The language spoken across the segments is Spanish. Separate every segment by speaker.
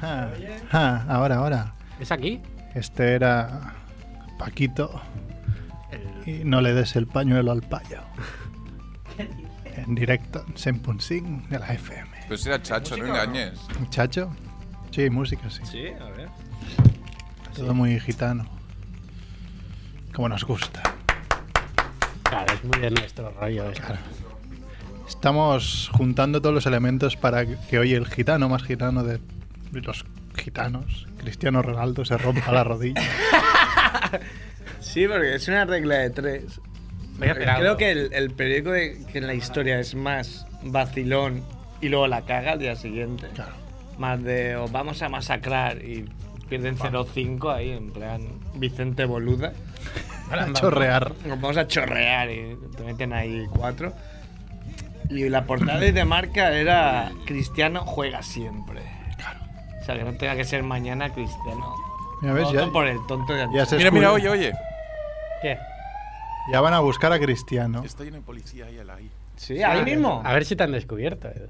Speaker 1: Ah, ah, ahora, ahora.
Speaker 2: ¿Es aquí?
Speaker 1: Este era Paquito. Y no le des el pañuelo al payo. En directo, en Senpunsing de la FM.
Speaker 3: Pero si era chacho, no
Speaker 4: música o no?
Speaker 3: engañes.
Speaker 1: ¿Muchacho? Sí, música, sí.
Speaker 4: Sí, a ver.
Speaker 1: Todo muy gitano. Como nos gusta.
Speaker 2: Claro, es muy de nuestro rollo esto.
Speaker 1: Claro. Estamos juntando todos los elementos para que hoy el gitano más gitano de los gitanos, Cristiano Ronaldo, se rompa la rodilla.
Speaker 5: Sí, porque es una regla de tres.
Speaker 2: Voy a hacer algo.
Speaker 5: Creo que el, el periódico de- que en la historia es más vacilón y luego la caga al día siguiente.
Speaker 1: Claro.
Speaker 5: Más de os vamos a masacrar y pierden 0-5 ahí en plan Vicente Boluda.
Speaker 1: A chorrear.
Speaker 5: Nos vamos a chorrear y te meten ahí cuatro. Y la portada de marca era Cristiano juega siempre. Claro. O sea, que no tenga que ser mañana Cristiano.
Speaker 1: Mira, ¿ves?
Speaker 5: Voto
Speaker 1: Ya,
Speaker 5: por el tonto de
Speaker 1: ya se
Speaker 3: Mira, mira, oye,
Speaker 1: escuda.
Speaker 3: oye.
Speaker 5: ¿Qué?
Speaker 1: Ya van a buscar a Cristiano.
Speaker 3: Está lleno de policía ahí, al ahí.
Speaker 5: Sí, ahí mismo.
Speaker 2: A ver si te han descubierto, Edu.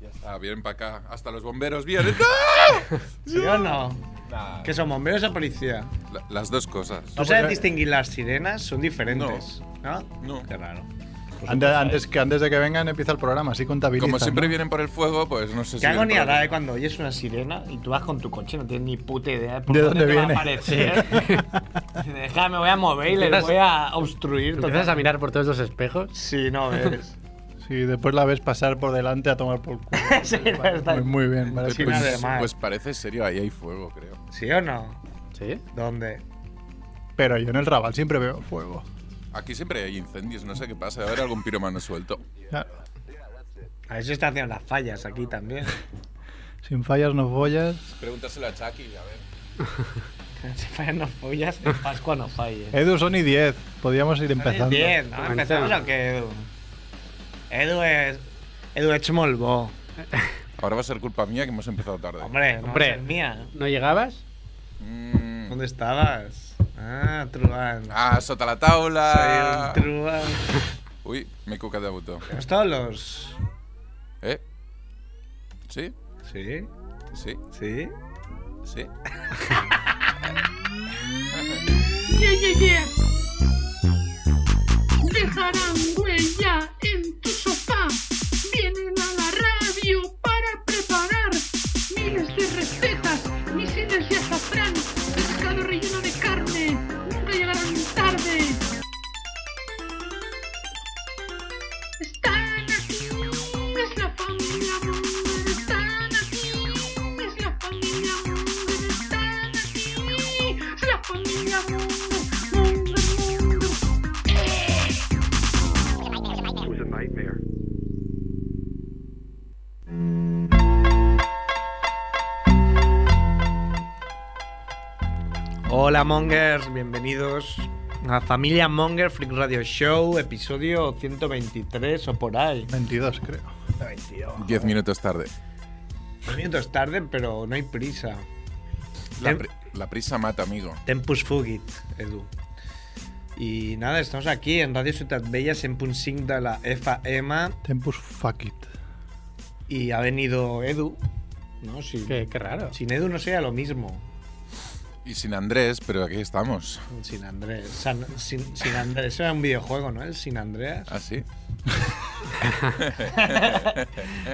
Speaker 3: Ya está, Ah, vienen para acá. Hasta los bomberos vienen.
Speaker 5: ¿Sí o no?
Speaker 3: Nah.
Speaker 5: ¿Que son bomberos o policía?
Speaker 3: La- las dos cosas.
Speaker 5: ¿Tú sabes distinguir las sirenas? Son diferentes. ¿No?
Speaker 3: No.
Speaker 5: Qué raro.
Speaker 1: Antes, antes que, antes de que vengan empieza el programa, así contabilizan.
Speaker 3: pues, Como siempre
Speaker 1: ¿no?
Speaker 3: vienen por el fuego, pues no sé si.
Speaker 5: Qué
Speaker 3: vienen
Speaker 5: agonía
Speaker 3: por el-
Speaker 5: da de cuando oyes una sirena y tú vas con tu coche, no tienes ni puta idea de, por
Speaker 1: ¿De dónde
Speaker 5: te va a
Speaker 1: viene?
Speaker 5: aparecer. Y dices, "Ja, me voy a mover y le
Speaker 2: Empiezas-
Speaker 5: voy a obstruir.
Speaker 2: Empiezas a mirar por todos los espejos.
Speaker 5: Sí, no ves.
Speaker 1: Sí, después la ves pasar por delante a tomar por culo.
Speaker 5: sí, no está-
Speaker 1: Muy, muy bien, parece
Speaker 5: Sí,
Speaker 1: que-
Speaker 5: nada
Speaker 3: Pues,
Speaker 5: más.
Speaker 3: pues parece serio, ahí hay fuego, creo.
Speaker 5: ¿Sí o no?
Speaker 2: ¿Sí?
Speaker 5: ¿Dónde?
Speaker 1: Pero yo en el Raval siempre veo fuego.
Speaker 3: Aquí siempre hay incendios, no sé qué pasa. Debe haber algún piromano suelto.
Speaker 1: Claro,
Speaker 5: A ver si están haciendo las fallas aquí también.
Speaker 1: sin fallas no follas.
Speaker 3: Pregúntaselo a Chucky, a ver.
Speaker 5: si fallan no follas, en Pascua no falles.
Speaker 1: Edu, son y 10. Podíamos ir empezando.
Speaker 5: Bien, ¿no? ¿Empezamos o qué, Edu? Edu es... Edu es molt bo.
Speaker 3: Ahora va a ser culpa mía que hemos empezado tarde.
Speaker 5: Hombre, no
Speaker 2: Hombre.
Speaker 5: es mía.
Speaker 2: ¿No llegabas?
Speaker 3: Mm.
Speaker 5: ¿Dónde estabas? Ah, Truan.
Speaker 3: Ah, sota la taula.
Speaker 5: Soy un Truan.
Speaker 3: Uy, me cuca de auto.
Speaker 5: ¿Hemos estado los...?
Speaker 3: ¿Eh? ¿Sí?
Speaker 5: ¿Sí?
Speaker 3: ¿Sí?
Speaker 5: ¿Sí?
Speaker 3: ¿Sí?
Speaker 6: Yeah, yeah, yeah. Dejarán huella en tu sofá. Vienen a la radio para preparar miles de recetas, misiles de azafrán, pescado relleno de carne. Nunca llegarán tarde. Están aquí, es la familia Munger. Están aquí, es la familia Munger. Están aquí, es la familia Munger. Munger, Munger.
Speaker 5: Hola Mongers, bienvenidos a Familia Monger Freak Radio Show, episodio 123 o por ahí.
Speaker 1: 22, creo.
Speaker 3: Diez minutos tarde.
Speaker 5: Dos minutos tarde, pero no hay prisa.
Speaker 3: La,
Speaker 5: Em-
Speaker 3: pri- la prisa mata, amigo.
Speaker 5: Tempus fugit, Edu. Y nada, estamos aquí en Radio Ciutat Bella, 100.5 de la EFA-EMA
Speaker 1: Tempus fuck it.
Speaker 5: y ha venido Edu. No, sin,
Speaker 2: Qué, qué raro.
Speaker 5: sin Edu no sería lo mismo.
Speaker 3: Y sin Andrés, pero aquí estamos.
Speaker 5: Sin Andrés. San- sin, sin Andrés era un videojuego, ¿no? El Sin Andreas.
Speaker 3: ¿Ah, sí?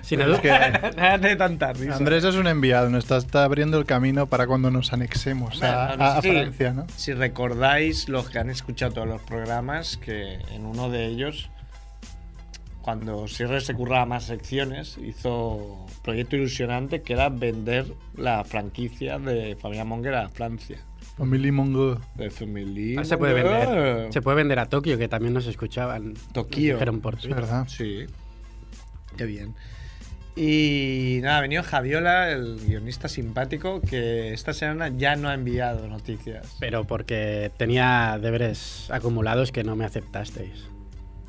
Speaker 2: Sin Edu.
Speaker 5: Nada de tanta risa.
Speaker 1: Andrés es un enviado, nos está, está abriendo el camino para cuando nos anexemos a,
Speaker 5: Bueno, no
Speaker 1: a- a
Speaker 5: sé si-
Speaker 1: Francia, ¿no?
Speaker 5: Si recordáis, los que han escuchado todos los programas, que en uno de ellos, cuando Sierra se curraba más secciones, hizo un proyecto ilusionante que era vender la franquicia de Familia Monger a Francia.
Speaker 1: Family Mongo.
Speaker 5: De Family
Speaker 2: Ah, se puede
Speaker 5: Monger.
Speaker 2: vender. Se puede vender a Tokio, que también nos escuchaban.
Speaker 5: Tokio.
Speaker 2: Nos dijeron por
Speaker 1: Es
Speaker 2: Twitter.
Speaker 1: verdad.
Speaker 5: Ah. Sí. Qué bien. Y nada, ha venido Javiola, el guionista simpático, que esta semana ya no ha enviado noticias.
Speaker 2: Pero porque tenía deberes acumulados que no me aceptasteis.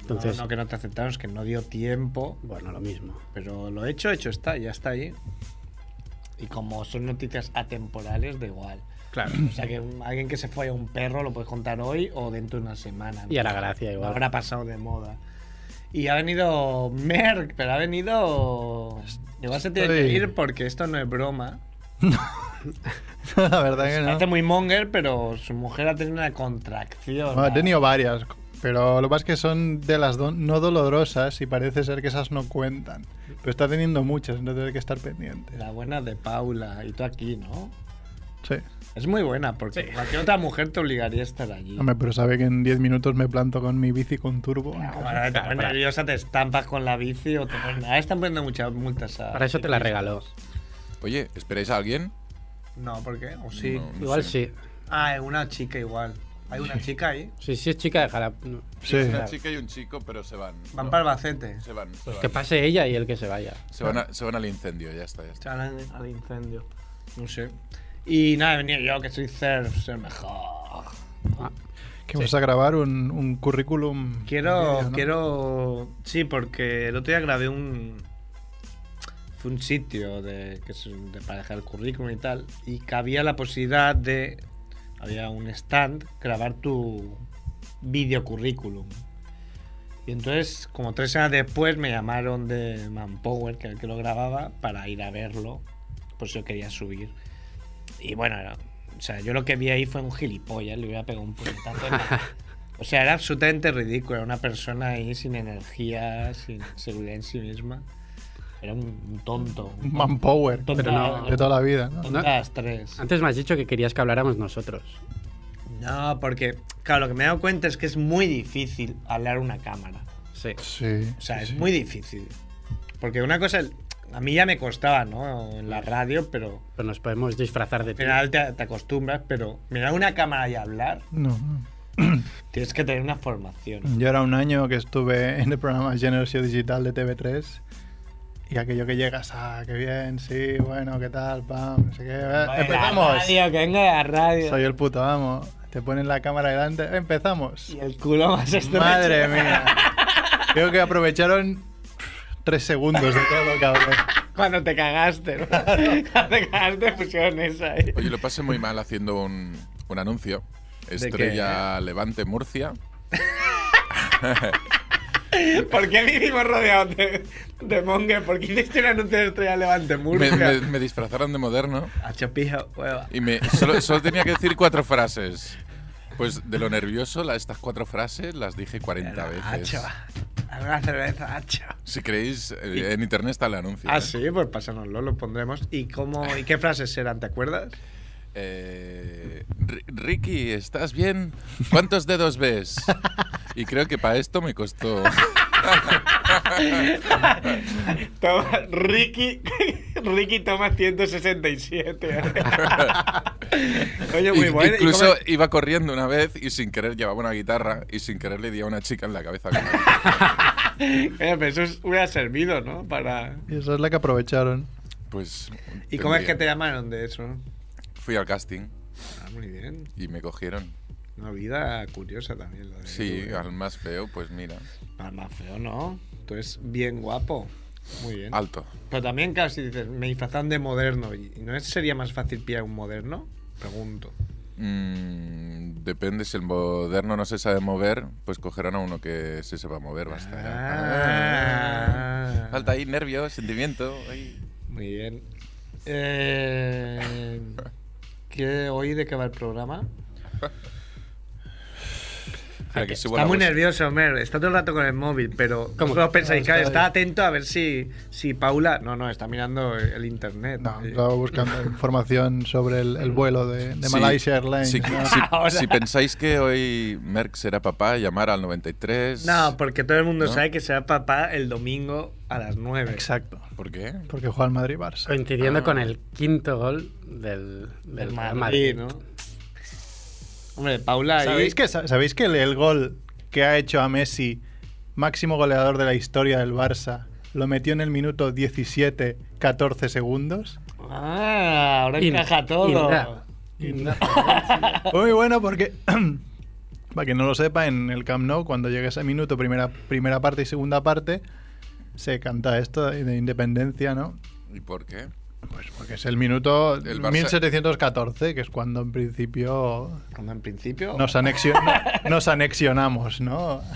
Speaker 2: Entonces,
Speaker 5: Ah, no, no que no te aceptaron, es que no dio tiempo.
Speaker 2: bueno, lo mismo.
Speaker 5: Pero lo hecho, hecho está, ya está ahí. Y como son noticias atemporales, da igual.
Speaker 2: Claro.
Speaker 5: O sea que un- alguien que se fue a un perro lo puedes contar hoy o dentro de una semana.
Speaker 2: Y a la gracia
Speaker 5: No
Speaker 2: igual.
Speaker 5: habrá pasado de moda. Y ha venido Merck, pero ha venido. Igual se tiene que
Speaker 1: Estoy-
Speaker 5: ir porque esto no es broma.
Speaker 1: la verdad que
Speaker 5: Hace
Speaker 1: no.
Speaker 5: muy monger, pero su mujer ha tenido una contracción.
Speaker 1: Bueno, he tenido varias, pero lo que pasa es que son de las do- no dolorosas y parece ser que esas no cuentan. Pero está teniendo muchas, entonces hay que estar pendiente.
Speaker 5: La buena de Paula y tú aquí, ¿no?
Speaker 1: Sí.
Speaker 5: Es muy buena porque cualquier otra mujer te obligaría a estar allí.
Speaker 1: Hombre, pero sabe que en 10 minutos me planto con mi bici con turbo.
Speaker 5: Ahora te pones nerviosa, te estampas con la bici o te pones... Ahora están poniendo muchas multas a...
Speaker 2: Para eso te la regaló.
Speaker 3: Oye, ¿esperáis a alguien?
Speaker 5: No, ¿por qué? O sí.
Speaker 3: No, no
Speaker 2: Igual
Speaker 3: sé.
Speaker 2: sí.
Speaker 5: Ah, es una chica igual. Hay una chica ahí.
Speaker 2: Sí, sí es chica, déjala.
Speaker 1: Sí.
Speaker 3: Es una
Speaker 2: Claro.
Speaker 3: chica y un chico, pero se van.
Speaker 5: Van
Speaker 3: No,
Speaker 5: para Albacete.
Speaker 3: Se van. Se
Speaker 2: Pues
Speaker 3: van.
Speaker 2: que pase ella y el que se vaya.
Speaker 3: Se van, a- se van al incendio, ya está, ya está.
Speaker 5: Se van al, al incendio. No sé. Y nada, he venido yo que soy surf, el mejor.
Speaker 1: Que vamos a grabar un, un currículum.
Speaker 5: Quiero,
Speaker 1: vídeo, ¿no?
Speaker 5: quiero. Sí, porque el otro día grabé un. Fue un sitio de, que es un- de- para dejar el currículum y tal. Y que había la posibilidad de. Había un stand, grabar tu video currículum. Y entonces, como tres semanas después, me llamaron de Manpower, que era el que lo grababa, para ir a verlo. Pues yo quería subir. Y bueno, era- o sea, yo lo que vi ahí fue un gilipollas, le hubiera pegado un puñetazo. en la- O sea, era absolutamente ridículo. Era una persona ahí sin energía, sin seguridad en sí misma. Era un, un tonto.
Speaker 1: Un Manpower.
Speaker 5: Tonta-
Speaker 2: Pero no-
Speaker 1: De toda la vida, ¿no?
Speaker 5: tonta a las tres.
Speaker 2: Antes me has dicho que querías que habláramos nosotros.
Speaker 5: No, porque, claro, lo que me he dado cuenta es que es muy difícil hablar a una cámara.
Speaker 2: Sí.
Speaker 1: Sí.
Speaker 5: O sea,
Speaker 1: sí,
Speaker 5: es
Speaker 1: sí.
Speaker 5: muy difícil. Porque una cosa, a mí ya me costaba, ¿no? En la radio, pero
Speaker 2: Pero nos podemos disfrazar de
Speaker 5: al
Speaker 2: ti.
Speaker 5: final te, te acostumbras. Pero mirar una cámara y hablar,
Speaker 1: No, no.
Speaker 5: tienes que tener una formación.
Speaker 1: Yo era un año que estuve en el programa Generación Digital de TV3 y aquello que llegas, ah, qué bien, sí, bueno, qué tal, pam, no sé qué. eh,
Speaker 5: La
Speaker 1: ¡Empezamos!
Speaker 5: radio, que venga la radio.
Speaker 1: Soy el puto amo. Te ponen la cámara delante, ¡empezamos!
Speaker 5: Y el culo más estrecho.
Speaker 1: ¡Madre mía! Creo que aprovecharon pff, tres segundos de todo, cabrón.
Speaker 5: Cuando te cagaste, ¿no? Cuando te cagaste pusieron esa ¿eh? ahí.
Speaker 3: Oye, lo pasé muy mal haciendo un, un anuncio. Estrella Levante Murcia.
Speaker 5: ¿Por qué vivimos rodeados de, de monger? ¿Por qué hiciste un anuncio de Estrella Levante
Speaker 3: Me,
Speaker 5: Murcia?
Speaker 3: me- me disfrazaron de moderno
Speaker 5: A chapija, hueva.
Speaker 3: y me, solo, solo tenía que decir cuatro frases. Pues de lo nervioso, la- estas cuatro frases las dije 40 veces.
Speaker 5: Alguna cerveza, hacho.
Speaker 3: Si creéis, eh, en internet está el anuncio.
Speaker 5: Ah,
Speaker 3: ¿eh?
Speaker 5: sí, pues pásanoslo, lo pondremos. ¿Y cómo y qué frases eran, te acuerdas?
Speaker 3: Eh, Ri- Ricky, ¿estás bien? ¿Cuántos dedos ves? Y creo que para esto me costó.
Speaker 5: Toma, Ricky, Ricky toma 167. Oye, muy
Speaker 3: In-
Speaker 5: bueno. ¿Y cómo-
Speaker 3: Incluso iba corriendo una vez y sin querer llevaba una guitarra y sin querer le di a una chica en la cabeza. con la-
Speaker 5: Eh, pero eso es- hubiera servido, ¿no? Para...
Speaker 1: Y esa es la que aprovecharon.
Speaker 3: Pues.
Speaker 5: ¿Y cómo es que te
Speaker 3: tendría-
Speaker 5: llamaron de eso?
Speaker 3: Fui al casting
Speaker 5: Ah, muy bien.
Speaker 3: y me cogieron.
Speaker 5: Una vida curiosa también. Lo de
Speaker 3: Sí,
Speaker 5: tú, ¿eh?
Speaker 3: al más feo, pues mira.
Speaker 5: al más feo, ¿no? Tú eres bien guapo. Muy bien.
Speaker 3: Alto.
Speaker 5: Pero también, claro, si dices, me disfrazan de moderno, ¿y no es- sería más fácil pillar un moderno? Pregunto.
Speaker 3: Mm, depende, si el moderno no se sabe mover, pues cogerán a uno que sí se va a mover bastante.
Speaker 5: Ah.
Speaker 3: Falta ahí nervio, sentimiento. ahí.
Speaker 5: Muy bien. Eh, ¿Qué hoy de qué va el programa?
Speaker 3: Espera, que subo
Speaker 5: Está
Speaker 3: la
Speaker 5: muy
Speaker 1: pues-
Speaker 3: voz.
Speaker 5: nervioso, Mer. Está todo el rato con el móvil, pero
Speaker 2: ¿Cómo?
Speaker 5: vosotros pensáis, claro,
Speaker 1: está
Speaker 5: está atento a ver si, si Paula. No, no, está mirando el internet.
Speaker 1: No,
Speaker 5: Eh,
Speaker 1: estaba buscando información sobre el, el vuelo de, de
Speaker 3: Sí,
Speaker 1: Malaysia Airlines. Ah.
Speaker 3: sí,
Speaker 1: ¿no?
Speaker 3: sí,
Speaker 5: Ahora.
Speaker 3: si pensáis que hoy Merck será papá, llamar al 93.
Speaker 5: No, porque todo el mundo
Speaker 3: ¿No?
Speaker 5: sabe que será papá el domingo a las 9.
Speaker 1: Exacto.
Speaker 3: ¿Por qué?
Speaker 1: Porque juega al Madrid-Barça.
Speaker 2: Coincidiendo con el quinto gol del, del
Speaker 5: ah. Del
Speaker 2: Real
Speaker 5: Madrid, ¿no? Hombre, Paula, ahí-
Speaker 1: ¿Sabéis que, sa- ¿Sabéis que el, el gol que ha hecho a Messi, máximo goleador de la historia del Barça, lo metió en el minuto 17, 14 segundos?
Speaker 5: Ah, ahora
Speaker 2: In-
Speaker 5: encaja todo.
Speaker 2: in that.
Speaker 1: Fue muy bueno porque, para quien no lo sepa, en el Camp Nou, cuando llega ese minuto, primera, primera parte y segunda parte, se canta esto de de independencia, ¿no?
Speaker 3: ¿Y por qué?
Speaker 1: Pues porque es el minuto
Speaker 3: El Barça-
Speaker 1: 1714, que es cuando en principio
Speaker 5: Cuando en principio.
Speaker 1: nos, anexio- no- nos anexionamos, ¿no?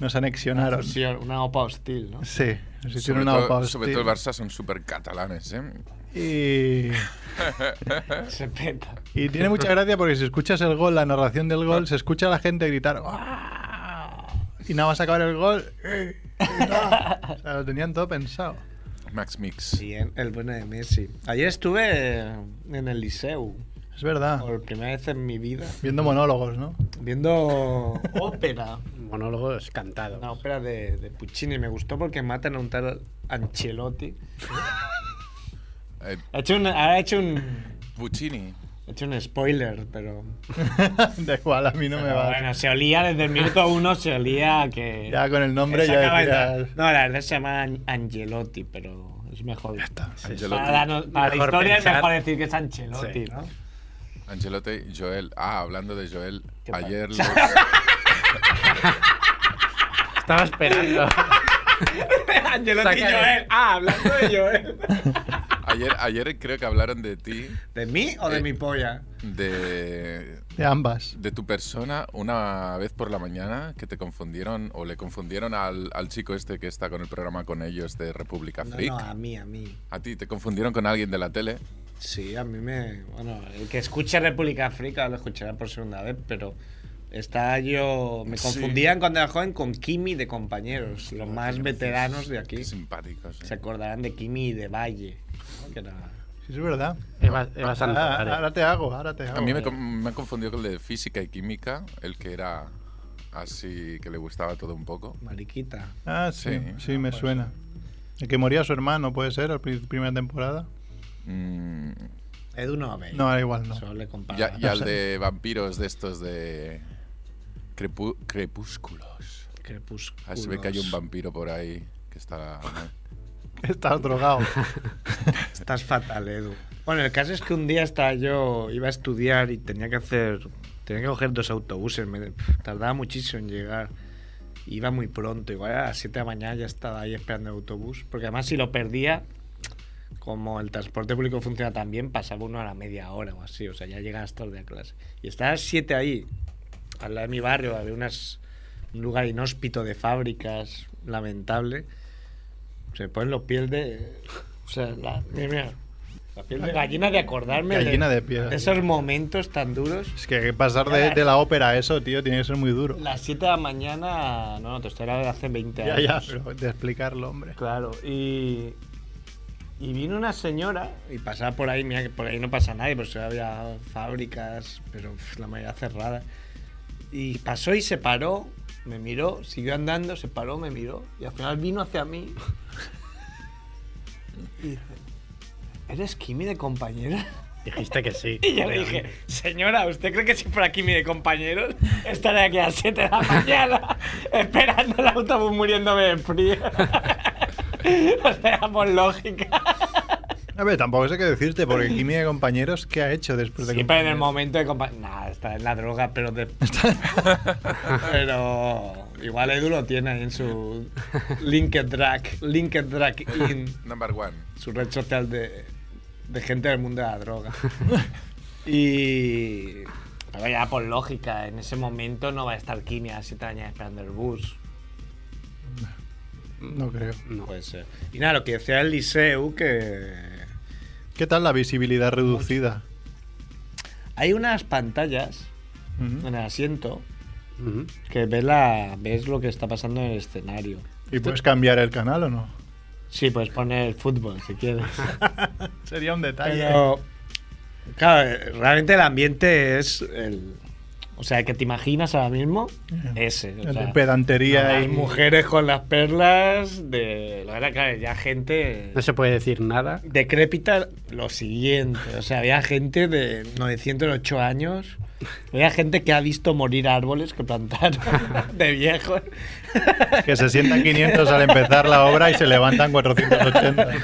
Speaker 1: Nos
Speaker 5: una
Speaker 1: anexionaron.
Speaker 5: fusión, una opa hostil, ¿no?
Speaker 1: Sí, nos hicieron
Speaker 3: Sobre
Speaker 1: una
Speaker 3: todo,
Speaker 1: opa
Speaker 3: sobre
Speaker 1: hostil.
Speaker 3: todo el Barça son súper catalanes, ¿eh?
Speaker 1: Y,
Speaker 5: Se peta.
Speaker 1: y tiene mucha gracia porque si escuchas el gol, la narración del gol, se escucha a la gente gritar "¡Guau!". y nada más acabar el gol. "Eh, eh, no". O sea, lo tenían todo pensado.
Speaker 3: Max Mix.
Speaker 5: Bien, el bueno de Messi. Ayer estuve en el Liceu,
Speaker 1: Es verdad.
Speaker 5: por primera vez en mi vida,
Speaker 1: Viendo monólogos, ¿no?
Speaker 5: viendo ópera.
Speaker 2: Monólogos cantados.
Speaker 5: Una ópera de, de Puccini. Me gustó porque matan a un tal Ancelotti.
Speaker 3: Eh,
Speaker 5: Ha hecho un, ha hecho un,
Speaker 3: Puccini.
Speaker 5: ha hecho un spoiler, pero.
Speaker 1: da igual, a mí no me
Speaker 5: pero
Speaker 1: va.
Speaker 5: bueno, se olía desde el minuto uno, se olía que.
Speaker 1: Ya con el nombre
Speaker 5: que se
Speaker 1: ya
Speaker 5: acaba
Speaker 1: decías-
Speaker 5: entrando. No, la verdad se llama An- Angelotti, pero es mejor.
Speaker 1: Ya está.
Speaker 5: Para la, no- para la
Speaker 2: Mejor
Speaker 5: historia
Speaker 2: pensar.
Speaker 5: es mejor decir que es
Speaker 2: Sí.
Speaker 5: Ancelotti, ¿no?
Speaker 3: Ancelotti, Joel. Ah, hablando de Joel,
Speaker 5: ¿Qué pasa?
Speaker 3: ayer los,
Speaker 2: Estaba esperando.
Speaker 5: Angelotti y
Speaker 2: Saca-
Speaker 5: Joel. Ah, hablando de Joel.
Speaker 3: ayer, ayer creo que hablaron de ti,
Speaker 5: ¿De mí o de mi polla?
Speaker 3: de,
Speaker 1: De ambas.
Speaker 3: de tu persona, una vez por la mañana que te confundieron o le confundieron al, al chico este que está con el programa con ellos de República
Speaker 5: No,
Speaker 3: Freak.
Speaker 5: no, a mí, a mí.
Speaker 3: A ti, te confundieron con alguien de la tele.
Speaker 5: Sí, a mí me. Bueno, el que escuche República África lo escuchará por segunda vez, pero. Está yo. Me
Speaker 3: Sí.
Speaker 5: confundían cuando era joven con Kimi de compañeros, los más veteranos de aquí.
Speaker 3: Qué simpáticos. eh.
Speaker 5: Se acordarán de Kimi y de Valle. ¿no? Que era-
Speaker 1: Sí, es verdad.
Speaker 2: Eva, Eva
Speaker 5: Ah,
Speaker 1: Ahora,
Speaker 2: Sandoval, eh.
Speaker 1: ahora te hago, ahora te hago.
Speaker 3: A mí
Speaker 5: eh,
Speaker 3: me, con- me han confundido con el de física y química, el que era así, que le gustaba todo un poco.
Speaker 5: Mariquita.
Speaker 1: Ah, sí,
Speaker 3: Sí. pues
Speaker 1: sí, me suena. El que moría su hermano, ¿puede ser? La primera temporada.
Speaker 3: Mm,
Speaker 5: Edu no ve.
Speaker 1: No, era igual, no.
Speaker 5: Solo le comparo.
Speaker 3: y, a- y al
Speaker 1: sé.
Speaker 3: de vampiros de estos de crepu- crepúsculos.
Speaker 5: Crepúsculos.
Speaker 3: Ah, se ve que hay un vampiro por ahí que está...
Speaker 1: Estás drogado.
Speaker 5: Estás fatal, Edu. Bueno, el caso es que un día estaba yo, iba a estudiar y tenía que hacer, tenía que coger dos autobuses, me, tardaba muchísimo en llegar. Iba muy pronto, igual a las 7 de la mañana ya estaba ahí esperando el autobús, porque además si lo perdía, como el transporte público funciona tan bien, pasaba uno a la media hora o así, o sea, ya llegabas tarde a clase. Y estaba a las 7 ahí, al lado de mi barrio, había unas, un lugar inhóspito de fábricas, lamentable. Se ponen los piel de. O sea, la, mira, mira, la piel de gallina de acordarme.
Speaker 1: Gallina de piel.
Speaker 5: esos momentos tan duros.
Speaker 1: Es que pasar de, de la ópera a eso, tío, tiene que ser muy duro.
Speaker 5: Las 7 de la mañana. No, no, te estoy hablando de hace 20
Speaker 1: Ya,
Speaker 5: años.
Speaker 1: ya, pero de explicarlo, hombre.
Speaker 5: Claro, y. Y vino una señora. Y pasaba por ahí, mira, que por ahí no pasa nadie, por si había fábricas, pero pf, la mayoría cerrada. Y pasó y se paró, me miró, siguió andando, se paró, me miró, y al final vino hacia mí. Y dice: ¿Eres Kimi de compañera?
Speaker 2: Dijiste que sí.
Speaker 5: Y yo le dije: Señora, ¿usted cree que si fuera Kimi de compañeros estaré aquí a las 7 de la mañana esperando el autobús muriéndome de frío? o sea, por lógica.
Speaker 1: A ver, tampoco sé qué decirte, porque Kimi de compañeros, ¿qué ha hecho después de
Speaker 5: Siempre en el
Speaker 1: Compañeros?
Speaker 5: momento de compañeros. Nada, está en la droga, pero de. pero. Igual Edu lo tiene ahí en su. Linked Drag. Linked Drag in.
Speaker 3: Number one.
Speaker 5: su red social de, de gente del mundo de la droga. y. Pero ya por lógica, en ese momento no va a estar Kimi a las 7 de la mañana esperando el bus.
Speaker 1: No creo.
Speaker 2: No.
Speaker 5: Puede ser. Y nada, lo que decía el Liceu, que.
Speaker 1: ¿Qué tal la visibilidad reducida?
Speaker 5: Hay unas pantallas
Speaker 1: Ujú.
Speaker 5: en el asiento
Speaker 2: Ujú.
Speaker 5: que ves, la, ves lo que está pasando en el escenario.
Speaker 1: ¿Y puedes cambiar el canal o no?
Speaker 5: Sí, puedes poner fútbol si quieres.
Speaker 1: Sería un detalle.
Speaker 5: Pero, claro, eh, realmente el ambiente es el. O sea, el que te imaginas ahora mismo, ese. o
Speaker 1: El de
Speaker 5: sea,
Speaker 1: pedantería
Speaker 5: las
Speaker 1: y
Speaker 5: mujeres con las perlas, de. La verdad, claro, ya gente.
Speaker 2: No se puede decir nada.
Speaker 5: Decrépita, lo siguiente. O sea, había gente de 908 años. Había gente que ha visto morir árboles que plantaron de viejos.
Speaker 1: que se sientan 500 al empezar la obra y se levantan 480. ¿no?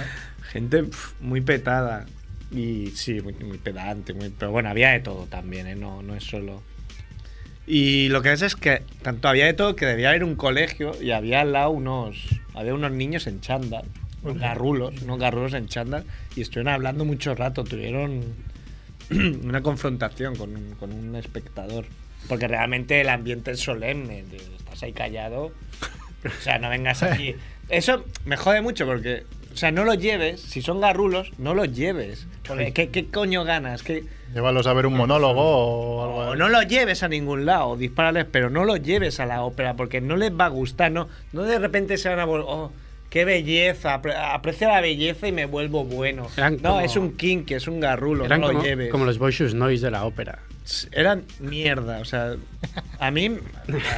Speaker 5: Gente pf, muy petada. Y sí, muy, muy pedante. muy- pero bueno, había de todo también, ¿eh? no, no es solo. Y lo que es es que tanto había de todo que debía haber un colegio y había al lado unos, había unos niños en chándal, unos garrulos, unos garrulos en chándal, y estuvieron hablando mucho rato, tuvieron una confrontación con, un- con un espectador. Porque realmente el ambiente es solemne, de- estás ahí callado, o sea, no vengas aquí. Eso me jode mucho porque O sea, no los lleves, si son garrulos, no los lleves.
Speaker 1: Claro.
Speaker 5: ¿Qué, qué coño ganas? ¿Qué-
Speaker 1: Llévalos a ver un monólogo o algo.
Speaker 5: O Oh, no los lleves a ningún lado, dispárales, pero no los lleves a la ópera porque no les va a gustar, no, no de repente se van a volver, oh, qué belleza, apre- aprecio la belleza y me vuelvo bueno.
Speaker 2: Eran
Speaker 5: no,
Speaker 2: como-
Speaker 5: es un kink, es un garrulo,
Speaker 2: Eran
Speaker 5: no
Speaker 2: como,
Speaker 5: lo lleves.
Speaker 2: como los Boisus Noise de la ópera.
Speaker 5: Eran mierda, o sea, a mí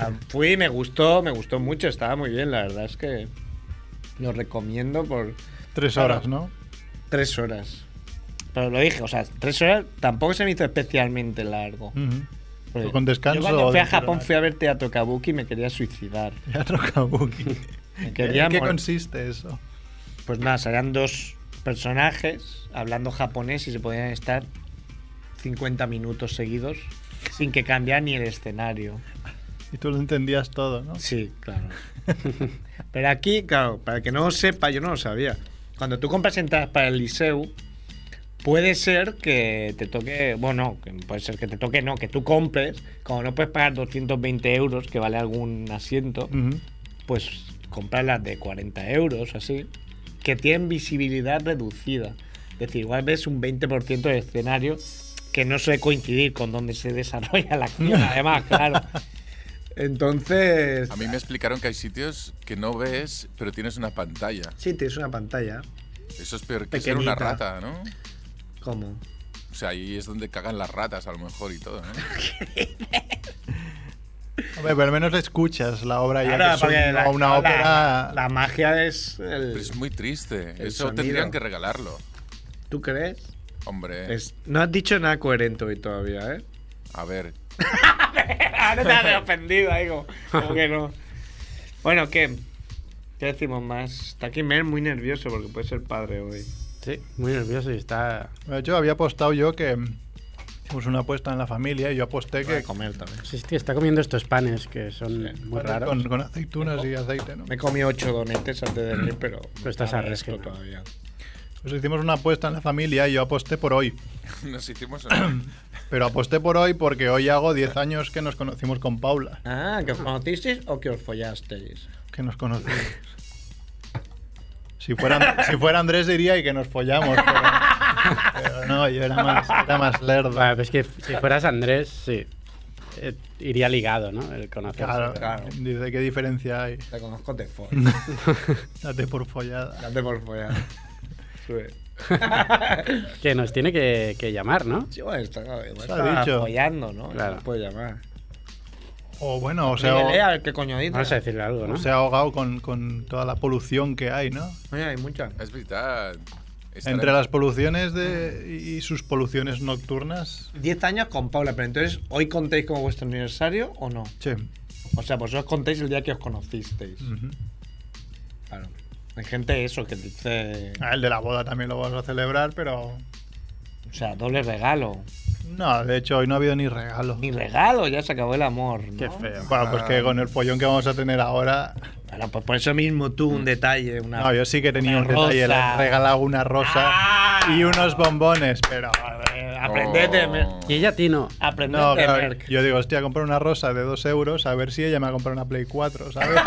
Speaker 5: a- fui, me gustó, me gustó mucho, estaba muy bien, la verdad es que lo recomiendo por
Speaker 1: Tres
Speaker 5: Claro.
Speaker 1: horas, ¿no?
Speaker 5: tres horas. Pero lo dije, o sea, tres horas tampoco se me hizo especialmente largo.
Speaker 1: Ujú.
Speaker 5: Porque
Speaker 1: Mm. ¿Con descanso
Speaker 5: Yo
Speaker 1: o
Speaker 5: cuando fui a
Speaker 1: de
Speaker 5: Japón
Speaker 1: entrenar?
Speaker 5: fui a ver teatro kabuki y me quería suicidar.
Speaker 1: Teatro Kabuki.
Speaker 5: Me quería
Speaker 1: ¿En Eh, qué
Speaker 5: morir.
Speaker 1: consiste eso?
Speaker 5: Pues nada, salían dos personajes hablando japonés y se podían estar 50 minutos seguidos sin que cambiara ni el escenario.
Speaker 1: Y tú lo entendías todo, ¿no?
Speaker 5: Sí, claro. Pero aquí, claro, para el que no lo sepa, yo no lo sabía. Cuando tú compras entradas para el liceu, puede ser que te toque, bueno, que puede ser que te toque, no, que tú compres, como no puedes pagar 220 euros, que vale algún asiento,
Speaker 1: Ujú.
Speaker 5: pues comprar las de 40 euros o así, que tienen visibilidad reducida. Es decir, igual ves un 20% del escenario que no suele coincidir con donde se desarrolla la acción, además, claro. Entonces...
Speaker 3: A mí me explicaron que hay sitios que no ves, pero tienes una pantalla.
Speaker 5: Sí, tienes una pantalla.
Speaker 3: Eso es peor que ser una
Speaker 5: Pequeñita.
Speaker 3: rata, ¿no?
Speaker 5: ¿Cómo?
Speaker 3: O sea, ahí es donde cagan las ratas a lo mejor y todo, ¿no?
Speaker 1: Hombre, pero al menos escuchas la obra ya que es un-
Speaker 5: porque la-
Speaker 1: una
Speaker 5: la-
Speaker 1: ópera.
Speaker 5: La, magia Pues es el...
Speaker 3: Pero es muy triste.
Speaker 5: El
Speaker 3: Eso
Speaker 5: sonido.
Speaker 3: tendrían que regalarlo.
Speaker 5: ¿Tú crees?
Speaker 3: Hombre,
Speaker 5: Es- no has dicho nada coherente hoy todavía, ¿eh?
Speaker 3: a ver.
Speaker 5: Ahora Ah, te has ofendido, digo. Como que no. Bueno, ¿qué? ¿Qué decimos más? Está aquí Mer muy nervioso porque puede ser padre hoy.
Speaker 2: Sí, muy nervioso y está.
Speaker 1: De hecho, había apostado yo que mm, hicimos una apuesta en la familia y yo aposté que
Speaker 5: comer también.
Speaker 2: Sí, sí, está comiendo estos panes que son
Speaker 5: Sí.
Speaker 2: muy
Speaker 1: con-
Speaker 2: raros.
Speaker 1: Con, con aceitunas y aceite, ¿no?
Speaker 5: Me he comido ocho donetes antes de venir, pero...
Speaker 2: Pero estás
Speaker 5: me
Speaker 2: a
Speaker 5: aresco
Speaker 2: resque.
Speaker 5: todavía.
Speaker 1: Pues hicimos una apuesta en la familia y yo aposté por hoy.
Speaker 3: Nos hicimos una-
Speaker 1: Pero aposté por hoy porque hoy hago 10 años que nos conocimos con Paula.
Speaker 5: Ah, ¿que os conocisteis o que os follasteis?
Speaker 1: Que nos conocimos. Si fuera, si fuera Andrés diría y que nos follamos, pero, pero no, yo era más, era más lerdo.
Speaker 2: Bueno, pues que f- si fueras Andrés, sí. Eh, iría ligado, ¿no? El conocerse.
Speaker 1: Claro,
Speaker 5: Claro.
Speaker 1: dice qué diferencia hay.
Speaker 5: Te conozco de folla.
Speaker 1: Date por follada.
Speaker 5: Date por follar. Sube.
Speaker 2: Que nos tiene que, que llamar, ¿no?
Speaker 5: Sí, bueno, está, igual
Speaker 1: Se ha
Speaker 5: está
Speaker 1: dicho.
Speaker 5: follando, ¿no?
Speaker 2: Claro.
Speaker 5: Se puede llamar.
Speaker 1: O bueno, o
Speaker 5: O
Speaker 1: sea, o-
Speaker 5: a ver qué coño dice.
Speaker 2: Vamos a decirle algo, ¿no?
Speaker 1: o se ha ahogado con, con toda la polución que hay, ¿no?
Speaker 5: Oye, hay muchas.
Speaker 3: Es verdad. Estará-
Speaker 1: Entre las poluciones de, y sus poluciones nocturnas.
Speaker 5: 10 años con Paula, pero entonces, ¿hoy contéis como vuestro aniversario o no?
Speaker 1: Che.
Speaker 5: O sea, vosotros contéis el día que os conocisteis.
Speaker 1: ujú.
Speaker 5: Claro. Hay gente eso que dice.
Speaker 1: Ah, el de la boda también lo vamos a celebrar, pero.
Speaker 5: O sea, doble regalo.
Speaker 1: No, de hecho, hoy no ha habido ni regalo.
Speaker 5: Ni regalo, ya se acabó el amor. ¿no?
Speaker 2: Qué feo.
Speaker 1: Bueno, pues que con el follón que vamos a tener ahora.
Speaker 5: Bueno, pues por eso mismo tú un detalle, una.
Speaker 1: Mm. No, yo sí que tenía
Speaker 5: una
Speaker 1: un detalle. Le he
Speaker 5: rosa.
Speaker 1: regalado una rosa
Speaker 5: Ah.
Speaker 1: y unos bombones, pero.
Speaker 5: Eh, Aprendete,
Speaker 3: Oh.
Speaker 5: Mer.
Speaker 2: Y ella a ti no.
Speaker 5: Aprendete,
Speaker 1: No, claro,
Speaker 5: Merck.
Speaker 1: yo digo, hostia, comprar una rosa de 2 euros, a ver si ella me ha comprado una Play 4, ¿sabes?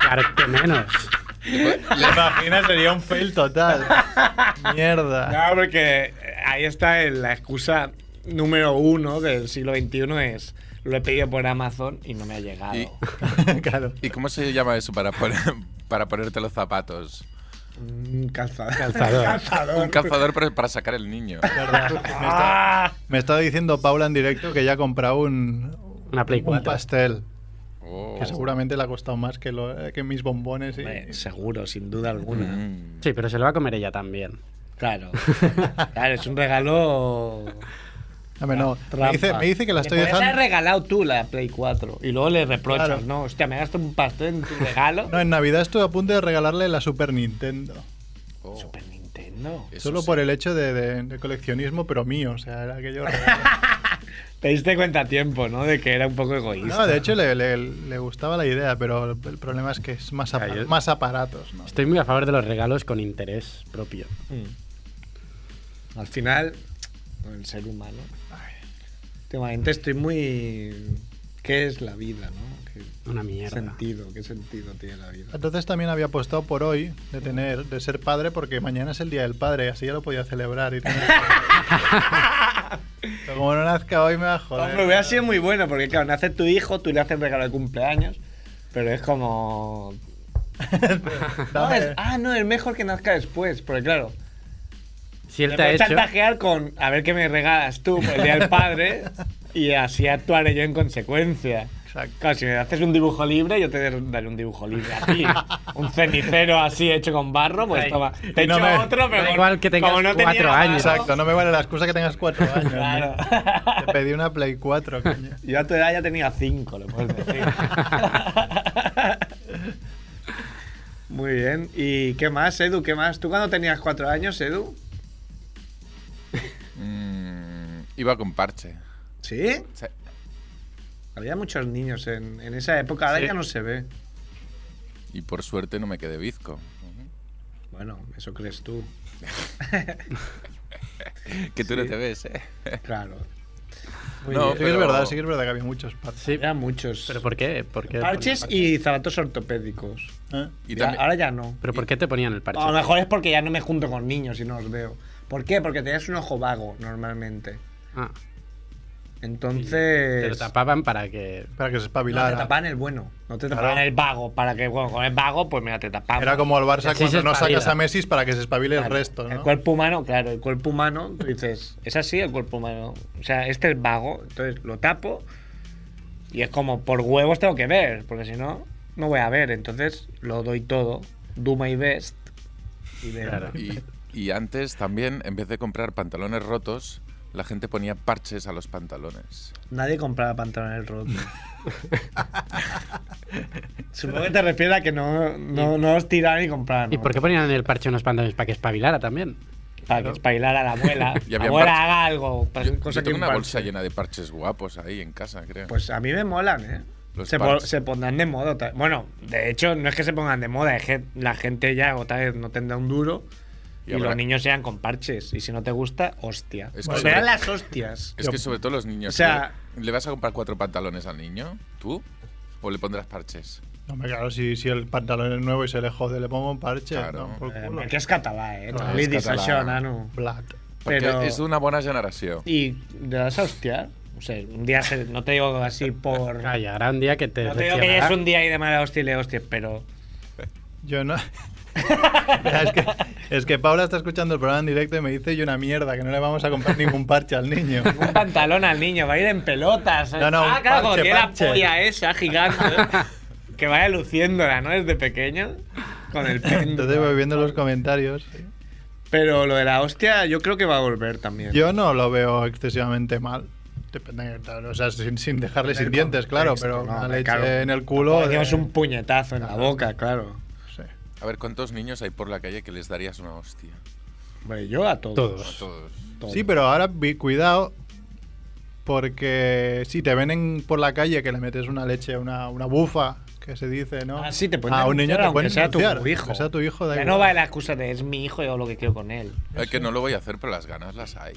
Speaker 2: Claro que menos.
Speaker 1: ¿Te imaginas? Sería un fail total. Mierda.
Speaker 5: No, porque ahí está el- la excusa número uno del siglo XXI es lo he pedido por Amazon y no me ha llegado.
Speaker 3: Y-
Speaker 1: claro.
Speaker 3: ¿Y cómo se llama eso para, poner- para ponerte los zapatos?
Speaker 5: Un calzador.
Speaker 2: Calzador.
Speaker 3: Un cazador pero para sacar el niño.
Speaker 1: Verdad. Me, está-
Speaker 5: Ah,
Speaker 1: me estaba diciendo Paula en directo que ya ha comprado un,
Speaker 2: Una Play
Speaker 1: un
Speaker 2: 4.
Speaker 1: pastel,
Speaker 3: Oh.
Speaker 1: que seguramente le ha costado más que, lo- eh, que mis bombones. y-
Speaker 5: hombre, seguro, sin duda alguna.
Speaker 3: Mm.
Speaker 2: Sí, pero se lo va a comer ella también.
Speaker 5: Claro. Claro, es un regalo.
Speaker 1: Dame, no.
Speaker 5: trampa.
Speaker 1: Me, dice, me dice que la
Speaker 5: Le
Speaker 1: estoy
Speaker 5: podrías haber
Speaker 1: dejando.
Speaker 5: regalado tú la Play 4 y luego le reprochas,
Speaker 1: Claro.
Speaker 5: ¿no? Hostia, me gasto un pastel en tu regalo.
Speaker 1: No, en Navidad estuve a punto de regalarle la Super Nintendo.
Speaker 3: Oh.
Speaker 5: Super Nintendo.
Speaker 3: Eso
Speaker 1: Solo
Speaker 3: sí.
Speaker 1: por el hecho de, de- de coleccionismo, pero mío. O sea, era aquello. regalo.
Speaker 5: Te diste cuenta a tiempo, ¿no? De que era un poco egoísta.
Speaker 1: No, de hecho le, le- le gustaba la idea, pero el problema es que es más, apa-
Speaker 2: Ah, yo-
Speaker 1: más aparatos. ¿no?
Speaker 2: Estoy muy a favor de los regalos con interés propio.
Speaker 5: Mm. Al final, el ser humano.
Speaker 1: Ay,
Speaker 5: Últimamente estoy muy ¿Qué es la vida, no? ¿Qué
Speaker 2: Una mierda.
Speaker 5: sentido, qué sentido tiene la vida?
Speaker 1: Entonces también había apostado por hoy de tener, de ser padre, porque mañana es el día del padre, así ya lo podía celebrar y tener- Pero como no nazca hoy me va a joder.
Speaker 5: Hombre, hubiera sido muy bueno, porque claro, nace tu hijo, tú le haces regalo de cumpleaños, pero es como... No,
Speaker 1: Dame-
Speaker 5: es- ah, no, es mejor que nazca después, porque claro,
Speaker 2: Si él
Speaker 5: Le
Speaker 2: te ha
Speaker 5: puedes
Speaker 2: hecho.
Speaker 5: chantajear con a ver qué me regalas tú por el día del padre y así actuaré yo en consecuencia.
Speaker 1: Exacto.
Speaker 5: Claro, si me haces un dibujo libre, yo te daré un dibujo libre a ti. un cenicero así hecho con barro, pues
Speaker 2: Ay,
Speaker 5: toma. Te
Speaker 1: y no
Speaker 5: echo
Speaker 1: me-
Speaker 5: otro, pero.
Speaker 2: da igual que tengas
Speaker 5: como no tenía
Speaker 2: cuatro
Speaker 5: barro-
Speaker 2: años.
Speaker 1: Exacto, no me vale la excusa que tengas cuatro años.
Speaker 5: Claro.
Speaker 1: Te pedí una Play 4, coño.
Speaker 5: Yo a tu edad ya tenía cinco, lo puedes decir. Muy bien. ¿Y qué más, Edu? ¿Qué más? ¿Tú cuando tenías cuatro años, Edu?
Speaker 3: Mm, iba con parche.
Speaker 5: ¿Sí?
Speaker 3: O sea,
Speaker 5: Había muchos niños en, en esa época, ahora
Speaker 2: Sí.
Speaker 5: ya no se ve.
Speaker 3: y por suerte no me quedé bizco.
Speaker 5: Bueno, eso crees tú.
Speaker 3: Que tú no
Speaker 5: Sí.
Speaker 3: te ves, ¿eh?
Speaker 5: Claro.
Speaker 1: Muy
Speaker 3: No,
Speaker 1: bien. Sí que es
Speaker 3: pero-
Speaker 1: verdad, sí que es verdad que había muchos padres.
Speaker 2: Sí,
Speaker 5: Había muchos.
Speaker 2: pero ¿por qué? ¿Por qué?
Speaker 5: Parches y zapatos ortopédicos.
Speaker 1: ¿Eh?
Speaker 3: Y
Speaker 5: Ya-
Speaker 3: también-
Speaker 5: ahora ya no.
Speaker 2: ¿Pero por qué te ponían el parche?
Speaker 5: A lo mejor es porque ya no me junto con niños y no os veo. ¿Por qué? Porque tenías un ojo vago normalmente.
Speaker 2: Ah,
Speaker 5: Entonces.
Speaker 2: Te lo tapaban para que.
Speaker 1: Para que se
Speaker 5: no, te
Speaker 1: espabilara.
Speaker 5: tapaban el bueno. No te tapaban
Speaker 1: Claro.
Speaker 5: el vago. Para que, bueno, con el vago, pues mira, te tapaban.
Speaker 1: Era como el Barça
Speaker 2: Así
Speaker 1: cuando
Speaker 2: se
Speaker 1: no
Speaker 2: espabila.
Speaker 1: sacas a Messi es para que se espabile el
Speaker 5: Claro,
Speaker 1: resto,
Speaker 5: El
Speaker 1: ¿no?
Speaker 5: cuerpo humano, claro, el cuerpo humano, tú dices, es así el cuerpo humano. O sea, este es vago, entonces lo tapo y es como, por huevos tengo que ver, porque si no, no voy a ver. Entonces lo doy todo, do my best y veo.
Speaker 2: Claro.
Speaker 3: Y, y antes también, en vez de comprar pantalones rotos, la gente ponía parches a los pantalones.
Speaker 5: Nadie compraba pantalones rotos. Supongo que te refieres a que no, no, no os tiraban y compraban.
Speaker 2: ¿Y por qué ponían el parche en los pantalones? Para que espabilara también.
Speaker 5: Para que espailara la abuela.
Speaker 3: Y
Speaker 5: la
Speaker 3: había
Speaker 5: abuela
Speaker 3: parche.
Speaker 5: haga algo.
Speaker 3: Yo, yo
Speaker 5: cosa que
Speaker 3: tengo
Speaker 5: un
Speaker 3: una
Speaker 5: parche.
Speaker 3: bolsa llena de parches guapos ahí en casa, creo.
Speaker 5: Pues a mí me molan, ¿eh?
Speaker 3: Los
Speaker 5: Se,
Speaker 3: parches.
Speaker 5: po- se pondrán de moda. otra- Bueno, de hecho, no es que se pongan de moda, es que la gente ya otra vez no tendrá un duro y,
Speaker 3: Y habrá-
Speaker 5: los niños sean con parches. Y si no te gusta, hostia.
Speaker 3: Es
Speaker 5: Pues
Speaker 3: que-
Speaker 5: serán las hostias.
Speaker 3: es que sobre todo los niños.
Speaker 5: O sea-
Speaker 3: ¿le, le vas a comprar cuatro pantalones al niño? ¿Tú? ¿O le pondrás parches?
Speaker 1: No, hombre, claro, si, si el pantalón es nuevo y se le jode, le pongo un parche.
Speaker 3: Claro.
Speaker 1: No, por
Speaker 5: Eh,
Speaker 1: culo.
Speaker 5: que es catalá, ¿eh?
Speaker 3: Ah,
Speaker 5: No li
Speaker 3: és
Speaker 5: dis
Speaker 3: català.
Speaker 5: això, nano.
Speaker 1: Blat.
Speaker 3: Porque
Speaker 5: Pero-
Speaker 3: es de una buena generación.
Speaker 5: Y de las hostias. O sea, un día, se- no te digo así por.
Speaker 2: Ah, llegará un día que te.
Speaker 5: No te digo que ya es un día ahí de mala hostia y le hostias, pero.
Speaker 1: Yo no. Mira, es, que, es que Paula está escuchando el programa en directo y me dice, y una mierda, que no le vamos a comprar ningún parche al niño.
Speaker 5: Un pantalón al niño, va a ir en pelotas.
Speaker 1: No, no,
Speaker 5: ah,
Speaker 1: un
Speaker 5: claro, como
Speaker 1: parche,
Speaker 5: tiene la
Speaker 1: parche.
Speaker 5: polla esa gigante. ¿eh? que vaya luciéndola, ¿no? Desde pequeño. Con el péndulo.
Speaker 1: Entonces voy viendo los comentarios.
Speaker 5: Pero lo de la hostia, yo creo que va a volver también.
Speaker 1: Yo no lo veo excesivamente mal. Depende, claro, o sea, sin, sin dejarle sin dientes, claro, pero
Speaker 5: No,
Speaker 1: una
Speaker 5: hombre,
Speaker 1: leche
Speaker 5: claro.
Speaker 1: en el
Speaker 5: Como
Speaker 1: culo.
Speaker 5: decíamos
Speaker 1: de-
Speaker 5: un puñetazo en la boca, claro.
Speaker 1: sí.
Speaker 3: A ver, ¿cuántos niños hay por la calle que les darías una hostia?
Speaker 5: Hombre, yo a todos.
Speaker 3: A
Speaker 2: Todos.
Speaker 3: todos.
Speaker 5: Todos.
Speaker 1: Sí, pero ahora vi- cuidado, porque si te ven en- por la calle que le metes una leche, una, una bufa, que se dice, ¿no?
Speaker 5: Ah, sí, te pueden
Speaker 1: a un niño
Speaker 5: denunciar,
Speaker 1: te
Speaker 5: aunque
Speaker 1: pueden
Speaker 5: sea tu
Speaker 1: denunciar,
Speaker 5: hijo.
Speaker 1: aunque sea tu hijo, da
Speaker 5: Ya
Speaker 1: igual.
Speaker 5: no vale la excusa de es mi hijo y hago lo que quiero con él.
Speaker 3: Es que no lo voy a hacer, pero las ganas las hay.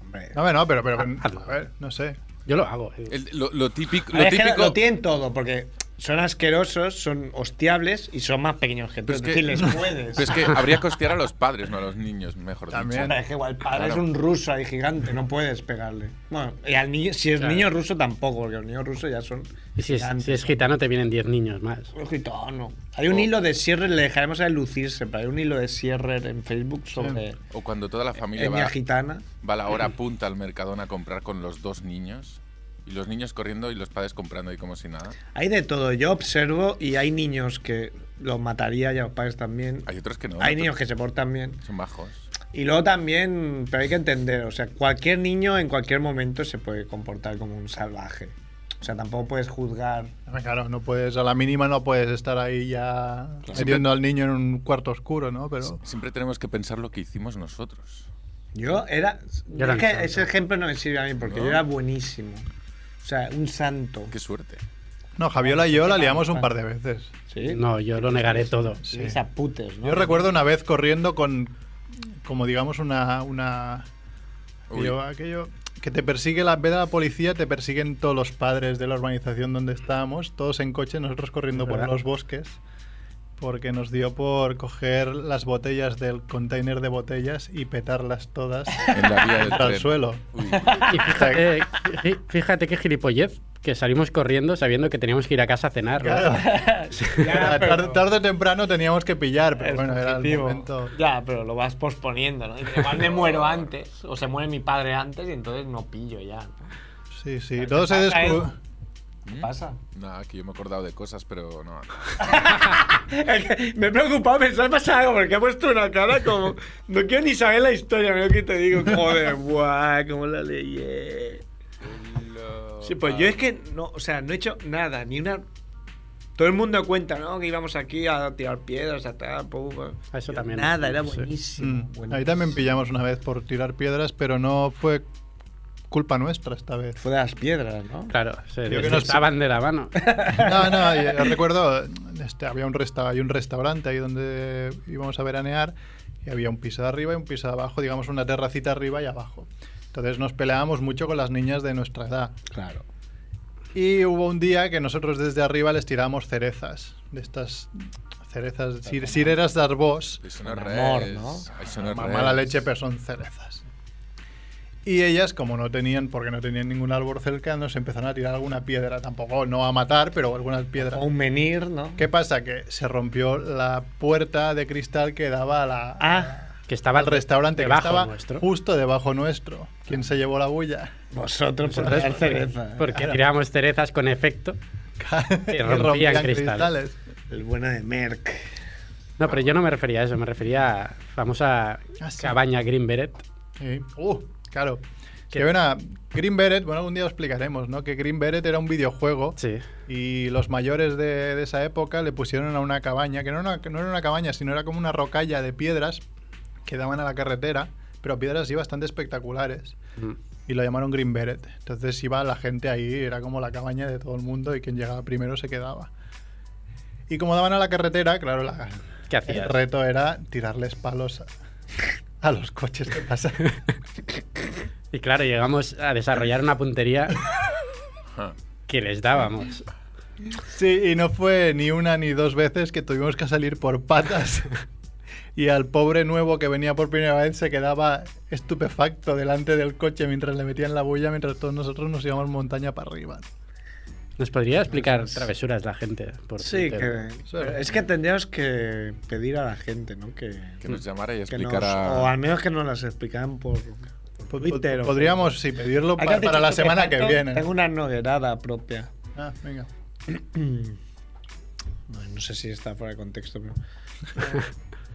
Speaker 5: Hombre.
Speaker 1: No, no, pero,
Speaker 5: Ah,
Speaker 1: pero,
Speaker 2: Hazlo.
Speaker 1: a ver, no sé.
Speaker 2: Yo lo hago. eh.
Speaker 3: El- lo, lo típico,
Speaker 5: A ver,
Speaker 3: lo
Speaker 5: es que
Speaker 3: típico
Speaker 5: lo tienen todo, porque son asquerosos, son hostiables y son más pequeños que tú.
Speaker 3: Pero
Speaker 5: Es
Speaker 3: es
Speaker 5: decir,
Speaker 3: que-
Speaker 5: les puedes.
Speaker 3: pero es que habría que hostiar a los padres, no a los niños, mejor
Speaker 1: También.
Speaker 3: dicho.
Speaker 5: Es que igual padre
Speaker 3: Claro.
Speaker 5: es un ruso ahí gigante, no puedes pegarle. Bueno, y al niño, si es niño ruso tampoco, porque los niños rusos ya son.
Speaker 2: Y si es,
Speaker 5: gigantes.
Speaker 2: si es gitano, te vienen 10 niños más.
Speaker 5: Un gitano. Hay
Speaker 3: Oh.
Speaker 5: un hilo de cierre, le dejaremos a él lucirse, pero hay un hilo de cierre en Facebook sobre
Speaker 3: O cuando toda la
Speaker 5: Eh,
Speaker 3: familia
Speaker 5: etnia
Speaker 3: va,
Speaker 5: gitana.
Speaker 3: va a la hora punta al Mercadona a comprar con los dos niños. Y los niños corriendo y los padres comprando y como si nada.
Speaker 5: Hay de todo, yo observo y hay niños que los mataría y a los padres también.
Speaker 3: Hay otros que no.
Speaker 5: Hay
Speaker 3: otros
Speaker 5: niños que se portan bien.
Speaker 3: Son bajos.
Speaker 5: Y luego también, pero hay que entender, o sea, cualquier niño en cualquier momento se puede comportar como un salvaje. O sea, tampoco puedes juzgar.
Speaker 1: Hombre, Claro, no puedes, a la mínima no puedes estar ahí ya metiendo al niño en un cuarto oscuro, ¿no? Pero
Speaker 3: Siempre tenemos que pensar lo que hicimos nosotros.
Speaker 5: Yo era.
Speaker 2: Yo era
Speaker 5: es
Speaker 2: un
Speaker 5: que
Speaker 2: santo.
Speaker 5: ese ejemplo no me sirve a mí porque
Speaker 3: No.
Speaker 5: yo era buenísimo. O sea, un santo.
Speaker 3: Qué suerte.
Speaker 1: no, Javiola y yo la liamos un par de veces.
Speaker 5: Sí.
Speaker 2: No, yo lo negaré todo.
Speaker 5: Sí. Esa putes, ¿no?
Speaker 1: Yo recuerdo una vez corriendo con, como digamos, una... una
Speaker 3: Uy.
Speaker 1: yo, aquello Que te persigue la, en vez de la policía, te persiguen todos los padres de la urbanización donde estábamos, todos en coche, nosotros corriendo
Speaker 2: Es
Speaker 1: por
Speaker 2: verdad.
Speaker 1: los bosques, porque nos dio por coger las botellas del container de botellas y petarlas todas
Speaker 3: En la vía del
Speaker 1: al
Speaker 3: tren.
Speaker 1: suelo.
Speaker 2: Y
Speaker 3: Uy,
Speaker 2: fíjate, fí- fíjate qué gilipollez que salimos corriendo sabiendo que teníamos que ir a casa a cenar. ¿no?
Speaker 1: Claro.
Speaker 5: Ya,
Speaker 1: Tar-
Speaker 5: pero-
Speaker 1: tarde o temprano teníamos que pillar, pero
Speaker 5: Es
Speaker 1: bueno, era el
Speaker 5: objetivo.
Speaker 1: momento.
Speaker 5: Ya, pero lo vas posponiendo, ¿no? Y Igual me muero antes, o se muere mi padre antes y entonces no pillo ya. ¿no?
Speaker 1: Sí, sí. Luego se
Speaker 5: pasa,
Speaker 1: descu-
Speaker 5: eh?
Speaker 1: ¿Mm?
Speaker 5: ¿Qué pasa?
Speaker 3: nada, que yo me he acordado de cosas, pero no.
Speaker 5: me he preocupado, me ha pasado algo, porque ha puesto una cara como. No quiero ni saber la historia, mira que te digo, joder, guau, cómo la leí. Sí, pues yo es que no, o sea, no he hecho nada, ni una. Todo el mundo cuenta, ¿no? Que íbamos aquí a tirar piedras, a tal, pum, pum.
Speaker 2: A eso
Speaker 5: Yo
Speaker 2: también.
Speaker 5: Nada, era
Speaker 2: Sí.
Speaker 5: buenísimo.
Speaker 1: Mm.
Speaker 5: buenísimo.
Speaker 1: Ahí también pillamos una vez por tirar piedras, pero no fue culpa nuestra esta vez.
Speaker 5: Fue de las piedras, ¿no?
Speaker 2: Claro, se
Speaker 1: Yo que
Speaker 2: les
Speaker 1: no-
Speaker 2: echaban de la mano.
Speaker 1: No, no, yo yo recuerdo, este, había un resta, hay un restaurante ahí donde íbamos a veranear y había un piso de arriba y un piso de abajo, digamos una terracita arriba y abajo. Entonces nos peleábamos mucho con las niñas de nuestra edad.
Speaker 5: Claro.
Speaker 1: Y hubo un día que nosotros desde arriba les tiramos cerezas, de estas cerezas, cir- cireras de arbós,
Speaker 3: Eso no es
Speaker 5: Con
Speaker 3: real.
Speaker 5: amor, ¿no?
Speaker 3: Eso no es
Speaker 1: Ma-
Speaker 3: real.
Speaker 1: mala leche, pero son cerezas. Y ellas, como no tenían, porque no tenían ningún árbol cerca, nos empezaron a tirar alguna piedra, tampoco no a matar, pero alguna piedra.
Speaker 5: O un menir, ¿no?
Speaker 1: ¿Qué pasa? Que se rompió la puerta de cristal que daba a la,
Speaker 5: Ah,
Speaker 2: Que estaba
Speaker 1: al restaurante que
Speaker 2: debajo
Speaker 1: estaba
Speaker 2: nuestro.
Speaker 1: justo debajo nuestro. ¿Quién se llevó la bulla?
Speaker 5: vosotros por
Speaker 1: Nosotros,
Speaker 5: dar
Speaker 1: porque-
Speaker 5: cereza. ¿eh?
Speaker 2: Porque tirábamos cerezas con efecto.
Speaker 1: Que
Speaker 2: rompían cristales.
Speaker 5: El bueno de Merck.
Speaker 2: No, pero yo no me refería a eso, me refería a famosa
Speaker 1: Ah, sí.
Speaker 2: cabaña Green Beret.
Speaker 1: Sí. Uh, claro.
Speaker 2: ¿Qué?
Speaker 1: Que hay una Green Beret, bueno, algún día lo explicaremos, ¿no? Que Green Beret era un videojuego
Speaker 2: Sí.
Speaker 1: y los mayores de, de esa época le pusieron a una cabaña, que no era una, que no era una cabaña, sino era como una rocalla de piedras que daban a la carretera, pero piedras así bastante espectaculares.
Speaker 2: Mm.
Speaker 1: y lo llamaron Green Beret. Entonces iba la gente ahí, era como la cabaña de todo el mundo y quien llegaba primero se quedaba. Y como daban a la carretera, claro, la-
Speaker 2: ¿Qué
Speaker 1: el
Speaker 2: hacías?
Speaker 1: reto era tirarles palos a, a los coches que pasaban.
Speaker 2: Y claro, llegamos a desarrollar una puntería
Speaker 3: Ajá.
Speaker 2: que les dábamos.
Speaker 1: Sí, y no fue ni una ni dos veces que tuvimos que salir por patas. Y al pobre nuevo que venía por primera vez se quedaba estupefacto delante del coche mientras le metían la bulla, mientras todos nosotros nos íbamos montaña para arriba.
Speaker 2: ¿Nos podría explicar travesuras la gente? Por
Speaker 5: Sí,
Speaker 2: Twitter?
Speaker 5: que, pero es que tendríamos que pedir a la gente, ¿no? Que,
Speaker 3: Que nos llamara y
Speaker 5: Mm. que nos-
Speaker 3: explicara.
Speaker 5: o al menos que nos las explicaran por, por Twitter. o-
Speaker 1: Podríamos, sí, pedirlo
Speaker 5: Acá
Speaker 1: pa-
Speaker 5: has dicho
Speaker 1: para la semana que
Speaker 5: estupefacto,
Speaker 1: viene.
Speaker 5: Tengo una noguerada propia.
Speaker 1: Ah, venga.
Speaker 5: No, Mm. no sé si está fuera de contexto, pero.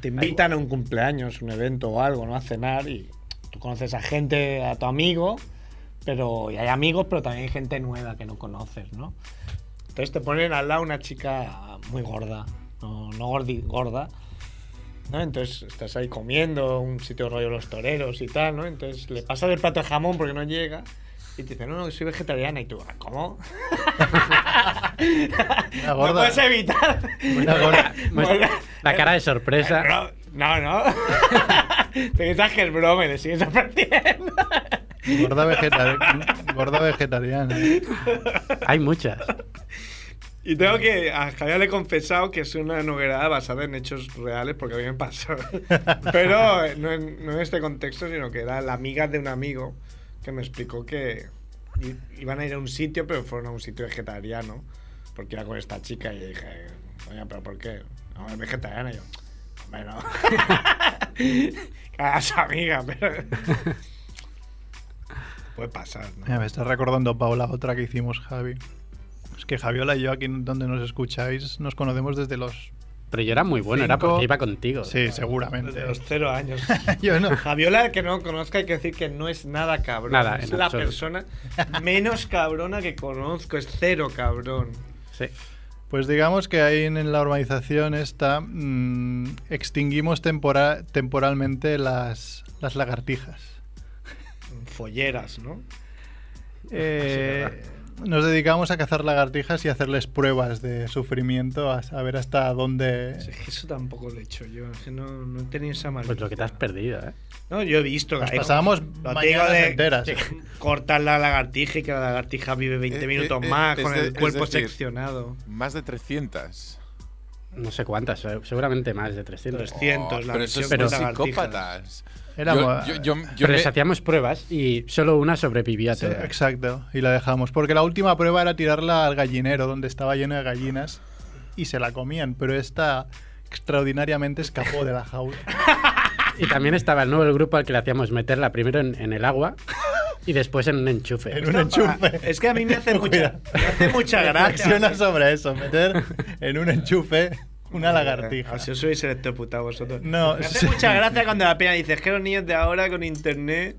Speaker 5: Te invitan a un cumpleaños, un evento o algo, ¿no? A cenar y tú conoces a gente, a tu amigo, pero y hay amigos, pero también hay gente nueva que no conoces, ¿no? Entonces te ponen al lado una chica muy gorda, no, no gordi, gorda, ¿no? Entonces estás ahí comiendo, un sitio rollo los toreros y tal, ¿no? Entonces le pasas el plato de jamón porque no llega y te dicen, no, no, soy vegetariana y tú, "Ah, ¿cómo?
Speaker 1: Una
Speaker 5: No
Speaker 1: gorda.
Speaker 5: puedes evitar.
Speaker 1: Una gorda.
Speaker 2: Muestra- pues, La cara de sorpresa.
Speaker 5: No, no. no. Te piensas que el bro me le sigue sorprendiendo.
Speaker 1: Gorda, vegetari- gorda vegetariana.
Speaker 2: Hay muchas.
Speaker 5: Y tengo que. A Javier le he confesado que es una novelada basada en hechos reales porque a mí me pasó. Pero eh, no en, no en este contexto, sino que era la amiga de un amigo que me explicó que i- iban a ir a un sitio, pero fueron a un sitio vegetariano porque iba con esta chica y le dije, oye, pero ¿por qué? No, es vegetariana. Y yo, bueno. a su amiga, pero. Puede pasar, ¿no?
Speaker 1: Mira, me está recordando, Paula, otra que hicimos, Javi. Es que Javiola y yo, aquí donde nos escucháis, nos conocemos desde los...
Speaker 2: Pero yo era muy bueno, era
Speaker 1: Cinco.
Speaker 2: porque iba contigo.
Speaker 1: Sí, seguramente.
Speaker 5: Desde los cero años.
Speaker 1: Yo no.
Speaker 5: Javiola, el que no conozca, hay que decir que no es nada cabrón.
Speaker 2: Nada,
Speaker 5: es
Speaker 2: en
Speaker 5: la
Speaker 2: absoluto.
Speaker 5: persona menos cabrona que conozco. Es cero cabrón.
Speaker 2: Sí.
Speaker 1: Pues digamos que ahí en, en la urbanización esta mm, extinguimos tempora- temporalmente las, las lagartijas.
Speaker 5: Folleras, ¿no?
Speaker 1: Eh, nos dedicamos a cazar lagartijas y hacerles pruebas de sufrimiento, a saber hasta dónde...
Speaker 5: Es que eso tampoco lo he hecho yo, es que no, no he tenido esa maldad.
Speaker 2: Pues lo que te has perdido, ¿eh?
Speaker 5: No, yo he visto.
Speaker 1: Nos
Speaker 5: hay como-
Speaker 1: pasábamos
Speaker 5: lo
Speaker 1: mañanas
Speaker 5: digo de-
Speaker 1: enteras.
Speaker 5: de cortar la lagartija y que la lagartija vive 20
Speaker 3: Eh,
Speaker 5: minutos
Speaker 3: eh, eh,
Speaker 5: más
Speaker 3: es
Speaker 5: con
Speaker 3: de-
Speaker 5: el
Speaker 3: es
Speaker 5: cuerpo
Speaker 3: decir,
Speaker 5: seccionado.
Speaker 3: Más de 300.
Speaker 2: No sé cuántas, se- seguramente más de 300.
Speaker 5: 300, la
Speaker 3: Oh, pero esos
Speaker 5: versión
Speaker 2: con
Speaker 3: son
Speaker 5: lagartijas.
Speaker 3: psicópatas.
Speaker 1: Éramos-
Speaker 3: yo, yo, yo- yo
Speaker 2: Pero
Speaker 3: me-
Speaker 2: les hacíamos pruebas y solo una sobrevivió a
Speaker 1: Sí,
Speaker 2: todas.
Speaker 1: eh, exacto, y la dejamos. Porque la última prueba era tirarla al gallinero, donde estaba lleno de gallinas, y se la comían, pero esta extraordinariamente escapó de la jaula.
Speaker 2: Y también estaba el nuevo grupo al que le hacíamos meterla primero en, en el agua y después en un enchufe.
Speaker 1: En un enchufe.
Speaker 5: Es que a mí me hace mucha, me hace mucha
Speaker 1: Reflexiona
Speaker 5: gracia.
Speaker 1: sobre eso, meter en un enchufe una lagartija.
Speaker 5: Así os sois electrocutados vosotros.
Speaker 1: No,
Speaker 5: Me
Speaker 1: sí.
Speaker 5: hace mucha gracia cuando la pena dices que los niños de ahora con internet.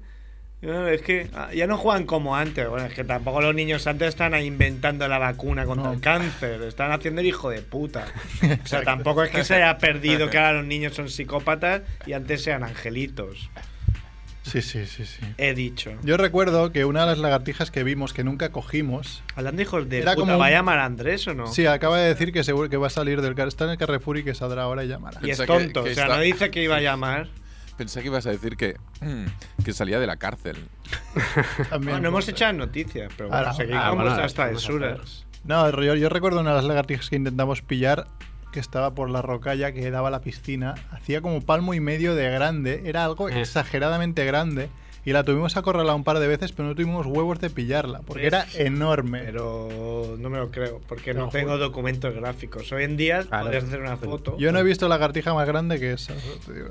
Speaker 5: no, es que ah, ya no juegan como antes. Bueno, es que tampoco los niños antes están ahí inventando la vacuna contra
Speaker 1: No.
Speaker 5: el cáncer. Están haciendo el hijo de puta. O sea, tampoco es que se haya perdido que ahora los niños son psicópatas y antes sean angelitos.
Speaker 1: Sí, sí, sí, sí.
Speaker 5: He dicho.
Speaker 1: Yo recuerdo que una de las lagartijas que vimos que nunca cogimos.
Speaker 5: Hablando de hijos de
Speaker 1: Era
Speaker 5: puta,
Speaker 1: como un-
Speaker 5: ¿va a llamar a Andrés o no?
Speaker 1: Sí, acaba de decir que seguro que va a salir del car- está en el Carrefour y que saldrá ahora y llamará.
Speaker 5: Y es
Speaker 3: Piensa que-
Speaker 5: tonto.
Speaker 3: que
Speaker 5: o sea,
Speaker 3: está-
Speaker 5: no dice que iba a llamar.
Speaker 3: Pensé que ibas a decir que, mm, que salía de la cárcel.
Speaker 1: También.
Speaker 5: Bueno, Ah, no hemos hecho las noticias, pero bueno,
Speaker 1: pues Ahora-
Speaker 5: seguimos
Speaker 2: ah, bueno, ahora
Speaker 5: hasta de
Speaker 2: las vamos a hacer.
Speaker 5: Suras.
Speaker 1: No, yo, yo recuerdo una de las lagartijas que intentamos pillar que estaba por la rocalla que daba a la piscina. Hacía como palmo y medio de grande, era algo
Speaker 2: Eh.
Speaker 1: exageradamente grande. Y la tuvimos acorralada un par de veces, pero no tuvimos huevos de pillarla,
Speaker 5: Eh.
Speaker 1: porque era enorme.
Speaker 5: Pero no me lo creo, porque no,
Speaker 2: No,
Speaker 5: tengo
Speaker 2: joder.
Speaker 5: documentos gráficos. Hoy en día
Speaker 2: Claro.
Speaker 5: podrías hacer una foto.
Speaker 1: Yo no he visto lagartija más grande que esa. te digo.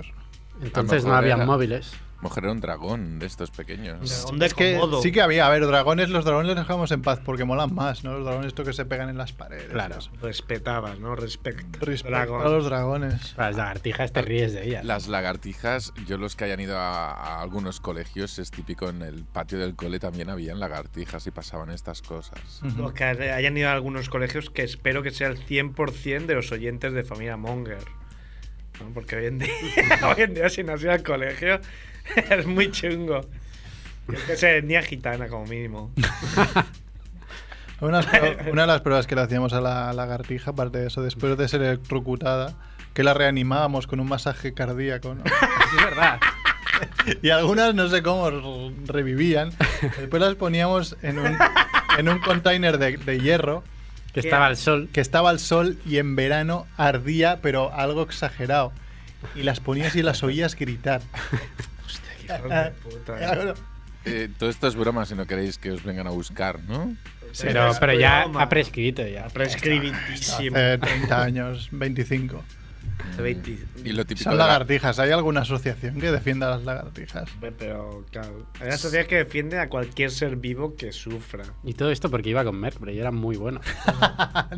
Speaker 2: Entonces
Speaker 3: A
Speaker 2: no
Speaker 3: lo mejor
Speaker 2: había
Speaker 3: era-
Speaker 2: móviles.
Speaker 3: Mujer era un dragón de estos pequeños.
Speaker 5: ¿Dónde
Speaker 1: Es que sí que había, a ver, dragones, los dragones los dejamos en paz porque molan más, ¿no? Los dragones estos que se pegan en las paredes.
Speaker 2: Claro.
Speaker 1: eso.
Speaker 5: Respetabas, ¿no? Respect.
Speaker 1: Respeto
Speaker 5: Dragon.
Speaker 1: a los dragones.
Speaker 2: Las lagartijas te ríes de ellas.
Speaker 3: Las lagartijas, yo los que hayan ido a, a algunos colegios, es típico en el patio del cole también habían lagartijas y pasaban estas
Speaker 1: Mm.
Speaker 3: cosas.
Speaker 5: Los que hayan ido a algunos colegios que espero que sea el 100% de los oyentes de familia Monger. ¿no? Porque hoy en día, hoy en día si no has ido al colegio, es muy chungo. Yo que sé, etnia gitana como mínimo.
Speaker 1: Una, de las prue- una de las pruebas que le hacíamos a la lagartija, aparte de eso, después de ser electrocutada, que la reanimábamos con un masaje cardíaco, ¿no?
Speaker 2: es verdad.
Speaker 1: Y algunas no sé cómo r- revivían. Después las poníamos en un, en un container de, de hierro
Speaker 2: Que estaba al sol.
Speaker 1: que estaba al sol y en verano ardía, pero algo exagerado. Y las ponías y las oías gritar.
Speaker 5: Hijo de puta.
Speaker 3: Eh, todo esto es broma si no queréis que os vengan a buscar, ¿no?
Speaker 2: Pero, pero ya
Speaker 5: broma.
Speaker 2: ha prescrito ya.
Speaker 5: Prescribitísimo.
Speaker 1: Hace 30 años, 25.
Speaker 5: Hace 20.
Speaker 3: Y lo típico
Speaker 1: Son
Speaker 3: de la-
Speaker 1: lagartijas. ¿Hay alguna asociación que defienda las lagartijas?
Speaker 5: Hombre, Pero claro, hay una sociedad que defiende a cualquier ser vivo que sufra.
Speaker 2: Y todo esto porque iba con Merck, pero yo era muy bueno.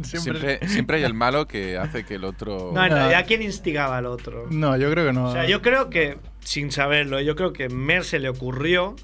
Speaker 3: Siempre, siempre hay el malo que hace que el otro...
Speaker 2: Oh.
Speaker 5: No, en realidad, ¿quién instigaba al otro?
Speaker 1: No, yo creo que no.
Speaker 5: O sea, yo creo que, sin saberlo, yo creo que Mer se le ocurrió,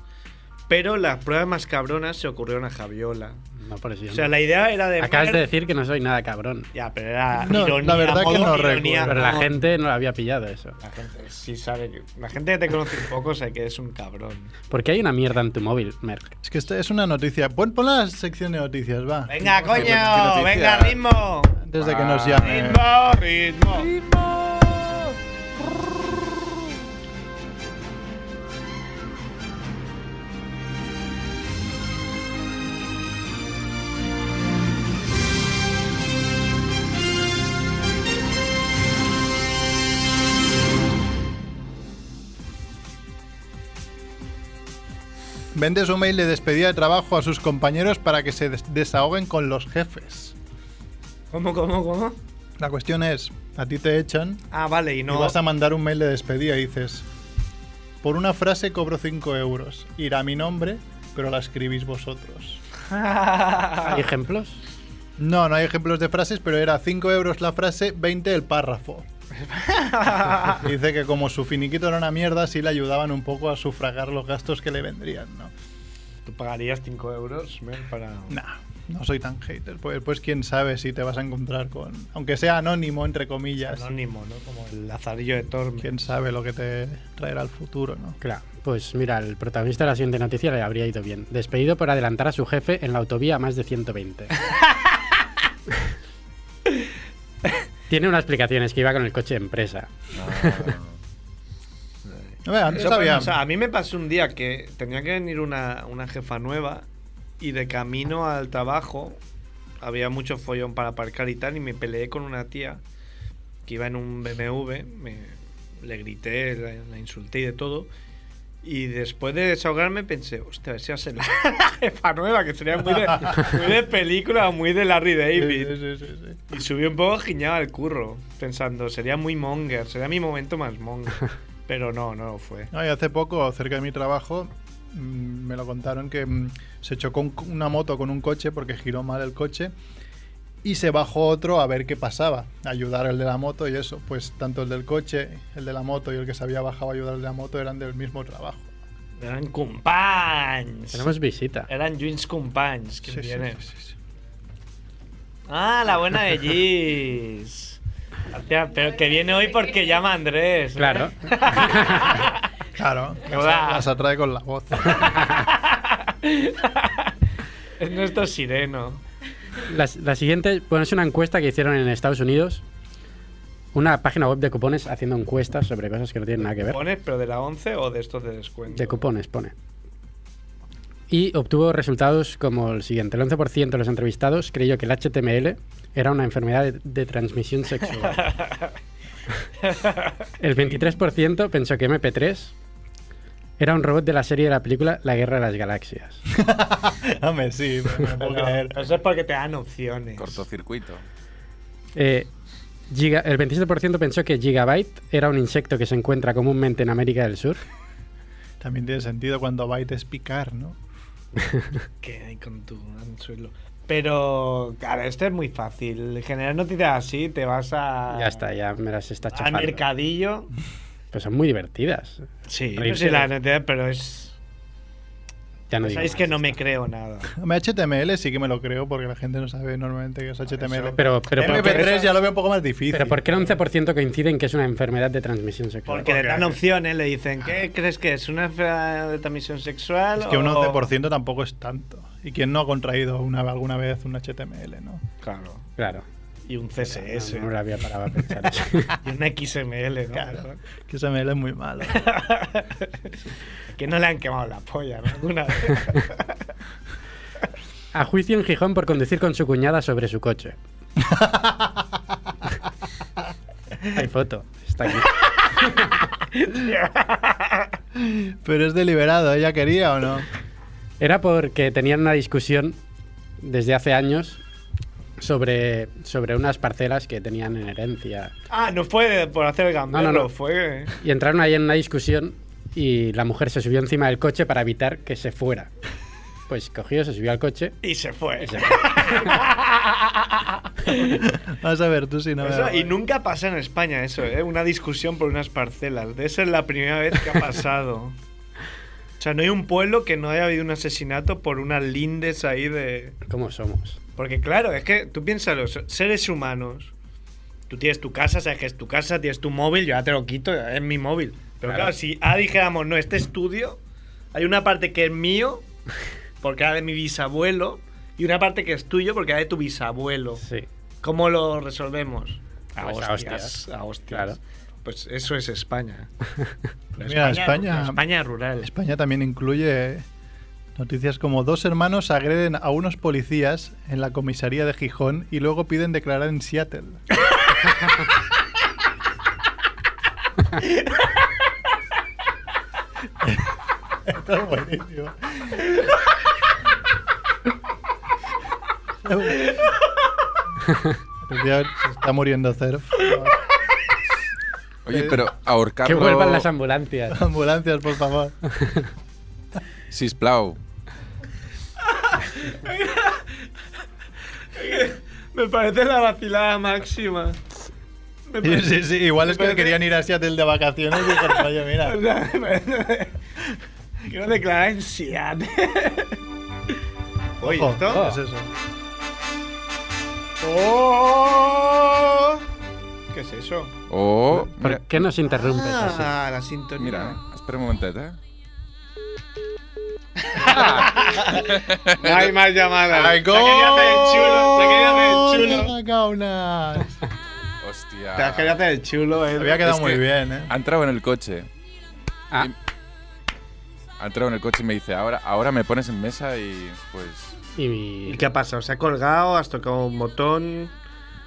Speaker 5: pero las pruebas más cabronas se ocurrieron a Javiola.
Speaker 2: No por eso.
Speaker 5: O sea, la idea era de.
Speaker 2: Acabas
Speaker 5: Mer-
Speaker 2: de decir que no soy nada cabrón.
Speaker 5: Ya, pero era.
Speaker 1: No,
Speaker 5: ironía,
Speaker 1: la verdad que
Speaker 5: modo
Speaker 1: no
Speaker 5: ironía,
Speaker 1: recuerdo.
Speaker 2: Pero la
Speaker 5: no.
Speaker 2: gente no lo había pillado eso.
Speaker 5: La gente sí sabe. que- La gente que te conoce un poco sabe que eres un cabrón.
Speaker 2: ¿Por qué hay una mierda en tu móvil, Merck?
Speaker 1: Es que esta es una noticia. Pon, pon la sección de noticias, va.
Speaker 5: Venga,
Speaker 3: ¿Qué- qué noticia?
Speaker 5: coño, venga, ritmo.
Speaker 1: Antes de que nos llamen.
Speaker 5: Ritmo, ritmo.
Speaker 1: Vende su mail de despedida de trabajo a sus compañeros para que se des- desahoguen con los jefes.
Speaker 5: ¿Cómo, cómo, cómo?
Speaker 1: La cuestión es, a ti te echan
Speaker 5: Ah, vale, y
Speaker 1: y
Speaker 5: no.
Speaker 1: vas a mandar un mail de despedida y dices, por una frase cobro 5 euros, irá mi nombre, pero la escribís vosotros.
Speaker 2: ¿Hay ejemplos?
Speaker 1: No, no hay ejemplos de frases, pero era 5 euros la frase, 20 el párrafo. Dice que como su finiquito era una mierda, sí le ayudaban un poco a sufragar los gastos que le vendrían, ¿no?
Speaker 5: ¿Tú pagarías 5 euros Mer, para.?
Speaker 1: Nah. No soy tan hater. Pues, pues quién sabe si te vas a encontrar con. Aunque sea anónimo, entre comillas.
Speaker 5: Anónimo, ¿no? Como el lazarillo de Tormes.
Speaker 1: Quién sabe lo que te traerá el futuro, ¿no?
Speaker 2: Claro, pues mira, el protagonista de la siguiente noticia le habría ido bien. Despedido por adelantar a su jefe en la autovía a más de 120. Tiene una explicación, es que iba con el coche de empresa.
Speaker 1: A ver, antes
Speaker 5: Eso
Speaker 1: había.
Speaker 5: pasa. a mí me pasó un día que tenía que venir una, una jefa nueva y de camino al trabajo había mucho follón para aparcar y tal y me peleé con una tía que iba en un BMW, me, le grité, la, la insulté y de todo. Y después de desahogarme pensé, hostia, esa es la jefa nueva, que sería muy de, muy de película, muy de Larry
Speaker 1: Sí,
Speaker 5: David.
Speaker 1: sí, sí, sí, sí.
Speaker 5: Y subí un poco giñado al curro, pensando, sería muy monger, sería mi momento más monger. Pero no, no lo fue.
Speaker 1: No, y hace poco, cerca de mi trabajo, mm, me lo contaron que mm, se chocó un co- una moto con un coche porque giró mal el coche y se bajó otro a ver qué pasaba, a ayudar al de la moto y eso. Pues tanto el del coche, el de la moto y el que se había bajado a ayudar al de la moto eran del mismo trabajo.
Speaker 5: Eran companys.
Speaker 2: Tenemos visita.
Speaker 5: Eran Juins companys. ¿Quién
Speaker 1: Sí, sí,
Speaker 5: viene?
Speaker 1: sí, sí, sí.
Speaker 5: Ah, la buena de Gis. Hostia, pero que viene hoy porque llama a Andrés. ¿eh?
Speaker 2: Claro.
Speaker 1: Claro, las,
Speaker 5: Hola.
Speaker 1: las atrae con la voz.
Speaker 5: es nuestro sireno.
Speaker 2: La, la siguiente, bueno, es una encuesta que hicieron en Estados Unidos. Una página web de cupones haciendo encuestas sobre cosas que no tienen nada que ver.
Speaker 5: ¿Pones, pero de la 11 o de estos de descuento?
Speaker 2: De cupones, pone. Y obtuvo resultados como el siguiente. El 11% de los entrevistados creyó que el HTML era una enfermedad de, de transmisión sexual. El 23% pensó que MP3 era un robot de la serie de la película La Guerra de las Galaxias.
Speaker 1: Hombre, sí, me lo puedo
Speaker 5: Pero
Speaker 1: creer.
Speaker 5: Eso es porque te dan opciones.
Speaker 3: Cortocircuito.
Speaker 2: Eh, giga- el 27% pensó que Gigabyte era un insecto que se encuentra comúnmente en América del Sur.
Speaker 1: También tiene sentido cuando Byte es picar, ¿no?
Speaker 5: ¿Qué hay con tu anzuelo? Pero, claro, este es muy fácil. Generar noticias así, te vas a.
Speaker 2: Ya está, ya me las está
Speaker 5: Al
Speaker 2: chupando.
Speaker 5: mercadillo.
Speaker 2: Pues son muy divertidas.
Speaker 5: Sí,
Speaker 2: Reírse
Speaker 5: pero, sí,
Speaker 2: de-
Speaker 5: la neta, pero es.
Speaker 2: Ya no digo
Speaker 5: Pues Sabéis
Speaker 2: más,
Speaker 5: que no
Speaker 2: ya
Speaker 5: me
Speaker 2: está.
Speaker 5: creo nada.
Speaker 1: Hombre, HTML sí que me lo creo porque la gente no sabe normalmente que es HTML.
Speaker 2: Pero, pero, ¿por qué-
Speaker 1: MP3 ya lo veo un poco más difícil.
Speaker 2: pero ¿por qué el 11% coinciden que es una enfermedad de transmisión sexual?
Speaker 5: Porque le dan opciones, le dicen, ¿qué crees que es? ¿Una enfermedad de transmisión sexual?
Speaker 1: Es que un
Speaker 5: o-
Speaker 1: 11% tampoco es tanto. ¿Y quién no ha contraído una, alguna vez un HTML, no?
Speaker 5: Claro.
Speaker 2: Claro.
Speaker 5: Y un CSS.
Speaker 2: No, no me lo había parado a pensar eso.
Speaker 5: Y un XML, ¿no?
Speaker 1: Claro. Que HTML es muy malo.
Speaker 5: Que no le han quemado la polla, ¿no? Alguna vez.
Speaker 2: A juicio en Gijón por conducir con su cuñada sobre su coche. Hay foto. Está aquí.
Speaker 1: Pero es deliberado, ¿ella quería o no?
Speaker 2: Era porque tenían una discusión desde hace años sobre, sobre unas parcelas que tenían en herencia.
Speaker 5: ah, no fue por hacer el gambero,
Speaker 2: No, no, no.
Speaker 5: fue.
Speaker 2: Y entraron ahí en una discusión y la mujer se subió encima del coche para evitar que se fuera. Pues cogió, se subió al coche
Speaker 5: Y se fue.
Speaker 2: y se
Speaker 1: Vas a ver tú si no. me
Speaker 5: Eso-
Speaker 1: la-
Speaker 5: y nunca pasa en España eso, ¿eh? Una discusión por unas parcelas. De esa es la primera vez que ha pasado. O sea, no hay un pueblo que no haya habido un asesinato por unas lindes ahí de...
Speaker 2: ¿Cómo somos?
Speaker 5: Porque claro, es que tú piénsalo, so- seres humanos, tú tienes tu casa, sabes que es tu casa, tienes tu móvil, yo ya te lo quito, ya es mi móvil. Pero claro,
Speaker 2: Claro.
Speaker 5: si ah, dijéramos, no, este estudio, hay una parte que es mío, porque era de mi bisabuelo, y una parte que es tuyo, porque era de tu bisabuelo.
Speaker 2: Sí.
Speaker 5: ¿Cómo lo resolvemos? A
Speaker 2: Pues
Speaker 5: hostias.
Speaker 2: a
Speaker 5: A
Speaker 2: hostias.
Speaker 5: hostias.
Speaker 2: Claro.
Speaker 5: Pues eso es España.
Speaker 1: Mira, España, España.
Speaker 5: España rural.
Speaker 1: también incluye noticias como dos hermanos agreden a unos policías en la comisaría de Gijón y luego piden declarar en Seattle. Esto es buenísimo. Efectivamente, Se está muriendo Cerf.
Speaker 3: Oye, pero ahorcarlo...
Speaker 2: Que vuelvan las ambulancias.
Speaker 1: Ambulancias, por favor.
Speaker 3: Sisplau.
Speaker 5: Me parece la vacilada máxima. Me
Speaker 1: Sí, sí,
Speaker 5: parece-
Speaker 1: sí, igual es que
Speaker 5: Pero-
Speaker 1: querían ir a Seattle de vacaciones y dijeron, oye, mira.
Speaker 5: O sea, me parece- Quiero declarar en Seattle. Oye,
Speaker 1: Ojo,
Speaker 5: esto.
Speaker 1: ¿qué es eso?
Speaker 4: ¡Oh! ¿Qué es eso?
Speaker 3: O.
Speaker 2: ¿Por
Speaker 3: mira,
Speaker 2: qué nos interrumpes así?
Speaker 4: Ah, la sintonía.
Speaker 3: mira, espera un momentet, eh?
Speaker 5: No hay más llamadas.
Speaker 1: ¡Ay,
Speaker 5: Se ha querido hacer el chulo, se ha querido hacer el chulo.
Speaker 1: Había
Speaker 3: Hòstia.
Speaker 5: Te has querido hacer el chulo, eh.
Speaker 1: quedado
Speaker 3: Es
Speaker 1: muy
Speaker 3: que-
Speaker 1: bien, ¿eh?
Speaker 3: Ha entrado en el coche.
Speaker 2: Ah.
Speaker 3: Ha entrado en el coche y me dice, ahora, ahora me pones en mesa y pues...
Speaker 2: Y,
Speaker 4: ¿Y qué ha pasado? ¿Se ha colgado? ¿Has tocado un botón?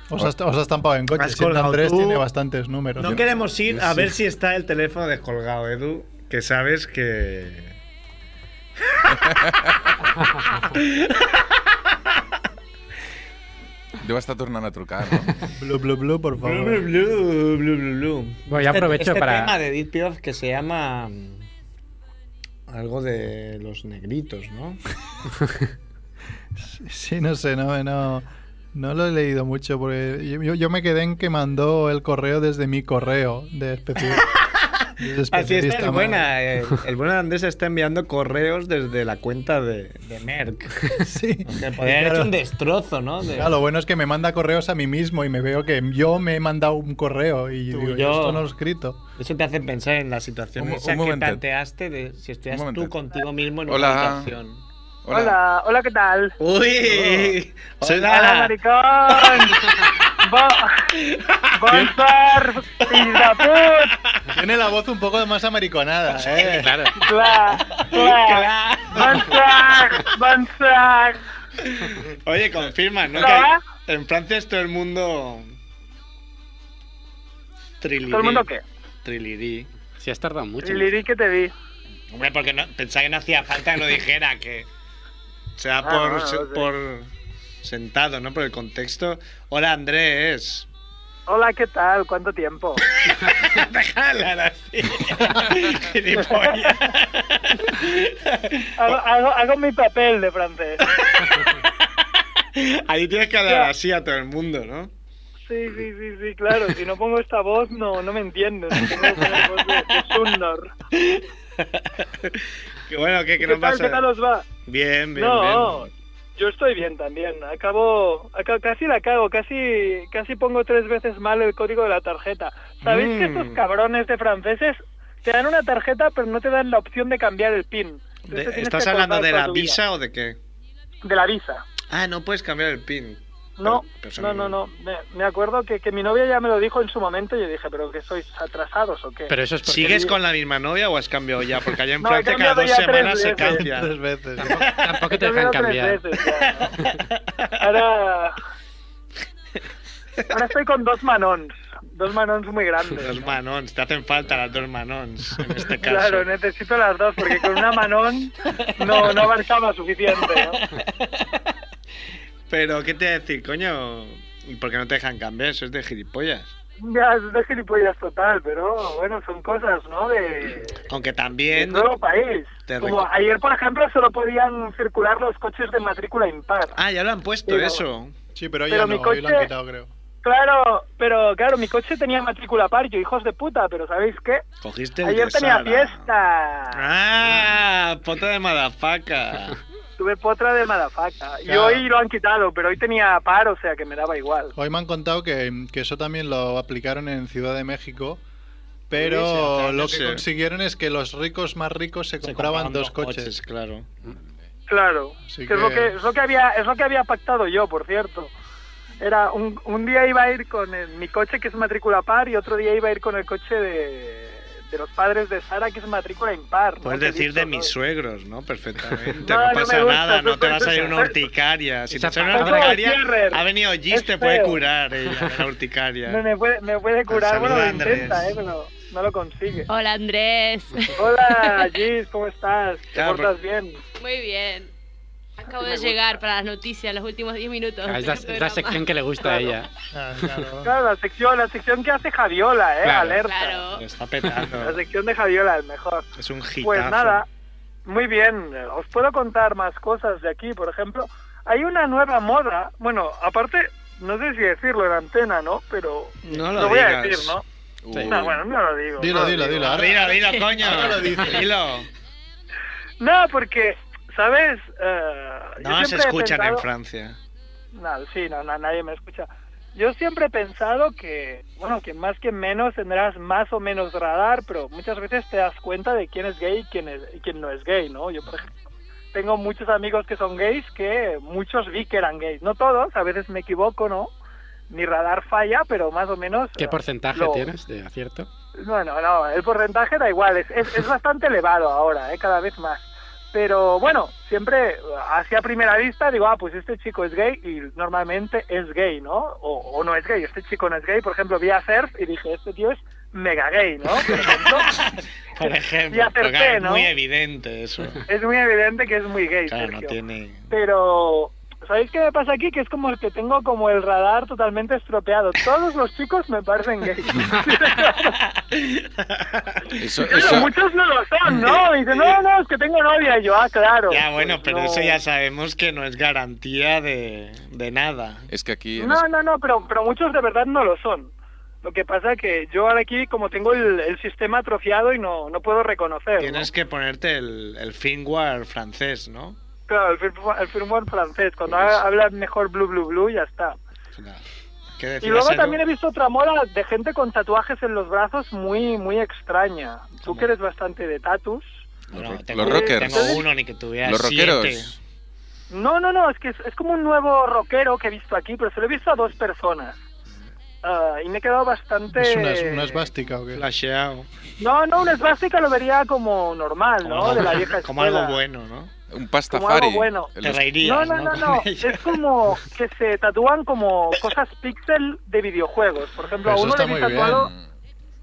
Speaker 1: Os has, os has estampado en coches.
Speaker 4: Has
Speaker 1: Si el
Speaker 4: colgado
Speaker 1: Andrés
Speaker 4: tú.
Speaker 1: tiene bastantes números. ¿eh?
Speaker 4: No
Speaker 1: Yo-
Speaker 4: queremos ir
Speaker 5: A ver si está el teléfono descolgado, Edu. Que sabes que.
Speaker 3: Deu estar tornant a trucar, no?
Speaker 1: Blu, blu, blu, por
Speaker 5: Blu, blu,
Speaker 1: favor.
Speaker 5: blu, blu, blu, blu.
Speaker 2: Bueno, yo
Speaker 5: Este-
Speaker 2: aprovecho
Speaker 5: este
Speaker 2: para-
Speaker 5: tema de Edith Piaf que se llama. mm, Algo de los negritos, ¿no?
Speaker 1: Sí, no sé, no, no, no lo he leído mucho porque yo- yo, yo me quedé en que mandó el correo desde mi correo de especial.
Speaker 5: Así está el buena. eh, El buen Andrés está enviando correos desde la cuenta de, de Merck.
Speaker 1: Sí.
Speaker 5: Que podría haber
Speaker 1: Claro.
Speaker 5: hecho un destrozo, ¿no? De-
Speaker 1: Claro, lo bueno es que me manda correos a mí mismo y me veo que yo me he mandado un correo y
Speaker 5: Tú,
Speaker 1: digo,
Speaker 5: yo.
Speaker 1: esto no lo he escrito.
Speaker 5: Eso te hace pensar en la situación
Speaker 3: Un-
Speaker 5: esa
Speaker 3: un
Speaker 5: que
Speaker 3: momentet.
Speaker 5: planteaste de si estuvieras
Speaker 3: Un
Speaker 5: tú
Speaker 3: momentet.
Speaker 5: contigo mismo en una
Speaker 3: Hola.
Speaker 5: situación.
Speaker 3: Hola.
Speaker 7: Hola, hola, ¿qué tal?
Speaker 5: ¡Uy!
Speaker 7: Hola, maricón. Bo- Bonsoir, fills de put.
Speaker 1: Tiene la voz un poco más amariconada, ¿eh?
Speaker 5: Claro.
Speaker 7: Clar, clar. Bonsoir, bonsoir.
Speaker 5: Oye, confirma, ¿no?
Speaker 7: Hola.
Speaker 5: Que hay- en Francia es todo el mundo. Trilirí.
Speaker 7: ¿Todo el mundo qué?
Speaker 5: Trilirí.
Speaker 2: Si has tardado mucho.
Speaker 7: Liri, que te vi.
Speaker 5: Hombre, porque no, pensaba que no hacía falta que lo dijera, que. O sea, por,
Speaker 7: Ah, no, no sé.
Speaker 5: por sentado, ¿no? Por el contexto. Hola, Andrés.
Speaker 7: Hola, ¿qué tal? ¿Cuánto tiempo?
Speaker 5: Déjala así. Gilipollas.
Speaker 7: Hago, hago, hago mi papel de francés.
Speaker 5: Ahí tienes que hablar así a todo el mundo, ¿no?
Speaker 7: Sí, sí, sí, sí, claro. Si no pongo esta voz, no, no me entiendes. Tengo que poner voz de, de Sundar.
Speaker 5: Que bueno, ¿qué, qué
Speaker 7: ¿Qué,
Speaker 5: nos
Speaker 7: tal,
Speaker 5: pasa?
Speaker 7: qué tal os va?
Speaker 5: Bien, bien,
Speaker 7: no,
Speaker 5: bien.
Speaker 7: yo estoy bien también. Acabo, aca- casi la cago, casi, casi pongo tres veces mal el código de la tarjeta. ¿Sabéis que
Speaker 5: Mm.
Speaker 7: estos cabrones de franceses te dan una tarjeta pero no te dan la opción de cambiar el PIN?
Speaker 5: De-
Speaker 7: Esto tienes
Speaker 5: ¿Estás
Speaker 7: que
Speaker 5: hablando
Speaker 7: acordar
Speaker 5: de
Speaker 7: toda
Speaker 5: la
Speaker 7: tu vida.
Speaker 5: visa o de qué?
Speaker 7: De la visa.
Speaker 5: Ah, no puedes cambiar el pin.
Speaker 7: No,
Speaker 5: Pero- pero son-
Speaker 7: no, no, no. Me, me acuerdo que, que mi novia ya me lo dijo en su momento y yo dije, pero que sois atrasados o qué.
Speaker 2: Pero eso es porque
Speaker 5: ¿Sigues con la misma novia o has cambiado ya? Porque allá en
Speaker 7: No, he
Speaker 5: Francia cada
Speaker 7: cambiado
Speaker 5: dos
Speaker 7: ya tres
Speaker 5: semanas se
Speaker 7: veces.
Speaker 5: cambia.
Speaker 1: Tres veces.
Speaker 2: tampoco te
Speaker 7: Yo
Speaker 2: dejan
Speaker 7: veo tres
Speaker 2: cambiar.
Speaker 7: veces ya, ¿no? Ahora... Ahora estoy con dos manons. Dos manons muy grandes.
Speaker 5: Dos manons, te hacen falta las dos manons en este caso.
Speaker 7: Claro, necesito las dos porque con una manón no, no avanzaba suficiente. ¿no?
Speaker 5: Pero, ¿qué te voy a decir, coño? ¿Y por qué no te dejan cambiar? Eso es de gilipollas.
Speaker 7: Ya, es de gilipollas total, pero bueno, son cosas, ¿no? De,
Speaker 5: Aunque
Speaker 7: de
Speaker 5: también.
Speaker 7: nuevo país.
Speaker 5: Te
Speaker 7: Como
Speaker 5: recu-
Speaker 7: ayer, por ejemplo, solo podían circular los coches de matrícula impar.
Speaker 5: Ah, ya lo han puesto
Speaker 7: Pero-
Speaker 5: eso.
Speaker 1: Sí, pero hoy
Speaker 7: Pero
Speaker 1: ya no,
Speaker 7: mi
Speaker 1: hoy lo han
Speaker 7: coche-
Speaker 1: quitado, creo.
Speaker 7: Claro, pero claro, mi coche tenía matrícula par, yo hijos de puta, pero ¿sabéis qué?
Speaker 5: Cogiste el
Speaker 7: Ayer
Speaker 5: de
Speaker 7: tenía
Speaker 5: Sara.
Speaker 7: fiesta.
Speaker 5: Ah, pota de madafaca.
Speaker 7: Tuve potra de madafaca. Y
Speaker 1: Claro.
Speaker 7: hoy lo han quitado, pero hoy tenía par, o sea que me daba igual.
Speaker 1: Hoy me han contado que, que eso también lo aplicaron en Ciudad de México,
Speaker 5: Sí, sí,
Speaker 1: pero
Speaker 5: hace
Speaker 1: lo
Speaker 5: años,
Speaker 1: que
Speaker 5: sí.
Speaker 1: consiguieron es que los ricos más ricos se
Speaker 5: Se
Speaker 1: compraban dos coches.
Speaker 5: claro.
Speaker 7: Claro,
Speaker 1: Así
Speaker 7: que es lo
Speaker 1: que-
Speaker 7: que es lo que había es lo que había pactado yo, por cierto. Era un, un día iba a ir con el- mi coche que es matrícula par y otro día iba a ir con el coche de, de los padres de Sara que es matrícula impar. ¿no?
Speaker 5: Puedes
Speaker 7: Que
Speaker 5: decir
Speaker 7: dicho,
Speaker 5: de
Speaker 7: ¿no?
Speaker 5: mis suegros, ¿no? Perfectamente.
Speaker 7: No,
Speaker 5: No,
Speaker 7: no me
Speaker 5: pasa
Speaker 7: gusta,
Speaker 5: nada, no
Speaker 7: eso-
Speaker 5: te va a
Speaker 7: eso-
Speaker 5: salir una
Speaker 7: eso-
Speaker 5: urticaria. Si te
Speaker 2: esa
Speaker 5: sale una
Speaker 7: palabra-
Speaker 5: urticaria,
Speaker 7: Eso, Scherrer,
Speaker 5: ha venido Gis,
Speaker 7: es
Speaker 5: te puede
Speaker 7: feo.
Speaker 5: curar ella, de la
Speaker 7: Me,
Speaker 5: urticaria.
Speaker 7: me puede, me puede
Speaker 5: Pues
Speaker 7: curar, bueno, lo
Speaker 5: Saluda,
Speaker 7: intenta,
Speaker 5: Andrés.
Speaker 7: eh, pero no lo consigue.
Speaker 8: Hola Andrés.
Speaker 7: Hola, Gis, ¿cómo estás? ¿Te
Speaker 5: Claro,
Speaker 7: portas bien?
Speaker 8: Muy bien. Acabo
Speaker 7: Me
Speaker 8: de
Speaker 7: gusta.
Speaker 8: llegar para las noticias, los últimos 10 minutos.
Speaker 2: Ah, es, la, es
Speaker 8: del
Speaker 2: la
Speaker 8: programa.
Speaker 2: sección que le gusta a ella.
Speaker 1: Ah, claro.
Speaker 7: Claro, la sección, la sección que hace Javiola, eh,
Speaker 2: Claro.
Speaker 7: alerta.
Speaker 8: Claro.
Speaker 5: Lo está
Speaker 7: La
Speaker 5: petando.
Speaker 7: sección de Javiola, el mejor.
Speaker 5: Es un Ah. hitazo.
Speaker 7: Pues nada, muy bien. Os puedo contar más cosas de aquí, por ejemplo. Hay una nueva moda. Bueno, aparte, no sé si decirlo en antena, ¿no? Pero
Speaker 5: No lo
Speaker 7: voy a
Speaker 5: digas.
Speaker 7: decir, ¿no?
Speaker 3: Ui.
Speaker 7: No, Ah, bueno, no lo digo. no
Speaker 1: Dilo,
Speaker 7: lo
Speaker 1: dilo,
Speaker 7: digo.
Speaker 1: dilo. ahora-
Speaker 5: Ah, Dilo, dilo, coño.
Speaker 1: Ahora lo dices.
Speaker 5: Dilo.
Speaker 7: No, porque, ¿sabes? Eh, yo
Speaker 5: No se
Speaker 7: siempre he
Speaker 5: escuchan en
Speaker 7: pensado-
Speaker 5: Francia.
Speaker 7: No, sí, no, no, nadie me escucha. Yo siempre he pensado que, bueno, que más que menos tendrás más o menos radar, pero muchas veces te das cuenta de quién es gay y quién, es, y quién no es gay, ¿no? Yo, por ejemplo, tengo muchos amigos que son gays que muchos vi que eran gays. No todos, a veces me equivoco, ¿no? Mi radar falla, pero más o menos...
Speaker 2: ¿Qué
Speaker 7: eh,
Speaker 2: porcentaje
Speaker 7: lo-
Speaker 2: tienes de acierto?
Speaker 7: bueno, no, el porcentaje da igual, es, es, es bastante elevado ahora, ¿eh? cada vez más. Pero bueno, siempre hacia primera vista digo, ah, pues este chico es gay y normalmente es gay, ¿no? O, o no es gay, este chico no es gay. Por ejemplo, vi a Surf y dije, este tío es mega gay, ¿no? Por ejemplo,
Speaker 5: Por ejemplo,
Speaker 7: Y acerté,
Speaker 5: porque es
Speaker 7: ¿no?
Speaker 5: muy evidente eso.
Speaker 7: es muy evidente que es muy gay.
Speaker 5: Claro, no
Speaker 7: Sergio.
Speaker 5: tiene.
Speaker 7: Pero, ¿sabéis qué me pasa aquí? Que es como que tengo como el radar totalmente estropeado. Todos los chicos me parecen gays.
Speaker 3: Eso,
Speaker 7: Pero
Speaker 3: eso-
Speaker 7: muchos no lo son, ¿no? Y dicen, no, no, es que tengo novia. Y yo, ah, claro.
Speaker 5: Eh, Ya, bueno,
Speaker 7: Pues
Speaker 5: pero
Speaker 7: no.
Speaker 5: eso ya sabemos que no es garantía de, de nada.
Speaker 3: es que aquí en
Speaker 7: No, no, no, pero, pero muchos de verdad no lo son. Lo que pasa que yo ahora aquí, como tengo el, el sistema atrofiado y no, no puedo reconocer. ¿no?
Speaker 5: Tienes que ponerte el, el firmware francés, ¿no?
Speaker 7: Claro, el, firmware- el firmware francés. Cuando
Speaker 5: Pues-
Speaker 7: ha- hablas mejor blue, blue, blue, ya está.
Speaker 5: Claro. ¿Qué
Speaker 7: Y
Speaker 5: decías,
Speaker 7: luego
Speaker 5: Edu?
Speaker 7: también he visto otra mola de gente con tatuajes en los brazos muy, muy extraña. Tú
Speaker 5: ¿Cómo?
Speaker 7: que eres bastante de tatus.
Speaker 5: No,
Speaker 3: Los
Speaker 5: tengo,
Speaker 7: rockers.
Speaker 5: Tengo uno, ni que tuviera
Speaker 3: los rockeros.
Speaker 5: siete.
Speaker 7: No, no, no, es que es, es como un nuevo rockero que he visto aquí, pero se lo he visto a dos personas. Ah, y me he quedado bastante...
Speaker 1: ¿Es una, es una esvástica o qué?
Speaker 5: Flasheado.
Speaker 7: No, no, una esvástica lo vería como normal,
Speaker 5: Como,
Speaker 7: ¿no? De la
Speaker 5: algo-
Speaker 7: vieja
Speaker 5: como
Speaker 7: escuela.
Speaker 5: algo bueno, ¿no?
Speaker 3: Un pastafari.
Speaker 7: algo bueno.
Speaker 3: en
Speaker 5: Te
Speaker 3: los-
Speaker 5: reirías,
Speaker 7: No, no, no,
Speaker 5: Con
Speaker 7: no.
Speaker 5: ella.
Speaker 7: Es como que se tatúan como cosas pixel de videojuegos. Por ejemplo, a
Speaker 1: Eso
Speaker 7: uno
Speaker 1: está
Speaker 7: le
Speaker 1: muy
Speaker 7: vi tatuado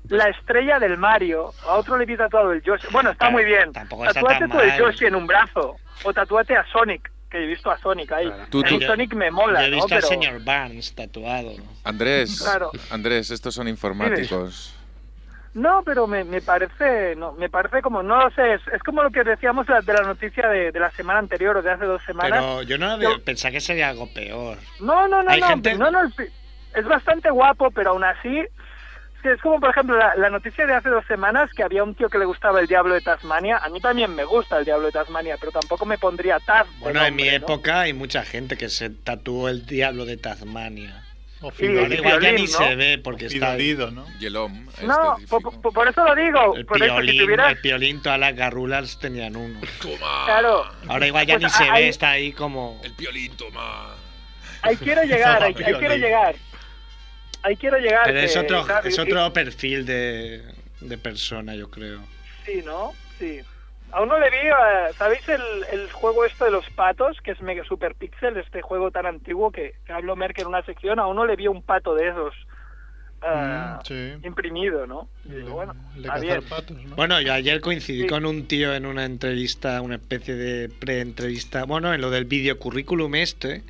Speaker 7: la estrella del Mario, a otro le vi tatuado el Yoshi. Bueno, está
Speaker 5: Claro,
Speaker 7: muy bien.
Speaker 5: tampoco está
Speaker 7: Tatúate
Speaker 5: tan
Speaker 7: tú el
Speaker 5: mal.
Speaker 7: Yoshi en un brazo. O tatúate a Sonic, que he visto a Sonic ahí.
Speaker 2: Claro.
Speaker 3: Tú-
Speaker 7: A mí
Speaker 3: tú-
Speaker 7: Sonic me mola,
Speaker 5: Yo he visto
Speaker 7: ¿no?
Speaker 5: al
Speaker 7: Pero-
Speaker 5: señor Barnes tatuado.
Speaker 3: Andrés,
Speaker 7: Claro.
Speaker 3: Andrés, estos son informáticos.
Speaker 7: No, pero me, me parece, no, me parece como, no lo sé, es, es como lo que decíamos la- de la noticia de, de la semana anterior o de hace dos semanas.
Speaker 5: Pero yo no
Speaker 7: Yo-
Speaker 5: pensaba que sería algo peor.
Speaker 7: No, no, no,
Speaker 5: Hay
Speaker 7: no,
Speaker 5: gente-
Speaker 7: no, no, es- es bastante guapo, pero aún así, sí, es como por ejemplo la, la noticia de hace dos semanas que había un tío que le gustaba el Diablo de Tasmania, a mí también me gusta el Diablo de Tasmania, pero tampoco me pondría Taz. de
Speaker 5: Bueno, en mi
Speaker 7: nombre, ¿no?
Speaker 5: época hay mucha gente que se tatuó el diablo de Tasmania.
Speaker 1: O
Speaker 7: Sí,
Speaker 1: Fidolid,
Speaker 5: Ahora igual ya
Speaker 7: violín,
Speaker 5: ni
Speaker 7: ¿no?
Speaker 5: se ve porque está
Speaker 1: Fidolido, ¿no?
Speaker 3: Yelom.
Speaker 7: No,
Speaker 3: este
Speaker 7: po- po-
Speaker 3: típico.
Speaker 7: por, eso lo digo,
Speaker 5: el
Speaker 7: por eso si
Speaker 5: piolín,
Speaker 7: tuvieras,
Speaker 5: el piolín, todas las garrulas tenían uno.
Speaker 7: claro,
Speaker 5: Ahora igual ya
Speaker 7: Pues
Speaker 5: ni se
Speaker 7: hay-
Speaker 5: ve, está ahí como...
Speaker 3: El piolín, toma.
Speaker 7: ahí quiero llegar, ahí, ahí quiero
Speaker 5: Piolín.
Speaker 7: llegar. Ahí quiero llegar.
Speaker 5: Pero es
Speaker 7: que,
Speaker 5: otro,
Speaker 7: Xavi,
Speaker 5: es otro perfil de, de persona, yo creo.
Speaker 7: Sí, ¿no? Sí. Aún no le vi, eh, ¿sabéis el, el juego esto de los patos, que es mega super pixel, este juego tan antiguo que, que habló Merck en una sección? Aún no le vi un pato de esos eh,
Speaker 1: Mm, sí.
Speaker 7: imprimido, ¿no? Y
Speaker 1: El de-
Speaker 7: digo, bueno,
Speaker 1: el de
Speaker 7: está
Speaker 1: cazar
Speaker 7: bien.
Speaker 1: patos, ¿no?
Speaker 5: Bueno, yo ayer coincidí
Speaker 7: Sí.
Speaker 5: con un tío en una entrevista, una especie de pre-entrevista, bueno, en lo del videocurrículum este.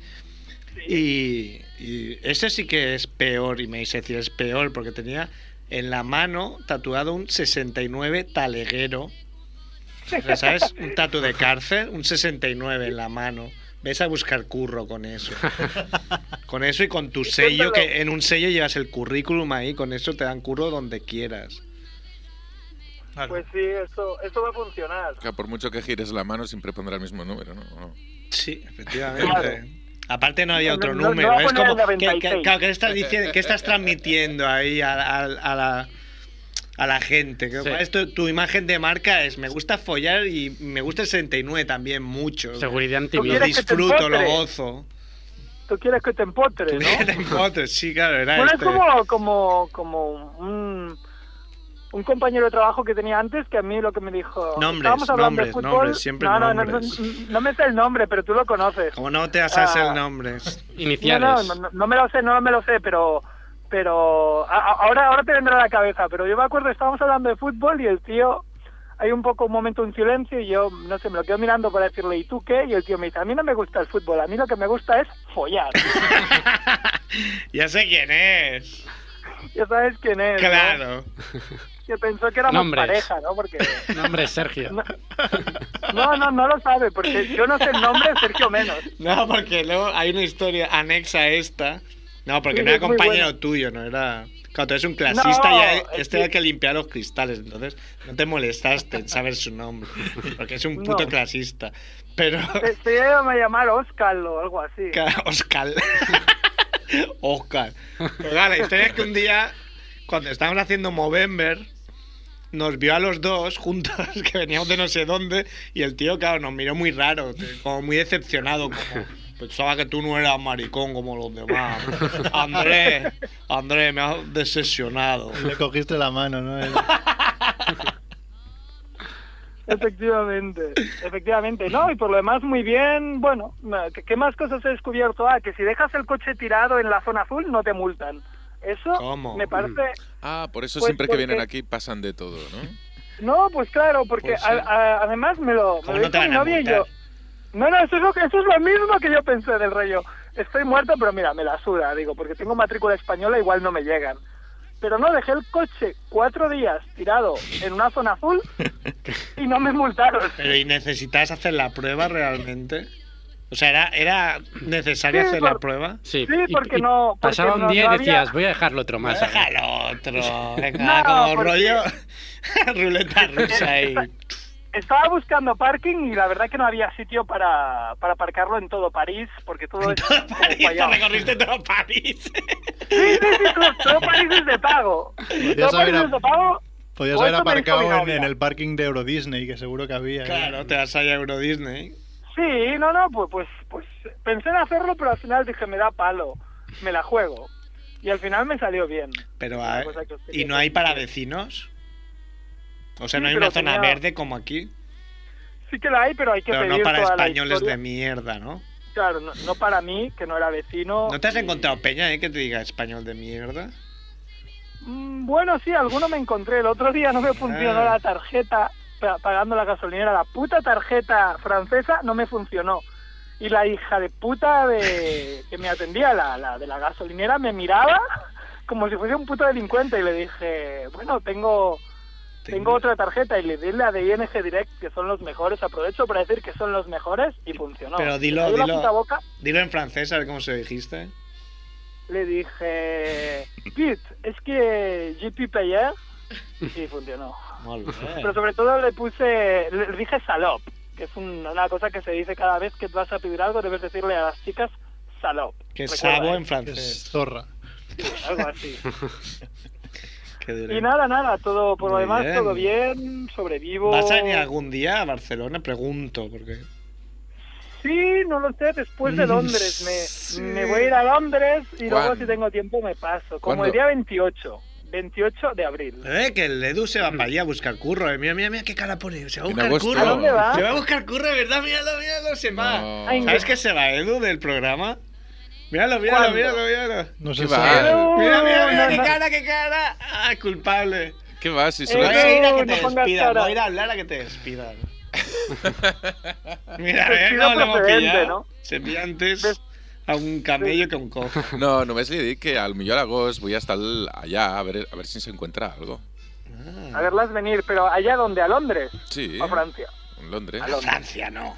Speaker 5: Y, y ese sí que es peor, y me hice decir, es peor, porque tenía en la mano tatuado un 69 taleguero. O sea, ¿Sabes? Un tatu de cárcel, un 69 en la mano. Ves a buscar curro con eso. Con eso y con tu sello, que en un sello llevas el currículum ahí, con eso te dan curro donde quieras.
Speaker 7: Pues sí, eso, eso va a funcionar.
Speaker 3: Claro, por mucho que gires la mano, siempre pondrá el mismo número, ¿no? ¿O no?
Speaker 5: Sí, efectivamente.
Speaker 7: Claro.
Speaker 5: Aparte no había
Speaker 7: No,
Speaker 5: otro
Speaker 7: no, no
Speaker 5: número.
Speaker 7: va a
Speaker 5: es
Speaker 7: poner
Speaker 5: como, ¿qué,
Speaker 7: el
Speaker 5: qué-
Speaker 7: 96.
Speaker 5: claro, ¿qué le estás diciendo, qué estás transmitiendo ahí a, a- a la, a la gente? Que
Speaker 2: Sí.
Speaker 5: esto- tu imagen de marca es, me gusta follar y me gusta el 69 también mucho.
Speaker 2: Seguridad
Speaker 5: Lo
Speaker 2: antivirus.
Speaker 7: ¿Quieres que te
Speaker 5: disfruto, lo
Speaker 7: empotre?
Speaker 5: gozo.
Speaker 7: Tú quieres que te empotre, ¿no?
Speaker 5: Te empotre, sí, claro, era
Speaker 7: Bueno, es
Speaker 5: este.
Speaker 7: como, como, como un, un compañero de trabajo que tenía antes que a mí lo que me dijo.
Speaker 5: Nombres,
Speaker 7: estábamos hablando de
Speaker 5: nombres,
Speaker 7: fútbol.
Speaker 5: nombres, siempre
Speaker 7: no, no, no,
Speaker 5: nombres.
Speaker 7: No, no, no me sé el nombre, pero tú lo conoces.
Speaker 5: Como no te haces
Speaker 7: Ah.
Speaker 5: el nombre.
Speaker 7: No, no,
Speaker 2: Iniciales.
Speaker 7: no, no me lo sé, no me lo sé, pero pero a- a- ahora ahora te vendrá a la cabeza, pero yo me acuerdo estábamos hablando de fútbol y el tío hay un poco un momento un silencio y yo no sé, me lo quedo mirando para decirle, "¿Y tú qué?" y el tío me dice, "A mí no me gusta el fútbol, a mí lo que me gusta es follar."
Speaker 5: ya sé quién es.
Speaker 7: ya sabes quién es. ¿no?
Speaker 5: Claro.
Speaker 7: Que pensó que éramos
Speaker 2: Nombres.
Speaker 7: pareja, ¿no? Porque
Speaker 2: Nombre es Sergio.
Speaker 7: no, no, no, no lo sabe, porque yo no sé el nombre, Sergio menos.
Speaker 5: No, porque luego hay una historia anexa a esta. No, porque
Speaker 7: Sí,
Speaker 5: no era
Speaker 7: es muy
Speaker 5: compañero
Speaker 7: buena.
Speaker 5: tuyo, no era Cuando eres un clasista,
Speaker 7: No,
Speaker 5: ya
Speaker 7: es
Speaker 5: este
Speaker 7: que-
Speaker 5: hay que limpiar los cristales. Entonces, no te molestaste en saber su nombre. Porque es un
Speaker 7: No.
Speaker 5: puto clasista. Pero.
Speaker 7: Te, te iba a llamar Oscar o algo así.
Speaker 5: Ca- Oscar. Oscar. Pero claro, la Pues historia es que un día, cuando estábamos haciendo Movember, nos vio a los dos juntos, que veníamos de no sé dónde, y el tío, claro, nos miró muy raro, como muy decepcionado, como. Pensaba que tú no eras maricón como los demás. Andrés, Andrés, me has decepcionado.
Speaker 1: Le cogiste la mano, ¿no? Eh, El-
Speaker 7: Efectivamente, efectivamente. No, y por lo demás muy bien. Bueno, ¿qué, qué más cosas he descubierto? Ah, que si dejas el coche tirado en la zona azul no te multan. Eso
Speaker 5: ¿Cómo? Mm.
Speaker 7: me parece...
Speaker 3: Ah, por eso
Speaker 7: Pues
Speaker 3: siempre que
Speaker 7: porque-
Speaker 3: vienen aquí pasan de todo, ¿no?
Speaker 7: No, pues claro, porque
Speaker 3: Pues sí.
Speaker 7: a- a- además me lo, me
Speaker 5: ¿Cómo
Speaker 7: lo
Speaker 5: no
Speaker 7: dijo
Speaker 5: te
Speaker 7: mi
Speaker 5: van a
Speaker 7: novia y yo.
Speaker 5: multar?
Speaker 7: No, no, eso es, lo que, eso es lo mismo que yo pensé del rollo. Estoy muerto, pero mira, me la suda, digo, porque tengo matrícula española, igual no me llegan. Pero no, dejé el coche cuatro días tirado en una zona azul y no me multaron.
Speaker 5: Pero ¿y necesitas hacer la prueba realmente? O sea, ¿era, era necesario
Speaker 7: Sí,
Speaker 5: hacer la
Speaker 7: por-
Speaker 5: prueba?
Speaker 2: Sí,
Speaker 7: Sí, porque no- porque
Speaker 2: pasaba un
Speaker 7: no-
Speaker 2: día
Speaker 7: no
Speaker 2: y decías,
Speaker 7: había-
Speaker 2: voy a dejarlo otro más. ahora".
Speaker 5: Déjalo otro. Venga,
Speaker 7: No,
Speaker 5: como
Speaker 7: porque-
Speaker 5: rollo ruleta rusa ahí.
Speaker 7: Estaba buscando parking y la verdad que no había sitio para, para aparcarlo en todo París, porque todo es
Speaker 5: Todo
Speaker 7: como
Speaker 5: París, te
Speaker 7: fallado.
Speaker 5: recorriste todo París.
Speaker 7: Sí, sí, sí, todo, todo París es de pago. Todo
Speaker 1: haber
Speaker 7: París
Speaker 1: a-
Speaker 7: es de pago.
Speaker 1: Podías
Speaker 7: O
Speaker 1: haber
Speaker 7: eso me dijo mi
Speaker 1: aparcado en,
Speaker 7: novia.
Speaker 1: en el parking de Euro Disney, que seguro que había. ¿eh?
Speaker 5: Claro, te vas a ir a Euro Disney.
Speaker 7: Sí, no, no, pues, pues, pues pensé en hacerlo, pero al final dije, me da palo, me la juego. Y al final me salió bien.
Speaker 5: Pero
Speaker 7: Una
Speaker 5: a-
Speaker 7: cosa que os
Speaker 5: ¿Y
Speaker 7: quería
Speaker 5: no hay
Speaker 7: decir.
Speaker 5: para vecinos? O sea,
Speaker 7: Sí,
Speaker 5: no hay
Speaker 7: pero
Speaker 5: una zona
Speaker 7: tenía-
Speaker 5: verde como aquí.
Speaker 7: Sí que la hay, pero hay que
Speaker 5: Pero
Speaker 7: pedir
Speaker 5: no para
Speaker 7: toda la
Speaker 5: españoles
Speaker 7: historia.
Speaker 5: de mierda, ¿no?
Speaker 7: Claro, no, no para mí, que no era vecino.
Speaker 5: ¿No te has
Speaker 7: y-
Speaker 5: encontrado peña eh, que te diga español de mierda?
Speaker 7: Mm, Bueno, sí, alguno me encontré. El otro día no me funcionó
Speaker 5: Ah.
Speaker 7: la tarjeta pa- pagando la gasolinera. La puta tarjeta francesa no me funcionó. Y la hija de puta de, que me atendía, la, la de la gasolinera, me miraba como si fuese un puto delincuente. Y le dije, bueno, tengo tengo otra tarjeta. Y le di la de ING Direct, que son los mejores. Aprovecho para decir que son los mejores y funcionó.
Speaker 5: pero dilo,
Speaker 7: Me cayó la
Speaker 5: dilo.
Speaker 7: puta boca,
Speaker 5: Dilo en francés, a ver cómo se lo dijiste.
Speaker 7: le dije, Pete, es que GP Payer. Y funcionó.
Speaker 5: Molt bé.
Speaker 7: Pero sobre todo le puse, le le dije salop, que es un- una cosa que se dice cada vez que vas a pedir algo, debes decirle a las chicas salop.
Speaker 5: Que
Speaker 7: Recuerda,
Speaker 5: sabo en
Speaker 1: Que es
Speaker 5: francés.
Speaker 1: zorra.
Speaker 7: Algo así.
Speaker 5: Qué duro.
Speaker 7: Y nada, nada, todo por lo
Speaker 5: Muy
Speaker 7: demás,
Speaker 5: bien.
Speaker 7: todo bien, sobrevivo.
Speaker 5: ¿Vas a venir algún día a Barcelona? Pregunto, porque...
Speaker 7: Sí, no lo sé, después
Speaker 5: Mm,
Speaker 7: de Londres. Me, me voy a ir a Londres y luego
Speaker 3: ¿Cuándo?
Speaker 7: si tengo tiempo me paso. Como
Speaker 3: ¿Cuándo?
Speaker 7: el día 28, 28 de abril.
Speaker 5: Eh, que el Edu se va para allá a buscar curro. eh. Mira, mira, mira qué cara pone. Se va a
Speaker 3: En
Speaker 5: buscar
Speaker 3: agosto.
Speaker 5: curro.
Speaker 7: ¿A dónde va?
Speaker 5: Se va a buscar curro, de verdad. Míralo, míralo, se va.
Speaker 3: No.
Speaker 7: Ay,
Speaker 5: ¿Sabes que se va Edu del programa? Míralo, míralo,
Speaker 7: ¿Cuándo?
Speaker 5: míralo, míralo.
Speaker 1: No
Speaker 3: ¿Qué
Speaker 1: se
Speaker 3: va?
Speaker 1: sabe.
Speaker 7: Edu,
Speaker 5: Mira, mira, mira,
Speaker 7: no,
Speaker 5: qué
Speaker 7: no.
Speaker 5: cara, qué cara. Ah, culpable.
Speaker 3: ¿Qué va? Si
Speaker 7: Eh,
Speaker 5: Voy
Speaker 3: solo
Speaker 5: a ir a que
Speaker 7: no
Speaker 5: te
Speaker 7: pongas
Speaker 5: despidan.
Speaker 7: cara.
Speaker 5: Voy a ir a hablar a que te despidan. Mira, a ver
Speaker 7: Despido
Speaker 5: cómo lo hemos
Speaker 7: procedente,
Speaker 5: pillado.
Speaker 7: ¿no?
Speaker 5: Se pilla antes
Speaker 7: Des-
Speaker 5: a un camello que a un cojo.
Speaker 3: No, només li dic que al millor agost vull estar al- allà a veure, a veure si s'encuentra algo.
Speaker 7: A verlas venir, pero allá donde, a Londres,
Speaker 3: Sí,
Speaker 7: a Francia.
Speaker 3: en Londres.
Speaker 7: A
Speaker 5: A
Speaker 7: Londres.
Speaker 5: Francia no.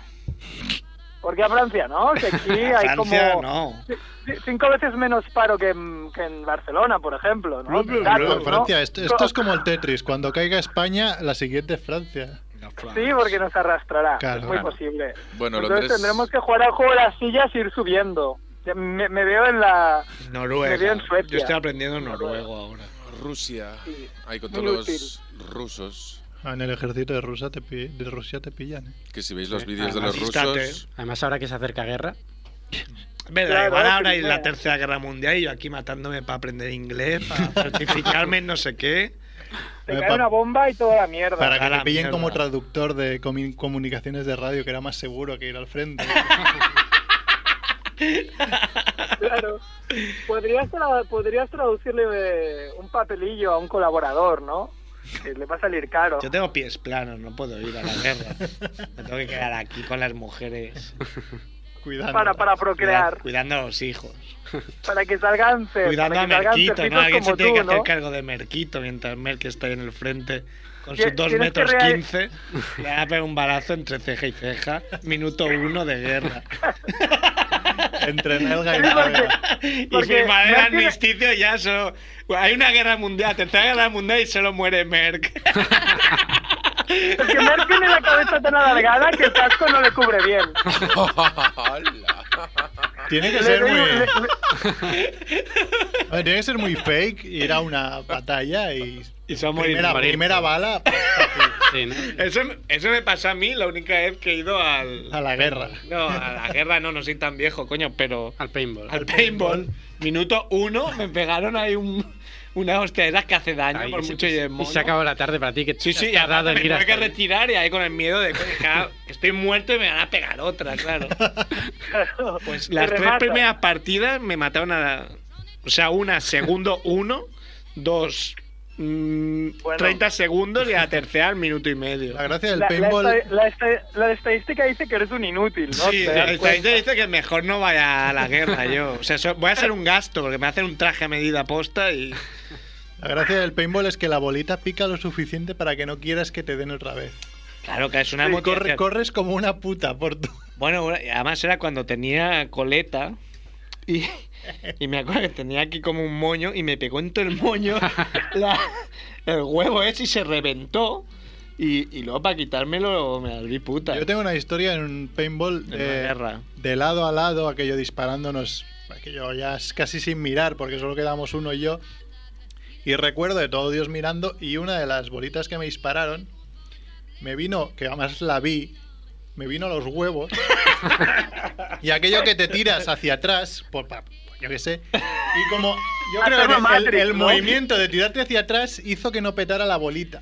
Speaker 7: Porque a Francia, ¿no? Que aquí
Speaker 5: A
Speaker 7: hay
Speaker 5: Francia
Speaker 7: como
Speaker 5: no.
Speaker 7: ci- cinco veces menos paro que en, que en Barcelona, por ejemplo, ¿no?
Speaker 5: Pero, pero,
Speaker 7: Datos,
Speaker 1: Pero,
Speaker 7: ¿no?
Speaker 1: Francia, esto, esto es como el Tetris. Cuando caiga España, la siguiente es Francia.
Speaker 7: Sí, porque nos arrastrará.
Speaker 1: Claro.
Speaker 7: es muy
Speaker 1: Claro.
Speaker 7: posible.
Speaker 3: Bueno,
Speaker 7: Entonces
Speaker 3: Londres...
Speaker 7: tendremos que jugar al juego de las sillas e ir subiendo. Ya Me, me veo en la...
Speaker 1: Eh,
Speaker 5: Noruega.
Speaker 7: Me veo en Suecia.
Speaker 5: Yo estoy aprendiendo noruego ahora.
Speaker 3: Rusia.
Speaker 7: Sí.
Speaker 3: Ay, con todos
Speaker 7: Muy
Speaker 3: los rusos.
Speaker 1: Ah, En el ejército de Rusia te, pi- de Rusia te pillan. ¿eh?
Speaker 3: Que si veis los
Speaker 2: Eh,
Speaker 3: vídeos de los
Speaker 5: avistate.
Speaker 3: rusos...
Speaker 2: Además, ahora que se acerca guerra,
Speaker 5: Verdad,
Speaker 7: Claro,
Speaker 5: igual
Speaker 7: la
Speaker 5: ahora es la
Speaker 7: primera.
Speaker 5: tercera guerra mundial y yo aquí matándome para aprender inglés, para certificarme en no sé qué.
Speaker 7: Te
Speaker 1: Eh,
Speaker 7: cae
Speaker 1: pa-
Speaker 7: una bomba y toda la mierda.
Speaker 1: Para que
Speaker 5: a la
Speaker 1: te pillen
Speaker 5: mierda.
Speaker 1: como traductor de comi- comunicaciones de radio, que era más seguro que ir al frente.
Speaker 7: Claro. Podrías, tra- podrías traducirle eh, un papelillo a un colaborador, ¿no? Que le va a salir caro.
Speaker 5: Yo tengo pies planos, no puedo ir a la guerra. Me tengo que quedar aquí con las mujeres,
Speaker 1: Cuidado.
Speaker 7: Para, para
Speaker 5: cuida-
Speaker 7: procrear,
Speaker 5: cuidando a los hijos,
Speaker 7: para que salgan cer-
Speaker 5: cuidando
Speaker 7: para
Speaker 5: a
Speaker 7: que salgan
Speaker 5: Merquito. ¿no?
Speaker 7: cerditos
Speaker 5: Alguien se
Speaker 7: como
Speaker 5: tiene
Speaker 7: tú,
Speaker 5: que hacer
Speaker 7: ¿no?
Speaker 5: cargo de Merquito mientras Merck está ahí en el frente con
Speaker 7: Tie-
Speaker 5: sus 2
Speaker 7: tienes que
Speaker 5: metros
Speaker 7: real-
Speaker 5: 15. Le van a pegar un balazo entre ceja y ceja, minuto uno de guerra.
Speaker 1: Entre Nelga y Navega.
Speaker 5: Y
Speaker 7: Porque
Speaker 5: firmar el
Speaker 7: Merck tiene-
Speaker 5: armisticio ya solo. Hay una guerra mundial, tercera guerra mundial y solo muere Merck.
Speaker 7: Es que Merck tiene la cabeza tan alargada que el casco no le cubre bien.
Speaker 5: ¿eh?
Speaker 3: Hola.
Speaker 1: Tiene que
Speaker 7: Le-
Speaker 1: ser
Speaker 7: le-
Speaker 1: muy.
Speaker 7: le-
Speaker 1: a ver, tiene que ser muy fake ir a una batalla y.
Speaker 5: Y son morir-
Speaker 1: Primera,
Speaker 5: morir.
Speaker 1: primera bala pues,
Speaker 2: Sí, ¿no?
Speaker 5: Eso, eso me pasó a mí la única vez que he ido al.
Speaker 1: a la guerra.
Speaker 5: No, a la guerra no, no soy tan viejo, coño, pero.
Speaker 2: Al paintball.
Speaker 5: Al paintball. Minuto uno me pegaron ahí un, una hostia de esas que hace daño
Speaker 2: Ahí,
Speaker 5: por
Speaker 2: sí,
Speaker 5: mucho
Speaker 2: sí.
Speaker 5: y
Speaker 2: y,
Speaker 5: es mono.
Speaker 2: se acabó la tarde para ti que
Speaker 5: Sí, sí,
Speaker 2: has
Speaker 5: y
Speaker 2: tardado
Speaker 5: aparte
Speaker 2: en ir
Speaker 5: me tuve que
Speaker 2: hasta ahí.
Speaker 5: retirar y ahí con el miedo de coño, claro, que estoy muerto y me van a pegar otra, claro.
Speaker 7: claro,
Speaker 5: Pues
Speaker 7: te
Speaker 5: las tres
Speaker 7: remata.
Speaker 5: primeras partidas me mataron a la- O sea, una, segundo, uno, dos, mm,
Speaker 7: Bueno.
Speaker 5: 30 segundos y a la tercera, al minuto y medio.
Speaker 1: La gracia del
Speaker 7: La, la
Speaker 1: paintball.
Speaker 7: esta- la esta- la estadística dice que eres un inútil, ¿no?
Speaker 5: Sí,
Speaker 7: Te das
Speaker 5: el estadista
Speaker 7: cuenta.
Speaker 5: dice que mejor no vaya a la guerra yo. O sea, so- voy a hacer un gasto porque me hacen un traje a medida posta y...
Speaker 1: La gracia del paintball es que la bolita pica lo suficiente para que no quieras que te den otra vez.
Speaker 5: Claro, que es una
Speaker 1: Y corre-
Speaker 5: motivación.
Speaker 1: corres como una puta por tu.
Speaker 5: Bueno, bueno, y además era cuando tenía coleta y, y me acuerdo que tenía aquí como un moño y me pegó en todo el moño la- el huevo ese y se reventó. Y, y luego para quitármelo me volví puta.
Speaker 1: Yo tengo eh, una historia en un paintball
Speaker 5: En la
Speaker 1: de,
Speaker 5: guerra.
Speaker 1: de lado a lado, aquello disparándonos, aquello ya es casi sin mirar, porque solo quedamos uno y yo. Y recuerdo de todo Dios mirando, y una de las bolitas que me dispararon me vino, que además la vi, me vino a los huevos. y aquello que te tiras hacia atrás, por, pa- yo qué sé, y como. Yo creo que
Speaker 7: Hacer
Speaker 1: el-
Speaker 7: una
Speaker 1: el,
Speaker 7: Matrix,
Speaker 1: el
Speaker 7: ¿no?
Speaker 1: movimiento de tirarte hacia atrás hizo que no petara la bolita.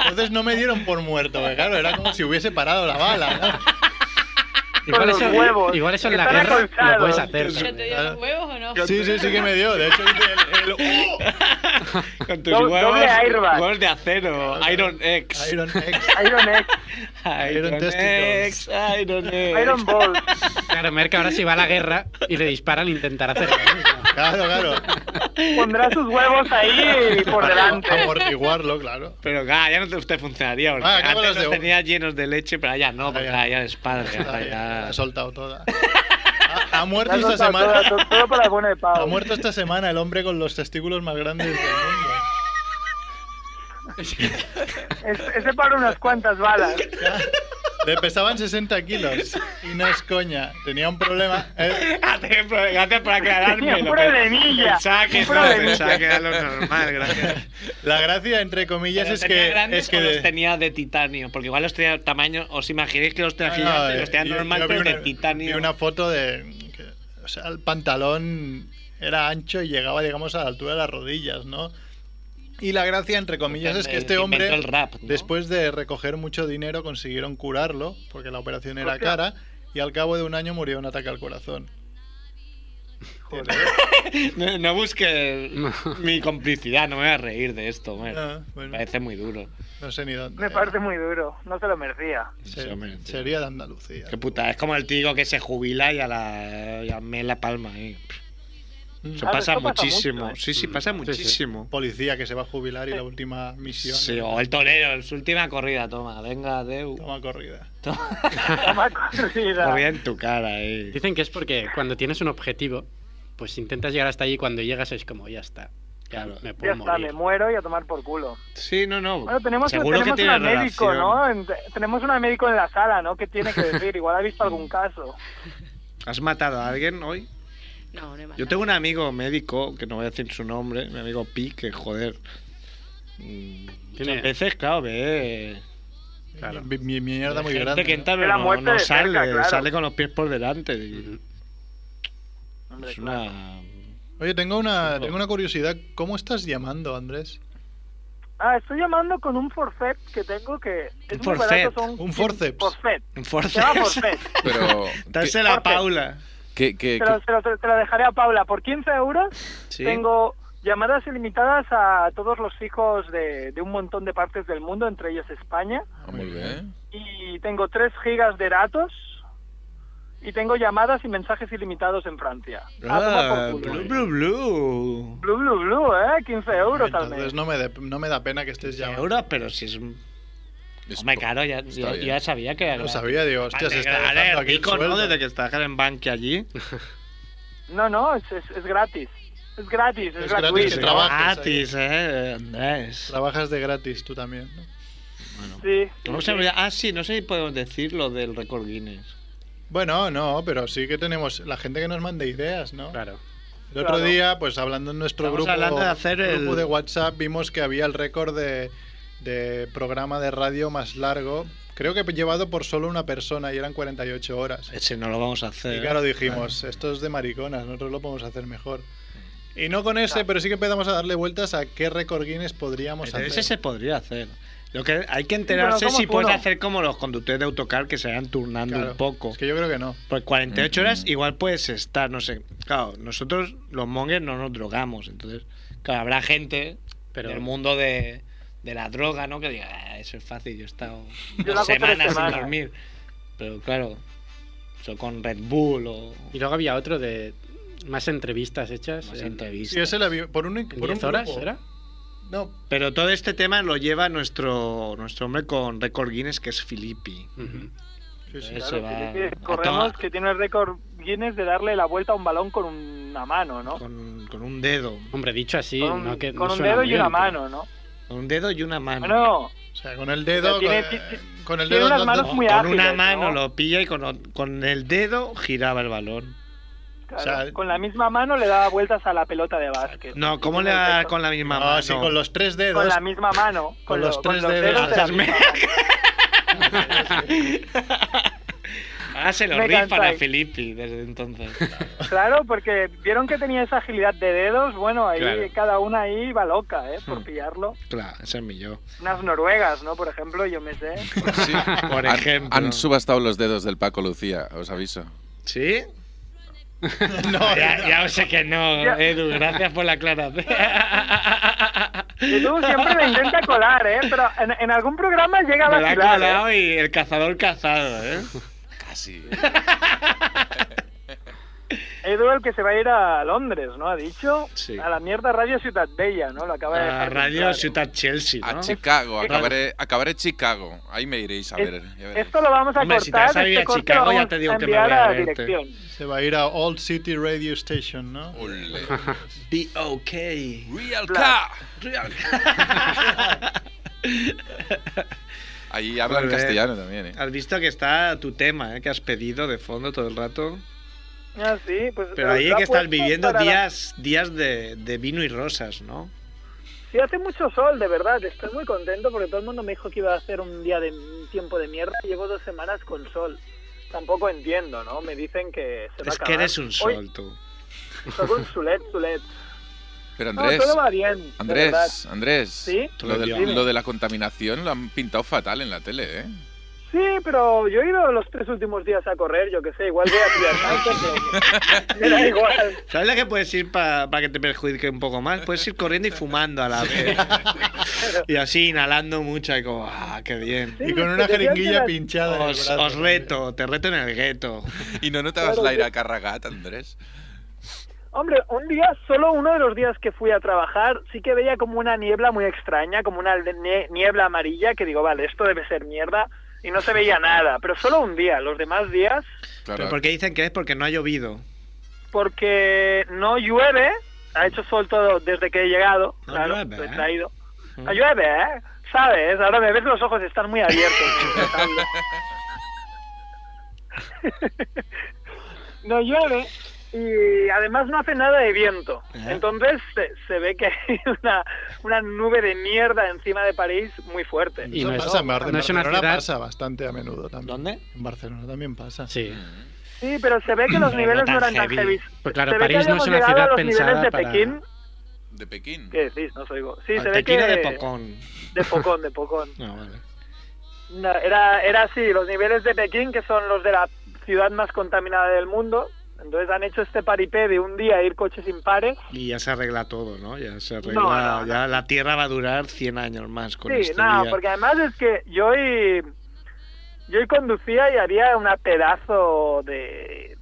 Speaker 1: Entonces no me dieron por muerto, porque claro, era como si hubiese parado la bala.
Speaker 2: Igual
Speaker 7: Con los
Speaker 2: eso,
Speaker 7: huevos,
Speaker 2: igual eso
Speaker 7: que
Speaker 2: en la
Speaker 7: están
Speaker 2: guerra
Speaker 7: acolchados.
Speaker 2: lo puedes hacer.
Speaker 8: ¿Pero te
Speaker 2: también.
Speaker 8: dio los huevos o no?
Speaker 1: ¿no? Sí, sí, sí que me dio. De hecho, hice el- el-
Speaker 5: Con tus
Speaker 7: Doble-
Speaker 5: huevos,
Speaker 7: doble airbag.
Speaker 5: huevos de acero, Iron X.
Speaker 1: Iron X.
Speaker 7: Iron X,
Speaker 1: Iron testicles.
Speaker 5: X, Iron X.
Speaker 7: Iron Ball.
Speaker 2: Claro, Merck ahora si va a la guerra y le disparan intentar hacer lo mismo.
Speaker 1: Claro, claro.
Speaker 7: Pondrá sus huevos ahí por delante.
Speaker 1: Amortiguarlo, claro.
Speaker 5: Pero claro, ya no te, usted funcionaría. Porque
Speaker 1: Ah, acabo
Speaker 5: antes
Speaker 1: los
Speaker 5: los
Speaker 1: de-
Speaker 5: tenía llenos de leche, pero ahora ya no, porque
Speaker 1: ya.
Speaker 5: ahora ya es padre.
Speaker 1: Está
Speaker 5: ahora
Speaker 1: bien,
Speaker 5: ya-
Speaker 1: La ha soltado toda. Ha, ha muerto
Speaker 7: Las
Speaker 1: esta
Speaker 7: notas,
Speaker 1: semana.
Speaker 7: todo- todo para la buena de
Speaker 1: Ha
Speaker 7: Pau.
Speaker 1: muerto esta semana el hombre con los testículos más grandes del mundo.
Speaker 7: Es- Ese para unas cuantas balas.
Speaker 1: Le pesaban 60 kilos. Y no es coña. Tenía un problema. Eh, Él-
Speaker 5: Gracias por- gracias por aclararme.
Speaker 7: Un problemilla,
Speaker 5: Pensaba que,
Speaker 7: un
Speaker 5: no,
Speaker 7: problemilla.
Speaker 5: pensaba que era lo normal, gracias.
Speaker 1: La gracia, entre comillas,
Speaker 5: ¿Pero
Speaker 1: es
Speaker 5: tenía
Speaker 1: que.
Speaker 5: grandes
Speaker 1: Es que
Speaker 5: o
Speaker 1: de-
Speaker 5: los tenía de titanio? Porque igual los tenía de tamaño, os imagináis que los tenía
Speaker 1: No, no,
Speaker 5: gigantes,
Speaker 1: eh,
Speaker 5: los tenía
Speaker 1: yo-
Speaker 5: normal,
Speaker 1: yo vi
Speaker 5: pero de
Speaker 1: una- Vi
Speaker 5: titanio.
Speaker 1: una foto de. que- o sea, el pantalón era ancho y llegaba, digamos, a la altura de las rodillas, ¿no? Y la gracia, entre comillas, es que
Speaker 5: El-
Speaker 1: este
Speaker 5: inventó
Speaker 1: hombre,
Speaker 5: el rap, ¿no?
Speaker 1: después de recoger mucho dinero, consiguieron curarlo, porque la operación era
Speaker 7: Hostia.
Speaker 1: cara, y al cabo de un año murió de un ataque al corazón.
Speaker 5: No, no busque mi complicidad, no me voy a reír de esto, hombre.
Speaker 1: Ah,
Speaker 5: Me
Speaker 1: bueno,
Speaker 5: parece muy duro.
Speaker 1: no sé ni dónde.
Speaker 7: Me parece muy duro. No se lo merecía.
Speaker 1: Se-
Speaker 5: Sí, hombre, tío.
Speaker 1: sería de Andalucía.
Speaker 5: Qué puta, es como el tío que se jubila y a la, y a me la palma ahí. Eso
Speaker 7: Ah,
Speaker 5: pasa
Speaker 7: eso pasa
Speaker 5: muchísimo.
Speaker 7: mucho, ¿eh?
Speaker 5: Sí, sí, pasa
Speaker 2: Sí, sí.
Speaker 5: muchísimo.
Speaker 1: Policía que se va a jubilar y la última misión.
Speaker 5: Sí, o el torero, en su última corrida, ¿eh? toma, venga, Deu.
Speaker 1: Toma corrida.
Speaker 7: Toma corrida.
Speaker 5: Corrida en tu cara eh. ahí.
Speaker 2: Dicen que es porque cuando tienes un objetivo, pues intentas llegar hasta allí y cuando llegas es como, ya está. Ya
Speaker 5: Claro.
Speaker 2: me puedo
Speaker 7: Ya está, me
Speaker 2: morir.
Speaker 7: muero y a tomar por culo.
Speaker 5: Sí, no, no.
Speaker 7: Bueno, tenemos,
Speaker 5: Seguro
Speaker 7: tenemos
Speaker 5: que tiene
Speaker 7: una médico,
Speaker 5: relación.
Speaker 7: ¿no? En- tenemos una médico en la sala, ¿no? ¿Qué tiene que decir? Igual ha visto algún caso.
Speaker 5: ¿Has matado a alguien hoy?
Speaker 8: No, no es
Speaker 5: Yo tengo un amigo médico, que no voy a decir su nombre, mi amigo Pi, que joder. mm,
Speaker 2: Tiene-
Speaker 5: Muchas veces, claro, ve.
Speaker 2: Claro.
Speaker 1: Mi, mi- mi mierda muy
Speaker 5: gente
Speaker 1: grande.
Speaker 5: que
Speaker 1: ¿no?
Speaker 5: entra,
Speaker 7: De
Speaker 5: pero
Speaker 7: la
Speaker 5: no,
Speaker 7: muerte
Speaker 5: no
Speaker 7: de cerca,
Speaker 5: sale,
Speaker 7: claro.
Speaker 5: sale con los pies por delante.
Speaker 2: Ujú.
Speaker 5: y-
Speaker 7: Hombre,
Speaker 5: es una.
Speaker 1: Oye, tengo una, tengo una curiosidad. ¿Cómo estás llamando, Andrés?
Speaker 7: Ah, estoy llamando con un forfait que tengo que...
Speaker 5: Un
Speaker 7: Es muy barato,
Speaker 5: forfait.
Speaker 7: son
Speaker 1: Un forceps.
Speaker 7: Forfait.
Speaker 5: En
Speaker 7: Se llama
Speaker 5: fuerzas.
Speaker 7: forfait.
Speaker 3: Pero. ¿qué-
Speaker 5: Dásela a Paula.
Speaker 3: qué- qué-
Speaker 7: Te lo,
Speaker 3: qué-
Speaker 7: te lo- te lo dejaré a Paula. Por 15 euros
Speaker 5: Sí.
Speaker 7: tengo llamadas ilimitadas a todos los fijos de, de un montón de partes del mundo, entre ellos España.
Speaker 3: Ah, muy bien.
Speaker 7: Y tengo 3 gigas de datos. Y tengo llamadas y mensajes ilimitados en Francia. A tomar
Speaker 5: Ah,
Speaker 7: por culo.
Speaker 5: blue, blue, blue.
Speaker 7: Blue, blue, blue, ¿eh? 15 euros al
Speaker 1: Entonces
Speaker 7: mes.
Speaker 1: no me, de- no me da pena que estés llamando.
Speaker 5: Euros, pero si es. un-
Speaker 3: Es
Speaker 5: Hombre,
Speaker 3: po-
Speaker 5: claro, ya, yo-
Speaker 3: está
Speaker 5: yo
Speaker 3: bien.
Speaker 5: ya sabía que era
Speaker 1: Lo
Speaker 5: gratis.
Speaker 1: sabía, digo, hostia, se está
Speaker 5: Vale,
Speaker 1: dejando aquí el
Speaker 5: pico, ¿no?
Speaker 1: sueldo.
Speaker 5: Desde que trabajas en banque allí.
Speaker 7: No, no, es, es- es gratis. Es gratis, es,
Speaker 1: Es gratis,
Speaker 7: gratuito.
Speaker 1: se trabaja. Trabajes ahí.
Speaker 5: Gratis, ¿eh? Andrés.
Speaker 1: Trabajas de gratis tú también, ¿no?
Speaker 5: Bueno.
Speaker 7: Sí.
Speaker 5: ¿Cómo
Speaker 7: sí,
Speaker 5: se
Speaker 7: sí.
Speaker 5: llama? Ah, sí, no sé si podemos decir lo del récord Guinness.
Speaker 1: Bueno, no, pero sí que tenemos la gente que nos mande ideas, ¿no?
Speaker 2: Claro.
Speaker 1: El otro
Speaker 7: Claro.
Speaker 1: día, pues hablando en nuestro
Speaker 5: Estamos
Speaker 1: grupo,
Speaker 5: hablando de hacer el-
Speaker 1: grupo de WhatsApp, vimos que había el récord de, de programa de radio más largo, creo que llevado por solo una persona y eran 48 horas.
Speaker 5: Ese no lo vamos a
Speaker 1: Y
Speaker 5: hacer.
Speaker 1: claro, dijimos, esto es de mariconas, nosotros lo podemos hacer mejor. Y no con ese, pero sí que empezamos a darle vueltas a qué récord Guinness podríamos
Speaker 5: Pero
Speaker 1: hacer.
Speaker 5: ese se podría hacer. Lo que hay que
Speaker 7: Sí,
Speaker 5: enterarse
Speaker 7: pero
Speaker 5: si
Speaker 7: hagamos
Speaker 5: puedes
Speaker 7: uno.
Speaker 5: hacer como los conductores de autocar que se vayan turnando
Speaker 1: Claro.
Speaker 5: un poco. Pues
Speaker 1: Es que yo creo que no.
Speaker 5: Por 48 horas
Speaker 3: Ujú.
Speaker 5: igual puedes estar, no sé. Claro, nosotros los mongers no nos drogamos, entonces, claro, habrá gente
Speaker 2: Pero-
Speaker 5: del mundo de, de la droga, ¿no? Que diga, "Ah, eso es fácil, yo he estado
Speaker 7: Yo lo hago
Speaker 5: dos
Speaker 7: tres
Speaker 5: semanas sin
Speaker 7: semanas".
Speaker 5: dormir. Pero claro, eso con Red Bull o
Speaker 2: Y luego había otro de más entrevistas hechas.
Speaker 5: más
Speaker 2: en-
Speaker 5: entrevistas.
Speaker 1: Sí, ese la vi- por un,
Speaker 2: ¿En
Speaker 1: por un
Speaker 2: 10 horas
Speaker 1: grupo.
Speaker 2: era?
Speaker 1: No,
Speaker 5: Pero todo este tema lo lleva nuestro, nuestro hombre con récord Guinness, que es Filippi.
Speaker 2: Ujú.
Speaker 1: sí, sí.
Speaker 5: Ese
Speaker 7: Claro,
Speaker 5: va
Speaker 7: sí, sí, sí.
Speaker 5: a
Speaker 7: Corremos
Speaker 5: tomar-
Speaker 7: que tiene el récord Guinness de darle la vuelta a un balón con una mano, ¿no?
Speaker 5: con, con un dedo.
Speaker 2: Hombre, dicho así,
Speaker 7: con un,
Speaker 2: no que,
Speaker 7: con
Speaker 2: no
Speaker 7: un
Speaker 2: suena
Speaker 7: dedo
Speaker 2: muy
Speaker 7: y una
Speaker 2: bien, pero-
Speaker 7: mano, ¿no?
Speaker 5: Con un dedo y una mano.
Speaker 7: Bueno,
Speaker 1: O sea, con el dedo.
Speaker 7: O sea, tiene-
Speaker 1: con,
Speaker 7: ti-
Speaker 1: con el
Speaker 7: tiene
Speaker 1: dedo.
Speaker 7: unas
Speaker 1: andando-
Speaker 7: manos
Speaker 5: No,
Speaker 7: muy
Speaker 5: con
Speaker 7: ágiles,
Speaker 5: una mano
Speaker 7: ¿no?
Speaker 5: lo pilla y con, o- con el dedo giraba el balón.
Speaker 7: claro,
Speaker 1: sea,
Speaker 7: con la misma mano le daba vueltas a la pelota de básquet.
Speaker 5: No, ¿cómo le
Speaker 7: Tiene el
Speaker 5: va
Speaker 7: récord.
Speaker 5: con la misma
Speaker 1: No,
Speaker 5: mano?
Speaker 1: Ah, sí, con los tres dedos.
Speaker 7: Con la misma mano. Con,
Speaker 1: Con
Speaker 7: lo-
Speaker 1: los
Speaker 7: con
Speaker 1: tres
Speaker 7: los
Speaker 1: dedos.
Speaker 7: dedos. de la
Speaker 5: Hazme-
Speaker 7: misma mano.
Speaker 5: Ah, se lo
Speaker 7: Me
Speaker 5: rifan a
Speaker 7: cansáis.
Speaker 5: Filippi desde entonces.
Speaker 7: Claro, porque vieron que tenía esa agilidad de dedos. Bueno, ahí
Speaker 5: Claro.
Speaker 7: cada una ahí iba loca, ¿eh? Por
Speaker 5: Hmm.
Speaker 7: pillarlo.
Speaker 5: claro, ese es mi yo.
Speaker 7: Unas noruegas, ¿no? Por ejemplo, yo me sé.
Speaker 3: Sí.
Speaker 5: Por
Speaker 3: Han-
Speaker 5: ejemplo.
Speaker 3: Han, subastado los dedos del Paco Lucía, os aviso.
Speaker 5: ¿Sí?
Speaker 1: No,
Speaker 5: Ya, ya sé que no,
Speaker 7: Ya.
Speaker 5: Edu, gracias por la aclaración.
Speaker 7: Y tú siempre me intenta colar, ¿eh? Pero en, en algún programa llega a
Speaker 5: Me la ha
Speaker 7: vacilar, ¿eh?
Speaker 5: colado y el cazador cazado, ¿eh?
Speaker 3: Casi.
Speaker 7: Edu, el que se va a ir a Londres, ¿no? Ha dicho.
Speaker 5: Sí.
Speaker 7: A la mierda Radio Ciudad Bella, ¿no? Lo acaba de
Speaker 5: La
Speaker 7: dejar
Speaker 5: radio
Speaker 7: claro.
Speaker 5: Ciudad Chelsea,
Speaker 3: A
Speaker 5: ¿no?
Speaker 3: Chicago,
Speaker 7: Es-
Speaker 3: acabaré, acabaré Chicago. Ahí me iréis a
Speaker 7: Es-
Speaker 3: ver. ya veréis.
Speaker 7: Esto lo vamos a
Speaker 5: Hombre, si te
Speaker 7: cortar.
Speaker 5: vas a ir
Speaker 7: este
Speaker 5: a
Speaker 7: corte
Speaker 5: Chicago,
Speaker 7: lo vamos
Speaker 5: ya te digo que me
Speaker 7: enviar
Speaker 5: voy a
Speaker 7: a
Speaker 5: verte.
Speaker 7: dirección.
Speaker 1: Se va a ir a Old City Radio Station, ¿no?
Speaker 3: Ole.
Speaker 5: Be okay.
Speaker 3: Real
Speaker 7: Black.
Speaker 3: K. Real K. Ahí hablan
Speaker 5: Muy bien. Ah,
Speaker 3: castellano también, ¿eh?
Speaker 5: Has visto que está tu tema, ¿eh? que has pedido de fondo todo el rato.
Speaker 7: Ah, sí, pues,
Speaker 5: Pero ahí
Speaker 7: lo
Speaker 5: es que
Speaker 7: ha
Speaker 5: estás
Speaker 7: puesto
Speaker 5: viviendo
Speaker 7: para la-
Speaker 5: días, días de, de vino y rosas, ¿no?
Speaker 7: Sí, hace mucho sol, de verdad. Estoy muy contento porque todo el mundo me dijo que iba a ser un día de un tiempo de mierda. Llevo dos semanas con sol. Tampoco entiendo, ¿no? Me dicen que se va a
Speaker 5: Es que
Speaker 7: acabar.
Speaker 5: eres un
Speaker 7: Hoy
Speaker 5: sol, tú.
Speaker 7: soy un sulet, sulet.
Speaker 3: Pero
Speaker 7: No,
Speaker 3: Andrés,
Speaker 7: todo va bien. de verdad.
Speaker 3: Andrés, Andrés.
Speaker 7: ¿Sí?
Speaker 3: Lo de,
Speaker 5: Dime.
Speaker 3: lo de la contaminación lo han pintado fatal en la tele, ¿eh?
Speaker 7: Sí, pero yo he ido los tres últimos días a correr, yo qué sé, igual voy a pillar más, pero me da igual.
Speaker 5: ¿Sabes la que puedes ir pa- para que te perjudique un poco más? Puedes ir corriendo y fumando a la vez. Y así inhalando mucho y como, ah, qué bien.
Speaker 7: Sí,
Speaker 1: Y con
Speaker 7: es
Speaker 1: una
Speaker 7: que tenían
Speaker 1: jeringuilla
Speaker 7: que-
Speaker 1: pinchada. en el
Speaker 5: Os,
Speaker 1: brazo.
Speaker 5: os reto, te reto en el gueto.
Speaker 3: Y no notabas
Speaker 7: Claro,
Speaker 3: la
Speaker 7: yo-
Speaker 3: ira carragat, Andrés.
Speaker 7: Hombre, un día, solo uno de los días que fui a trabajar, sí que veía como una niebla muy extraña, como una nie- niebla amarilla, que digo, vale, esto debe ser mierda, y no se veía nada, pero solo un día, los demás días,
Speaker 5: Pero
Speaker 3: Claro.
Speaker 5: porque dicen que es porque no ha llovido.
Speaker 7: porque no llueve, ha hecho sol todo desde que he llegado,
Speaker 5: No
Speaker 7: claro,
Speaker 5: llueve,
Speaker 7: lo he
Speaker 5: ¿eh?
Speaker 7: traído. No llueve, ¿eh? ¿Sabes? Ahora me ves los ojos, están muy abiertos. no llueve y además no hace nada de viento.
Speaker 5: ¿Eh?
Speaker 7: Entonces se, se ve que hay una, una nube de mierda encima de París muy fuerte.
Speaker 2: Y
Speaker 1: Eso
Speaker 2: no es-
Speaker 1: pasa en Bar- en
Speaker 2: no es una
Speaker 1: Barcelona
Speaker 2: ciudad-
Speaker 1: pasa bastante a menudo también.
Speaker 5: ¿Dónde?
Speaker 1: En Barcelona también pasa.
Speaker 2: Sí.
Speaker 7: Sí, pero se ve que los
Speaker 5: Pero
Speaker 7: niveles
Speaker 5: no tan
Speaker 7: no eran tan
Speaker 5: heavy.
Speaker 7: heavy.
Speaker 2: Pues claro,
Speaker 7: se ve que
Speaker 2: París no es
Speaker 7: habíamos
Speaker 2: una
Speaker 7: llegado
Speaker 2: ciudad
Speaker 7: a los
Speaker 2: pensada
Speaker 7: niveles de
Speaker 2: para-
Speaker 7: Pekín.
Speaker 3: De Pekín.
Speaker 7: ¿Qué decís? No os oigo. Sí,
Speaker 5: ¿Al
Speaker 7: se ve que...
Speaker 5: tequila Ah, de Pocón?
Speaker 7: De Pocón, de Pocón.
Speaker 5: No, vale.
Speaker 7: No, era, era así, los niveles de Pekín, que son los de la ciudad más contaminada del mundo. Entonces han hecho este paripé de un día ir coches impares.
Speaker 5: Y ya se arregla todo, ¿no? Ya se arregla,
Speaker 7: No, no,
Speaker 5: ya la Tierra va a durar 100 años más con
Speaker 7: Sí,
Speaker 5: este
Speaker 7: no,
Speaker 5: día.
Speaker 7: porque además es que yo hoy, yo hoy conducía y había una pedazo de,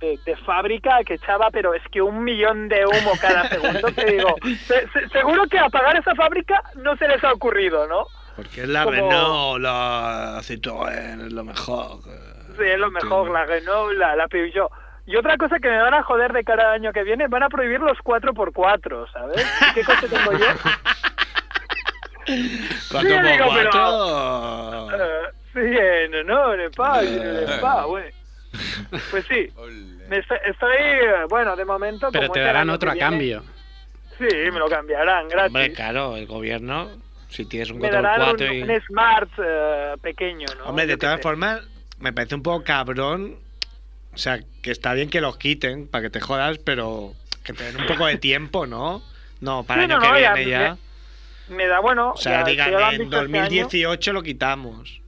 Speaker 7: de, de fábrica que echaba, pero es que un millón de humo cada segundo. Te digo, se- se- seguro que apagar esa fábrica no se les ha ocurrido, ¿no?
Speaker 9: Porque es la
Speaker 7: Como-
Speaker 9: Renault, la Citroën, es lo mejor.
Speaker 7: Sí, es lo mejor, la Renault, la, la Peugeot. Y otra cosa que me van a joder de cara al año que viene, van a prohibir los 4x4, ¿sabes? ¿Qué coche tengo yo?
Speaker 9: Cuatro
Speaker 7: yo
Speaker 9: por
Speaker 7: digo, pero-
Speaker 9: cuatro.
Speaker 7: Eh, sí, en honor, en paz, en el
Speaker 5: Eh.
Speaker 7: spa, güey. Pues sí,
Speaker 3: Ole.
Speaker 7: me est- estoy, eh, bueno, de momento...
Speaker 2: Pero
Speaker 7: como
Speaker 2: te
Speaker 7: es el
Speaker 2: darán
Speaker 7: año
Speaker 2: otro a
Speaker 7: que viene-
Speaker 2: cambio.
Speaker 7: Sí, me lo cambiarán, gratis.
Speaker 5: Hombre, claro, el gobierno, si tienes un
Speaker 7: me darán
Speaker 5: 4x4
Speaker 7: un,
Speaker 5: y...
Speaker 7: un Smart eh, pequeño, ¿no?
Speaker 5: Hombre, de
Speaker 7: Yo qué
Speaker 5: todas
Speaker 7: sé.
Speaker 5: formas, me parece un poco cabrón. O sea, que está bien que los quiten para que te jodas, pero que te den un poco de tiempo, ¿no? No, para el
Speaker 7: Sí,
Speaker 5: año
Speaker 7: no,
Speaker 5: que
Speaker 7: no, ya-
Speaker 5: viene ya.
Speaker 7: ya- Me da, bueno...
Speaker 5: O sea,
Speaker 7: ya-
Speaker 5: digan,
Speaker 7: ya lo han
Speaker 5: en
Speaker 7: dicho este año.
Speaker 5: 2018 lo quitamos.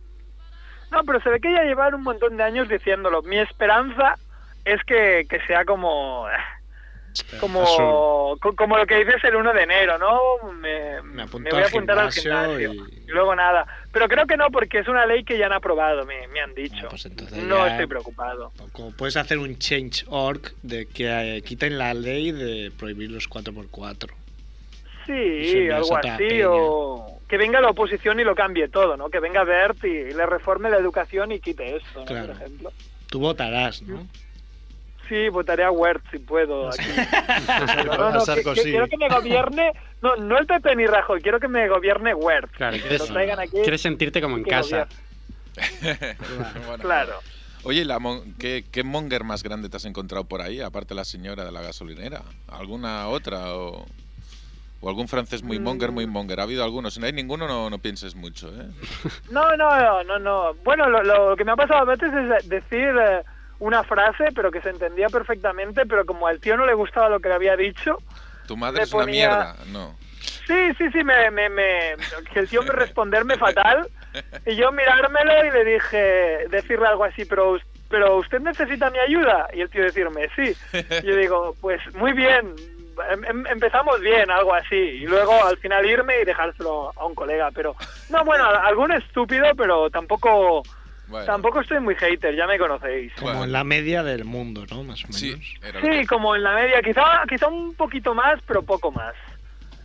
Speaker 7: No, pero se ve que ya llevan un montón de años diciéndolo. Mi esperanza es que, que sea como como, co- como lo que dices el 1 de enero, ¿no? Me,
Speaker 5: Me apunto
Speaker 7: voy
Speaker 5: al
Speaker 7: a apuntar al
Speaker 5: gimnasio
Speaker 7: gimnasio.
Speaker 5: y-
Speaker 7: Y... Luego nada. Pero creo que no, porque es una ley que ya han aprobado, me, me han dicho.
Speaker 5: Ah, pues entonces
Speaker 7: no
Speaker 5: ya-
Speaker 7: estoy preocupado.
Speaker 5: Como puedes hacer un change.org de que eh, quiten la ley de prohibir los 4x4. Eso
Speaker 7: Sí,
Speaker 5: envías
Speaker 7: algo
Speaker 5: a otra
Speaker 7: así.
Speaker 5: peña.
Speaker 7: O que venga la oposición y lo cambie todo, ¿no? Que venga Bert y, y le reforme la educación y quite esto, ¿no?
Speaker 5: Claro.
Speaker 7: Por ejemplo.
Speaker 5: Tú votarás, ¿no?
Speaker 7: Sí, votaré a Wert si puedo. aquí. No, no,
Speaker 1: a
Speaker 7: no, que- que-
Speaker 1: Sarkozy.
Speaker 7: quiero que me gobierne, no, no el PP ni Rajoy, quiero que me gobierne Wert.
Speaker 2: Claro,
Speaker 7: Que lo
Speaker 2: quieres,
Speaker 7: traigan aquí.
Speaker 2: quieres sentirte como en
Speaker 7: que
Speaker 2: casa.
Speaker 3: Bueno.
Speaker 7: Claro.
Speaker 3: Oye, la mon- ¿qué, qué monger más grande te has encontrado por ahí? Aparte la señora de la gasolinera. ¿Alguna otra? ¿O, o algún francés muy monger,
Speaker 7: Mm.
Speaker 3: muy monger? Ha habido algunos. Si no hay ninguno, no, no pienses mucho, ¿eh?
Speaker 7: No, no, no, no, no. Bueno, lo, lo que me ha pasado a veces es decir eh, una frase, pero que se entendía perfectamente, pero como al tío no le gustaba lo que le había dicho,
Speaker 3: ¿Tu madre
Speaker 7: Me
Speaker 3: es una
Speaker 7: ponía-
Speaker 3: mierda? No.
Speaker 7: sí, sí, sí, me, me, me- que el tío me responderme fatal, y yo mirármelo y le dije, decirle algo así, pero, us- pero usted necesita mi ayuda, y el tío decirme, sí. Y yo digo, pues muy bien, em- em- empezamos bien, algo así, y luego al final irme y dejárselo a un colega, pero no, bueno, a- algún estúpido, pero tampoco...
Speaker 3: Bueno.
Speaker 7: Tampoco estoy muy hater, ya me conocéis.
Speaker 5: Como
Speaker 3: Bueno.
Speaker 5: en la media del mundo, ¿no? Más o menos.
Speaker 3: Sí, era lo
Speaker 7: Sí,
Speaker 3: que-
Speaker 7: como en la media, quizá, quizá un poquito más, pero poco más.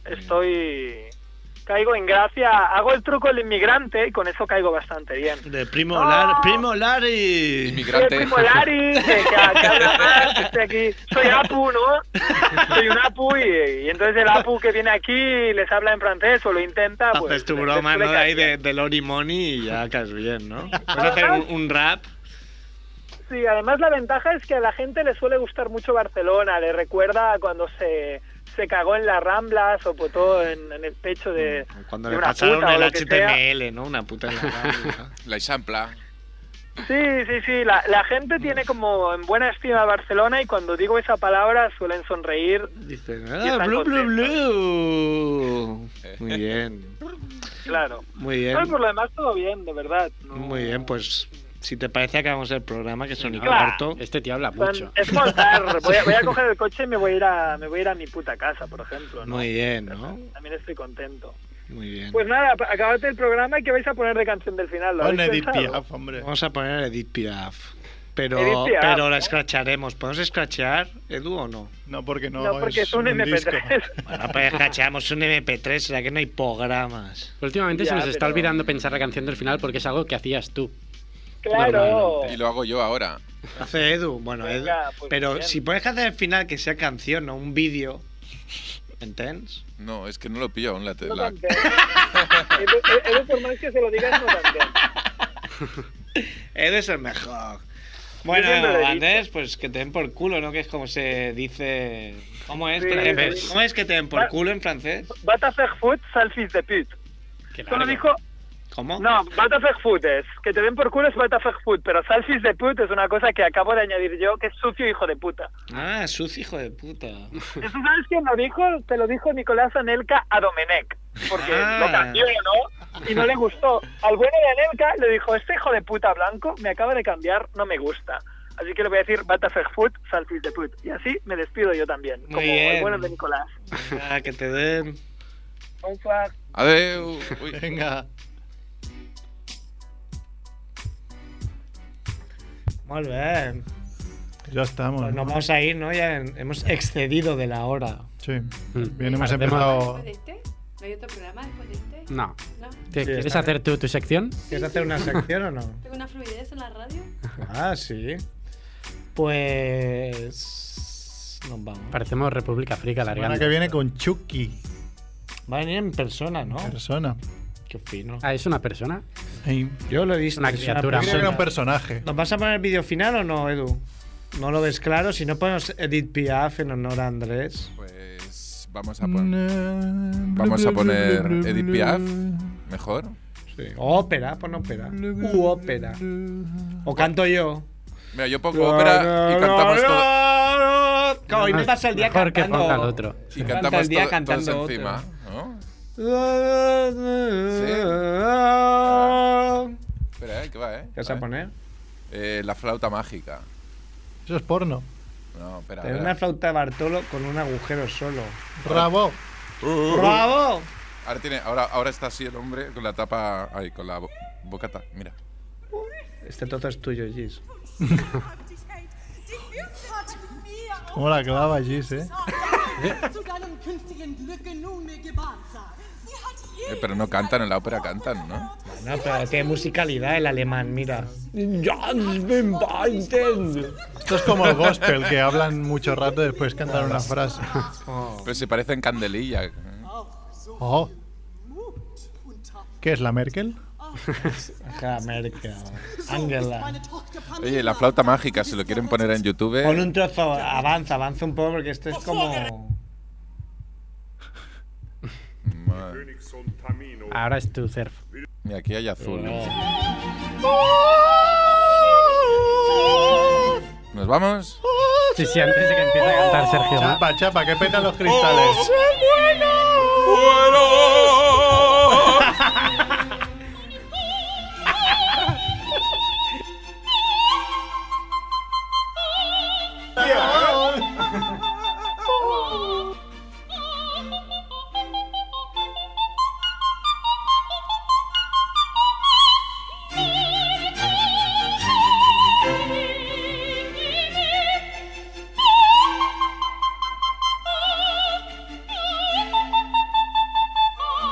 Speaker 7: Estoy... Caigo en gracia, hago el truco del inmigrante y con eso caigo bastante bien.
Speaker 5: De primo,
Speaker 7: ¡No!
Speaker 5: Lar- primo Larry.
Speaker 7: Soy el
Speaker 3: Inmigrante.
Speaker 7: primo Lari, que, que- que habla más, estoy aquí. Soy Apu, ¿no? Soy un Apu y, y entonces el Apu que viene aquí y les habla en francés o lo intenta, pues...
Speaker 5: Haces tu
Speaker 7: les-
Speaker 5: broma,
Speaker 7: les suele
Speaker 5: ¿no? De ahí
Speaker 7: caer
Speaker 5: de,
Speaker 7: bien.
Speaker 5: de Lori Money y ya caes bien, ¿no? Puedes hacer un, un rap.
Speaker 7: Sí, además la ventaja es que a la gente le suele gustar mucho Barcelona, le recuerda a cuando se, se cagó en las Ramblas o potó en, en el pecho de,
Speaker 5: Cuando
Speaker 7: de
Speaker 5: le
Speaker 7: una
Speaker 5: pasaron
Speaker 7: puta o
Speaker 5: el
Speaker 7: lo que sea.
Speaker 5: HTML, ¿no? Una puta en la radio,
Speaker 3: La Isampla.
Speaker 7: Sí, sí, sí, la, la gente tiene como en buena estima a Barcelona y cuando digo esa palabra suelen sonreír.
Speaker 5: ¿no? Dicen,
Speaker 7: Y
Speaker 5: ah,
Speaker 7: están
Speaker 5: blu, blu,
Speaker 7: contentos.
Speaker 5: blu. Muy bien,
Speaker 7: Claro.
Speaker 5: muy
Speaker 7: Ay,
Speaker 5: bien.
Speaker 7: por lo demás todo bien, de verdad. ¿no?
Speaker 5: Muy bien, pues si te parece acabamos el programa, que son y
Speaker 7: Claro.
Speaker 5: cuarto.
Speaker 2: Este tío habla
Speaker 7: Son-
Speaker 2: mucho.
Speaker 7: Es por dar, voy, a, voy a coger el coche y me voy a ir a, me voy a, ir a mi puta casa, por ejemplo. ¿no?
Speaker 5: Muy bien, ¿no?
Speaker 7: También estoy contento.
Speaker 5: Muy bien.
Speaker 7: Pues nada, acabate el programa y que vais a poner de ah, canción del final. ¿Lo
Speaker 1: Pon
Speaker 7: habéis
Speaker 1: Edith
Speaker 7: pensado?
Speaker 1: Piaf, hombre.
Speaker 5: Vamos a poner Edith Piaf. Pero,
Speaker 7: eh. Edith Piaf,
Speaker 5: pero la
Speaker 7: ¿no?
Speaker 5: escracharemos. ¿Podemos escrachar, Edu, o no?
Speaker 1: No, porque no,
Speaker 7: No, porque es un, MP3.
Speaker 1: disco.
Speaker 5: Bueno, pues escrachamos un MP3, será que no hay programas.
Speaker 2: Últimamente se
Speaker 7: Ya,
Speaker 2: nos está
Speaker 7: pero-
Speaker 2: olvidando pensar la canción del final porque es algo que hacías tú.
Speaker 7: Claro.
Speaker 3: Y lo hago yo ahora.
Speaker 5: Hace Edu, bueno, Edu.
Speaker 7: Venga, pues
Speaker 5: pero
Speaker 7: bien.
Speaker 5: si pones que hacer el final que sea canción, no un vídeo. ¿Entens?
Speaker 3: No, es que no lo pillo aún la, te-
Speaker 7: No
Speaker 3: la-
Speaker 7: también. Es de- es de por más que se lo digas, no también.
Speaker 5: Edu es el mejor.
Speaker 7: Yo siempre lo he
Speaker 5: Bueno,
Speaker 7: dicho.
Speaker 5: Andrés, pues que te den por culo, ¿no? Que es como se dice. ¿Cómo es?
Speaker 7: Sí,
Speaker 5: que te-
Speaker 7: sí. Ah.
Speaker 5: ¿Cómo es que te den por culo en francés?
Speaker 7: Vas a hacer foot, sal fils de put.
Speaker 2: Qué
Speaker 7: Solo
Speaker 2: largo.
Speaker 7: dijo,
Speaker 5: ¿Cómo?
Speaker 7: no, vas a hacer foot es. Que te den por culo es vas a hacer foot, pero sal fils de put es una cosa que acabo de añadir yo, que es sucio hijo de puta.
Speaker 5: Ah, sucio hijo de puta.
Speaker 7: ¿Eso sabes quién lo dijo? Te lo dijo Nicolás Anelka a Domenech. Porque
Speaker 5: Ah.
Speaker 7: lo cambió, ¿no? Y no le gustó. Al bueno de Anelka le dijo, este hijo de puta blanco me acaba de cambiar, no me gusta. Así que le voy a decir, Batafeg Foot, Salfis de Put. Y así me despido yo también,
Speaker 5: Muy
Speaker 7: como
Speaker 5: bien.
Speaker 7: el bueno de Nicolás.
Speaker 5: Ah, que te den.
Speaker 7: Bonsoir.
Speaker 3: Adeu. Uy.
Speaker 1: Venga.
Speaker 5: Muy bien.
Speaker 1: Ya estamos.
Speaker 5: Pues nos vamos a ir, ¿no? Ya hemos excedido de la hora.
Speaker 1: Sí.
Speaker 2: Mm.
Speaker 1: Bien, hemos
Speaker 2: Vale,
Speaker 1: empezado.
Speaker 8: ¿De este?
Speaker 10: ¿Hay otro programa después de este?
Speaker 2: No.
Speaker 10: ¿No?
Speaker 2: ¿Te-
Speaker 5: Sí,
Speaker 2: ¿Quieres
Speaker 5: está
Speaker 2: hacer tu, tu sección?
Speaker 5: ¿Quieres hacer una sección o no?
Speaker 10: ¿Tengo una fluidez en la radio?
Speaker 5: Ah, sí. Pues. Nos vamos.
Speaker 2: Parecemos República Frica
Speaker 1: Semana
Speaker 2: alargando.
Speaker 1: que viene con Chucky,
Speaker 5: Va a venir en persona, ¿no?
Speaker 1: persona.
Speaker 5: Qué fino.
Speaker 2: Ah, es una persona.
Speaker 1: Ey,
Speaker 5: Yo lo he visto.
Speaker 2: Una
Speaker 5: es
Speaker 2: criatura.
Speaker 1: Creo que era un personaje.
Speaker 5: ¿Nos vas a poner el vídeo final o no, Edu? No lo ves claro. Si no ponemos Edith Piaf en honor a Andrés.
Speaker 3: Pues vamos a poner. Vamos a poner Edith Piaf, mejor.
Speaker 5: Sí. O ópera, pon ópera. U ópera. O canto yo.
Speaker 3: Mira, yo pongo ópera y cantamos todo.
Speaker 5: todo. Claro, hoy
Speaker 2: No,
Speaker 5: me
Speaker 2: no,
Speaker 5: das el día
Speaker 2: Ah, mejor que
Speaker 5: cantando.
Speaker 2: ponga el otro.
Speaker 3: Y
Speaker 5: Canta
Speaker 3: cantamos
Speaker 5: el día
Speaker 3: todo- todos
Speaker 5: cantando otro.
Speaker 3: encima. ¿no?
Speaker 5: ¿Qué
Speaker 3: Espera, eh, que va, eh.
Speaker 5: vas a
Speaker 3: Vale.
Speaker 5: poner?
Speaker 3: Eh, la flauta mágica.
Speaker 1: Eso es porno.
Speaker 3: No, espera.
Speaker 5: Tener
Speaker 3: espera.
Speaker 5: una flauta de Bartolo con un agujero solo.
Speaker 1: Rabo.
Speaker 3: Uh, uh, uh.
Speaker 5: ¡Bravo!
Speaker 3: Ahora, tiene, ahora, ahora está así el hombre con la tapa. Ahí, con la bo- bocata. Mira.
Speaker 5: Este toto es tuyo, Gis.
Speaker 1: Como la clava Gis, eh.
Speaker 3: Eh, pero no cantan, en la ópera cantan, ¿no?
Speaker 5: No, pero qué musicalidad el alemán, mira. Pero
Speaker 1: Esto es como el gospel, que hablan mucho rato y después cantan una frase.
Speaker 3: Pero se parecen candelilla. ¿eh?
Speaker 1: Oh. ¿Qué es la Merkel?
Speaker 5: Merkel, Angela.
Speaker 3: Oye, la flauta mágica, si lo quieren poner en YouTube.
Speaker 5: Pon un trozo, avanza, avanza un poco porque esto es como.
Speaker 3: Ma-
Speaker 2: Ahora es tu surf.
Speaker 3: Mira, aquí hay azul. ¿Nos vamos?
Speaker 2: Sí, sí, antes de que empiece a cantar Sergio Mar.
Speaker 1: Chapa, chapa, que petan los cristales.
Speaker 6: Oh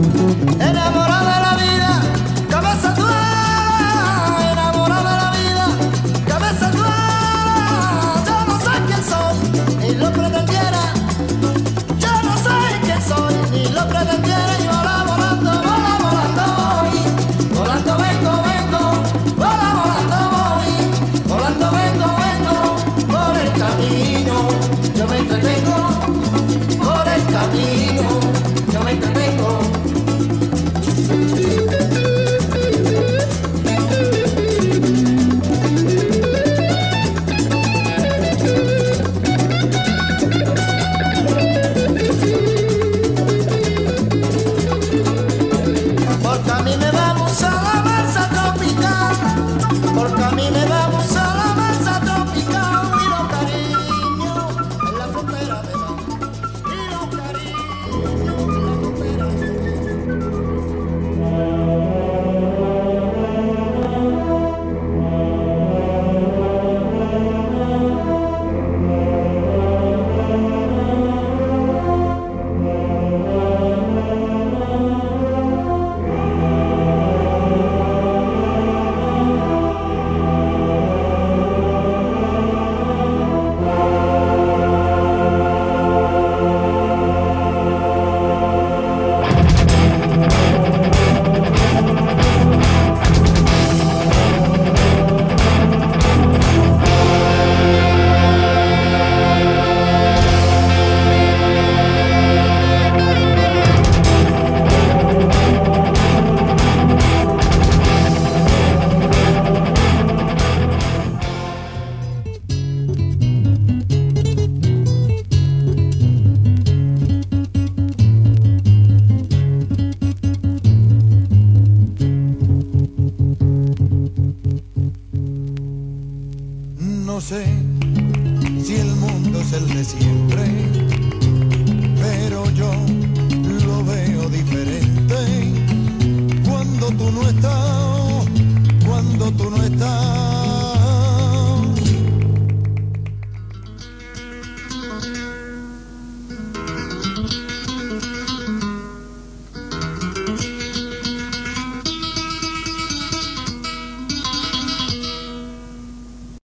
Speaker 11: Enamorada de la vida, cabeza dura. Enamorada de la vida, cabeza dura. Yo no sé quién soy, ni lo pretendiera. Yo no sé quién soy, ni lo pretendiera. Y vola volando, vola volando voy. Volando vengo, vengo. Vola volando voy. Volando vengo, vengo. Por el camino, yo me entretengo. Por el camino, yo me entretengo. Porque a mí me vamos a la masa tropical. Porque a mí me vamos a la masa tropical. Y los cariños en la frontera me van. Y los cariños en la frontera me van.
Speaker 12: No sé si el mundo es el de siempre, pero yo lo veo diferente. Cuando tú no estás, cuando tú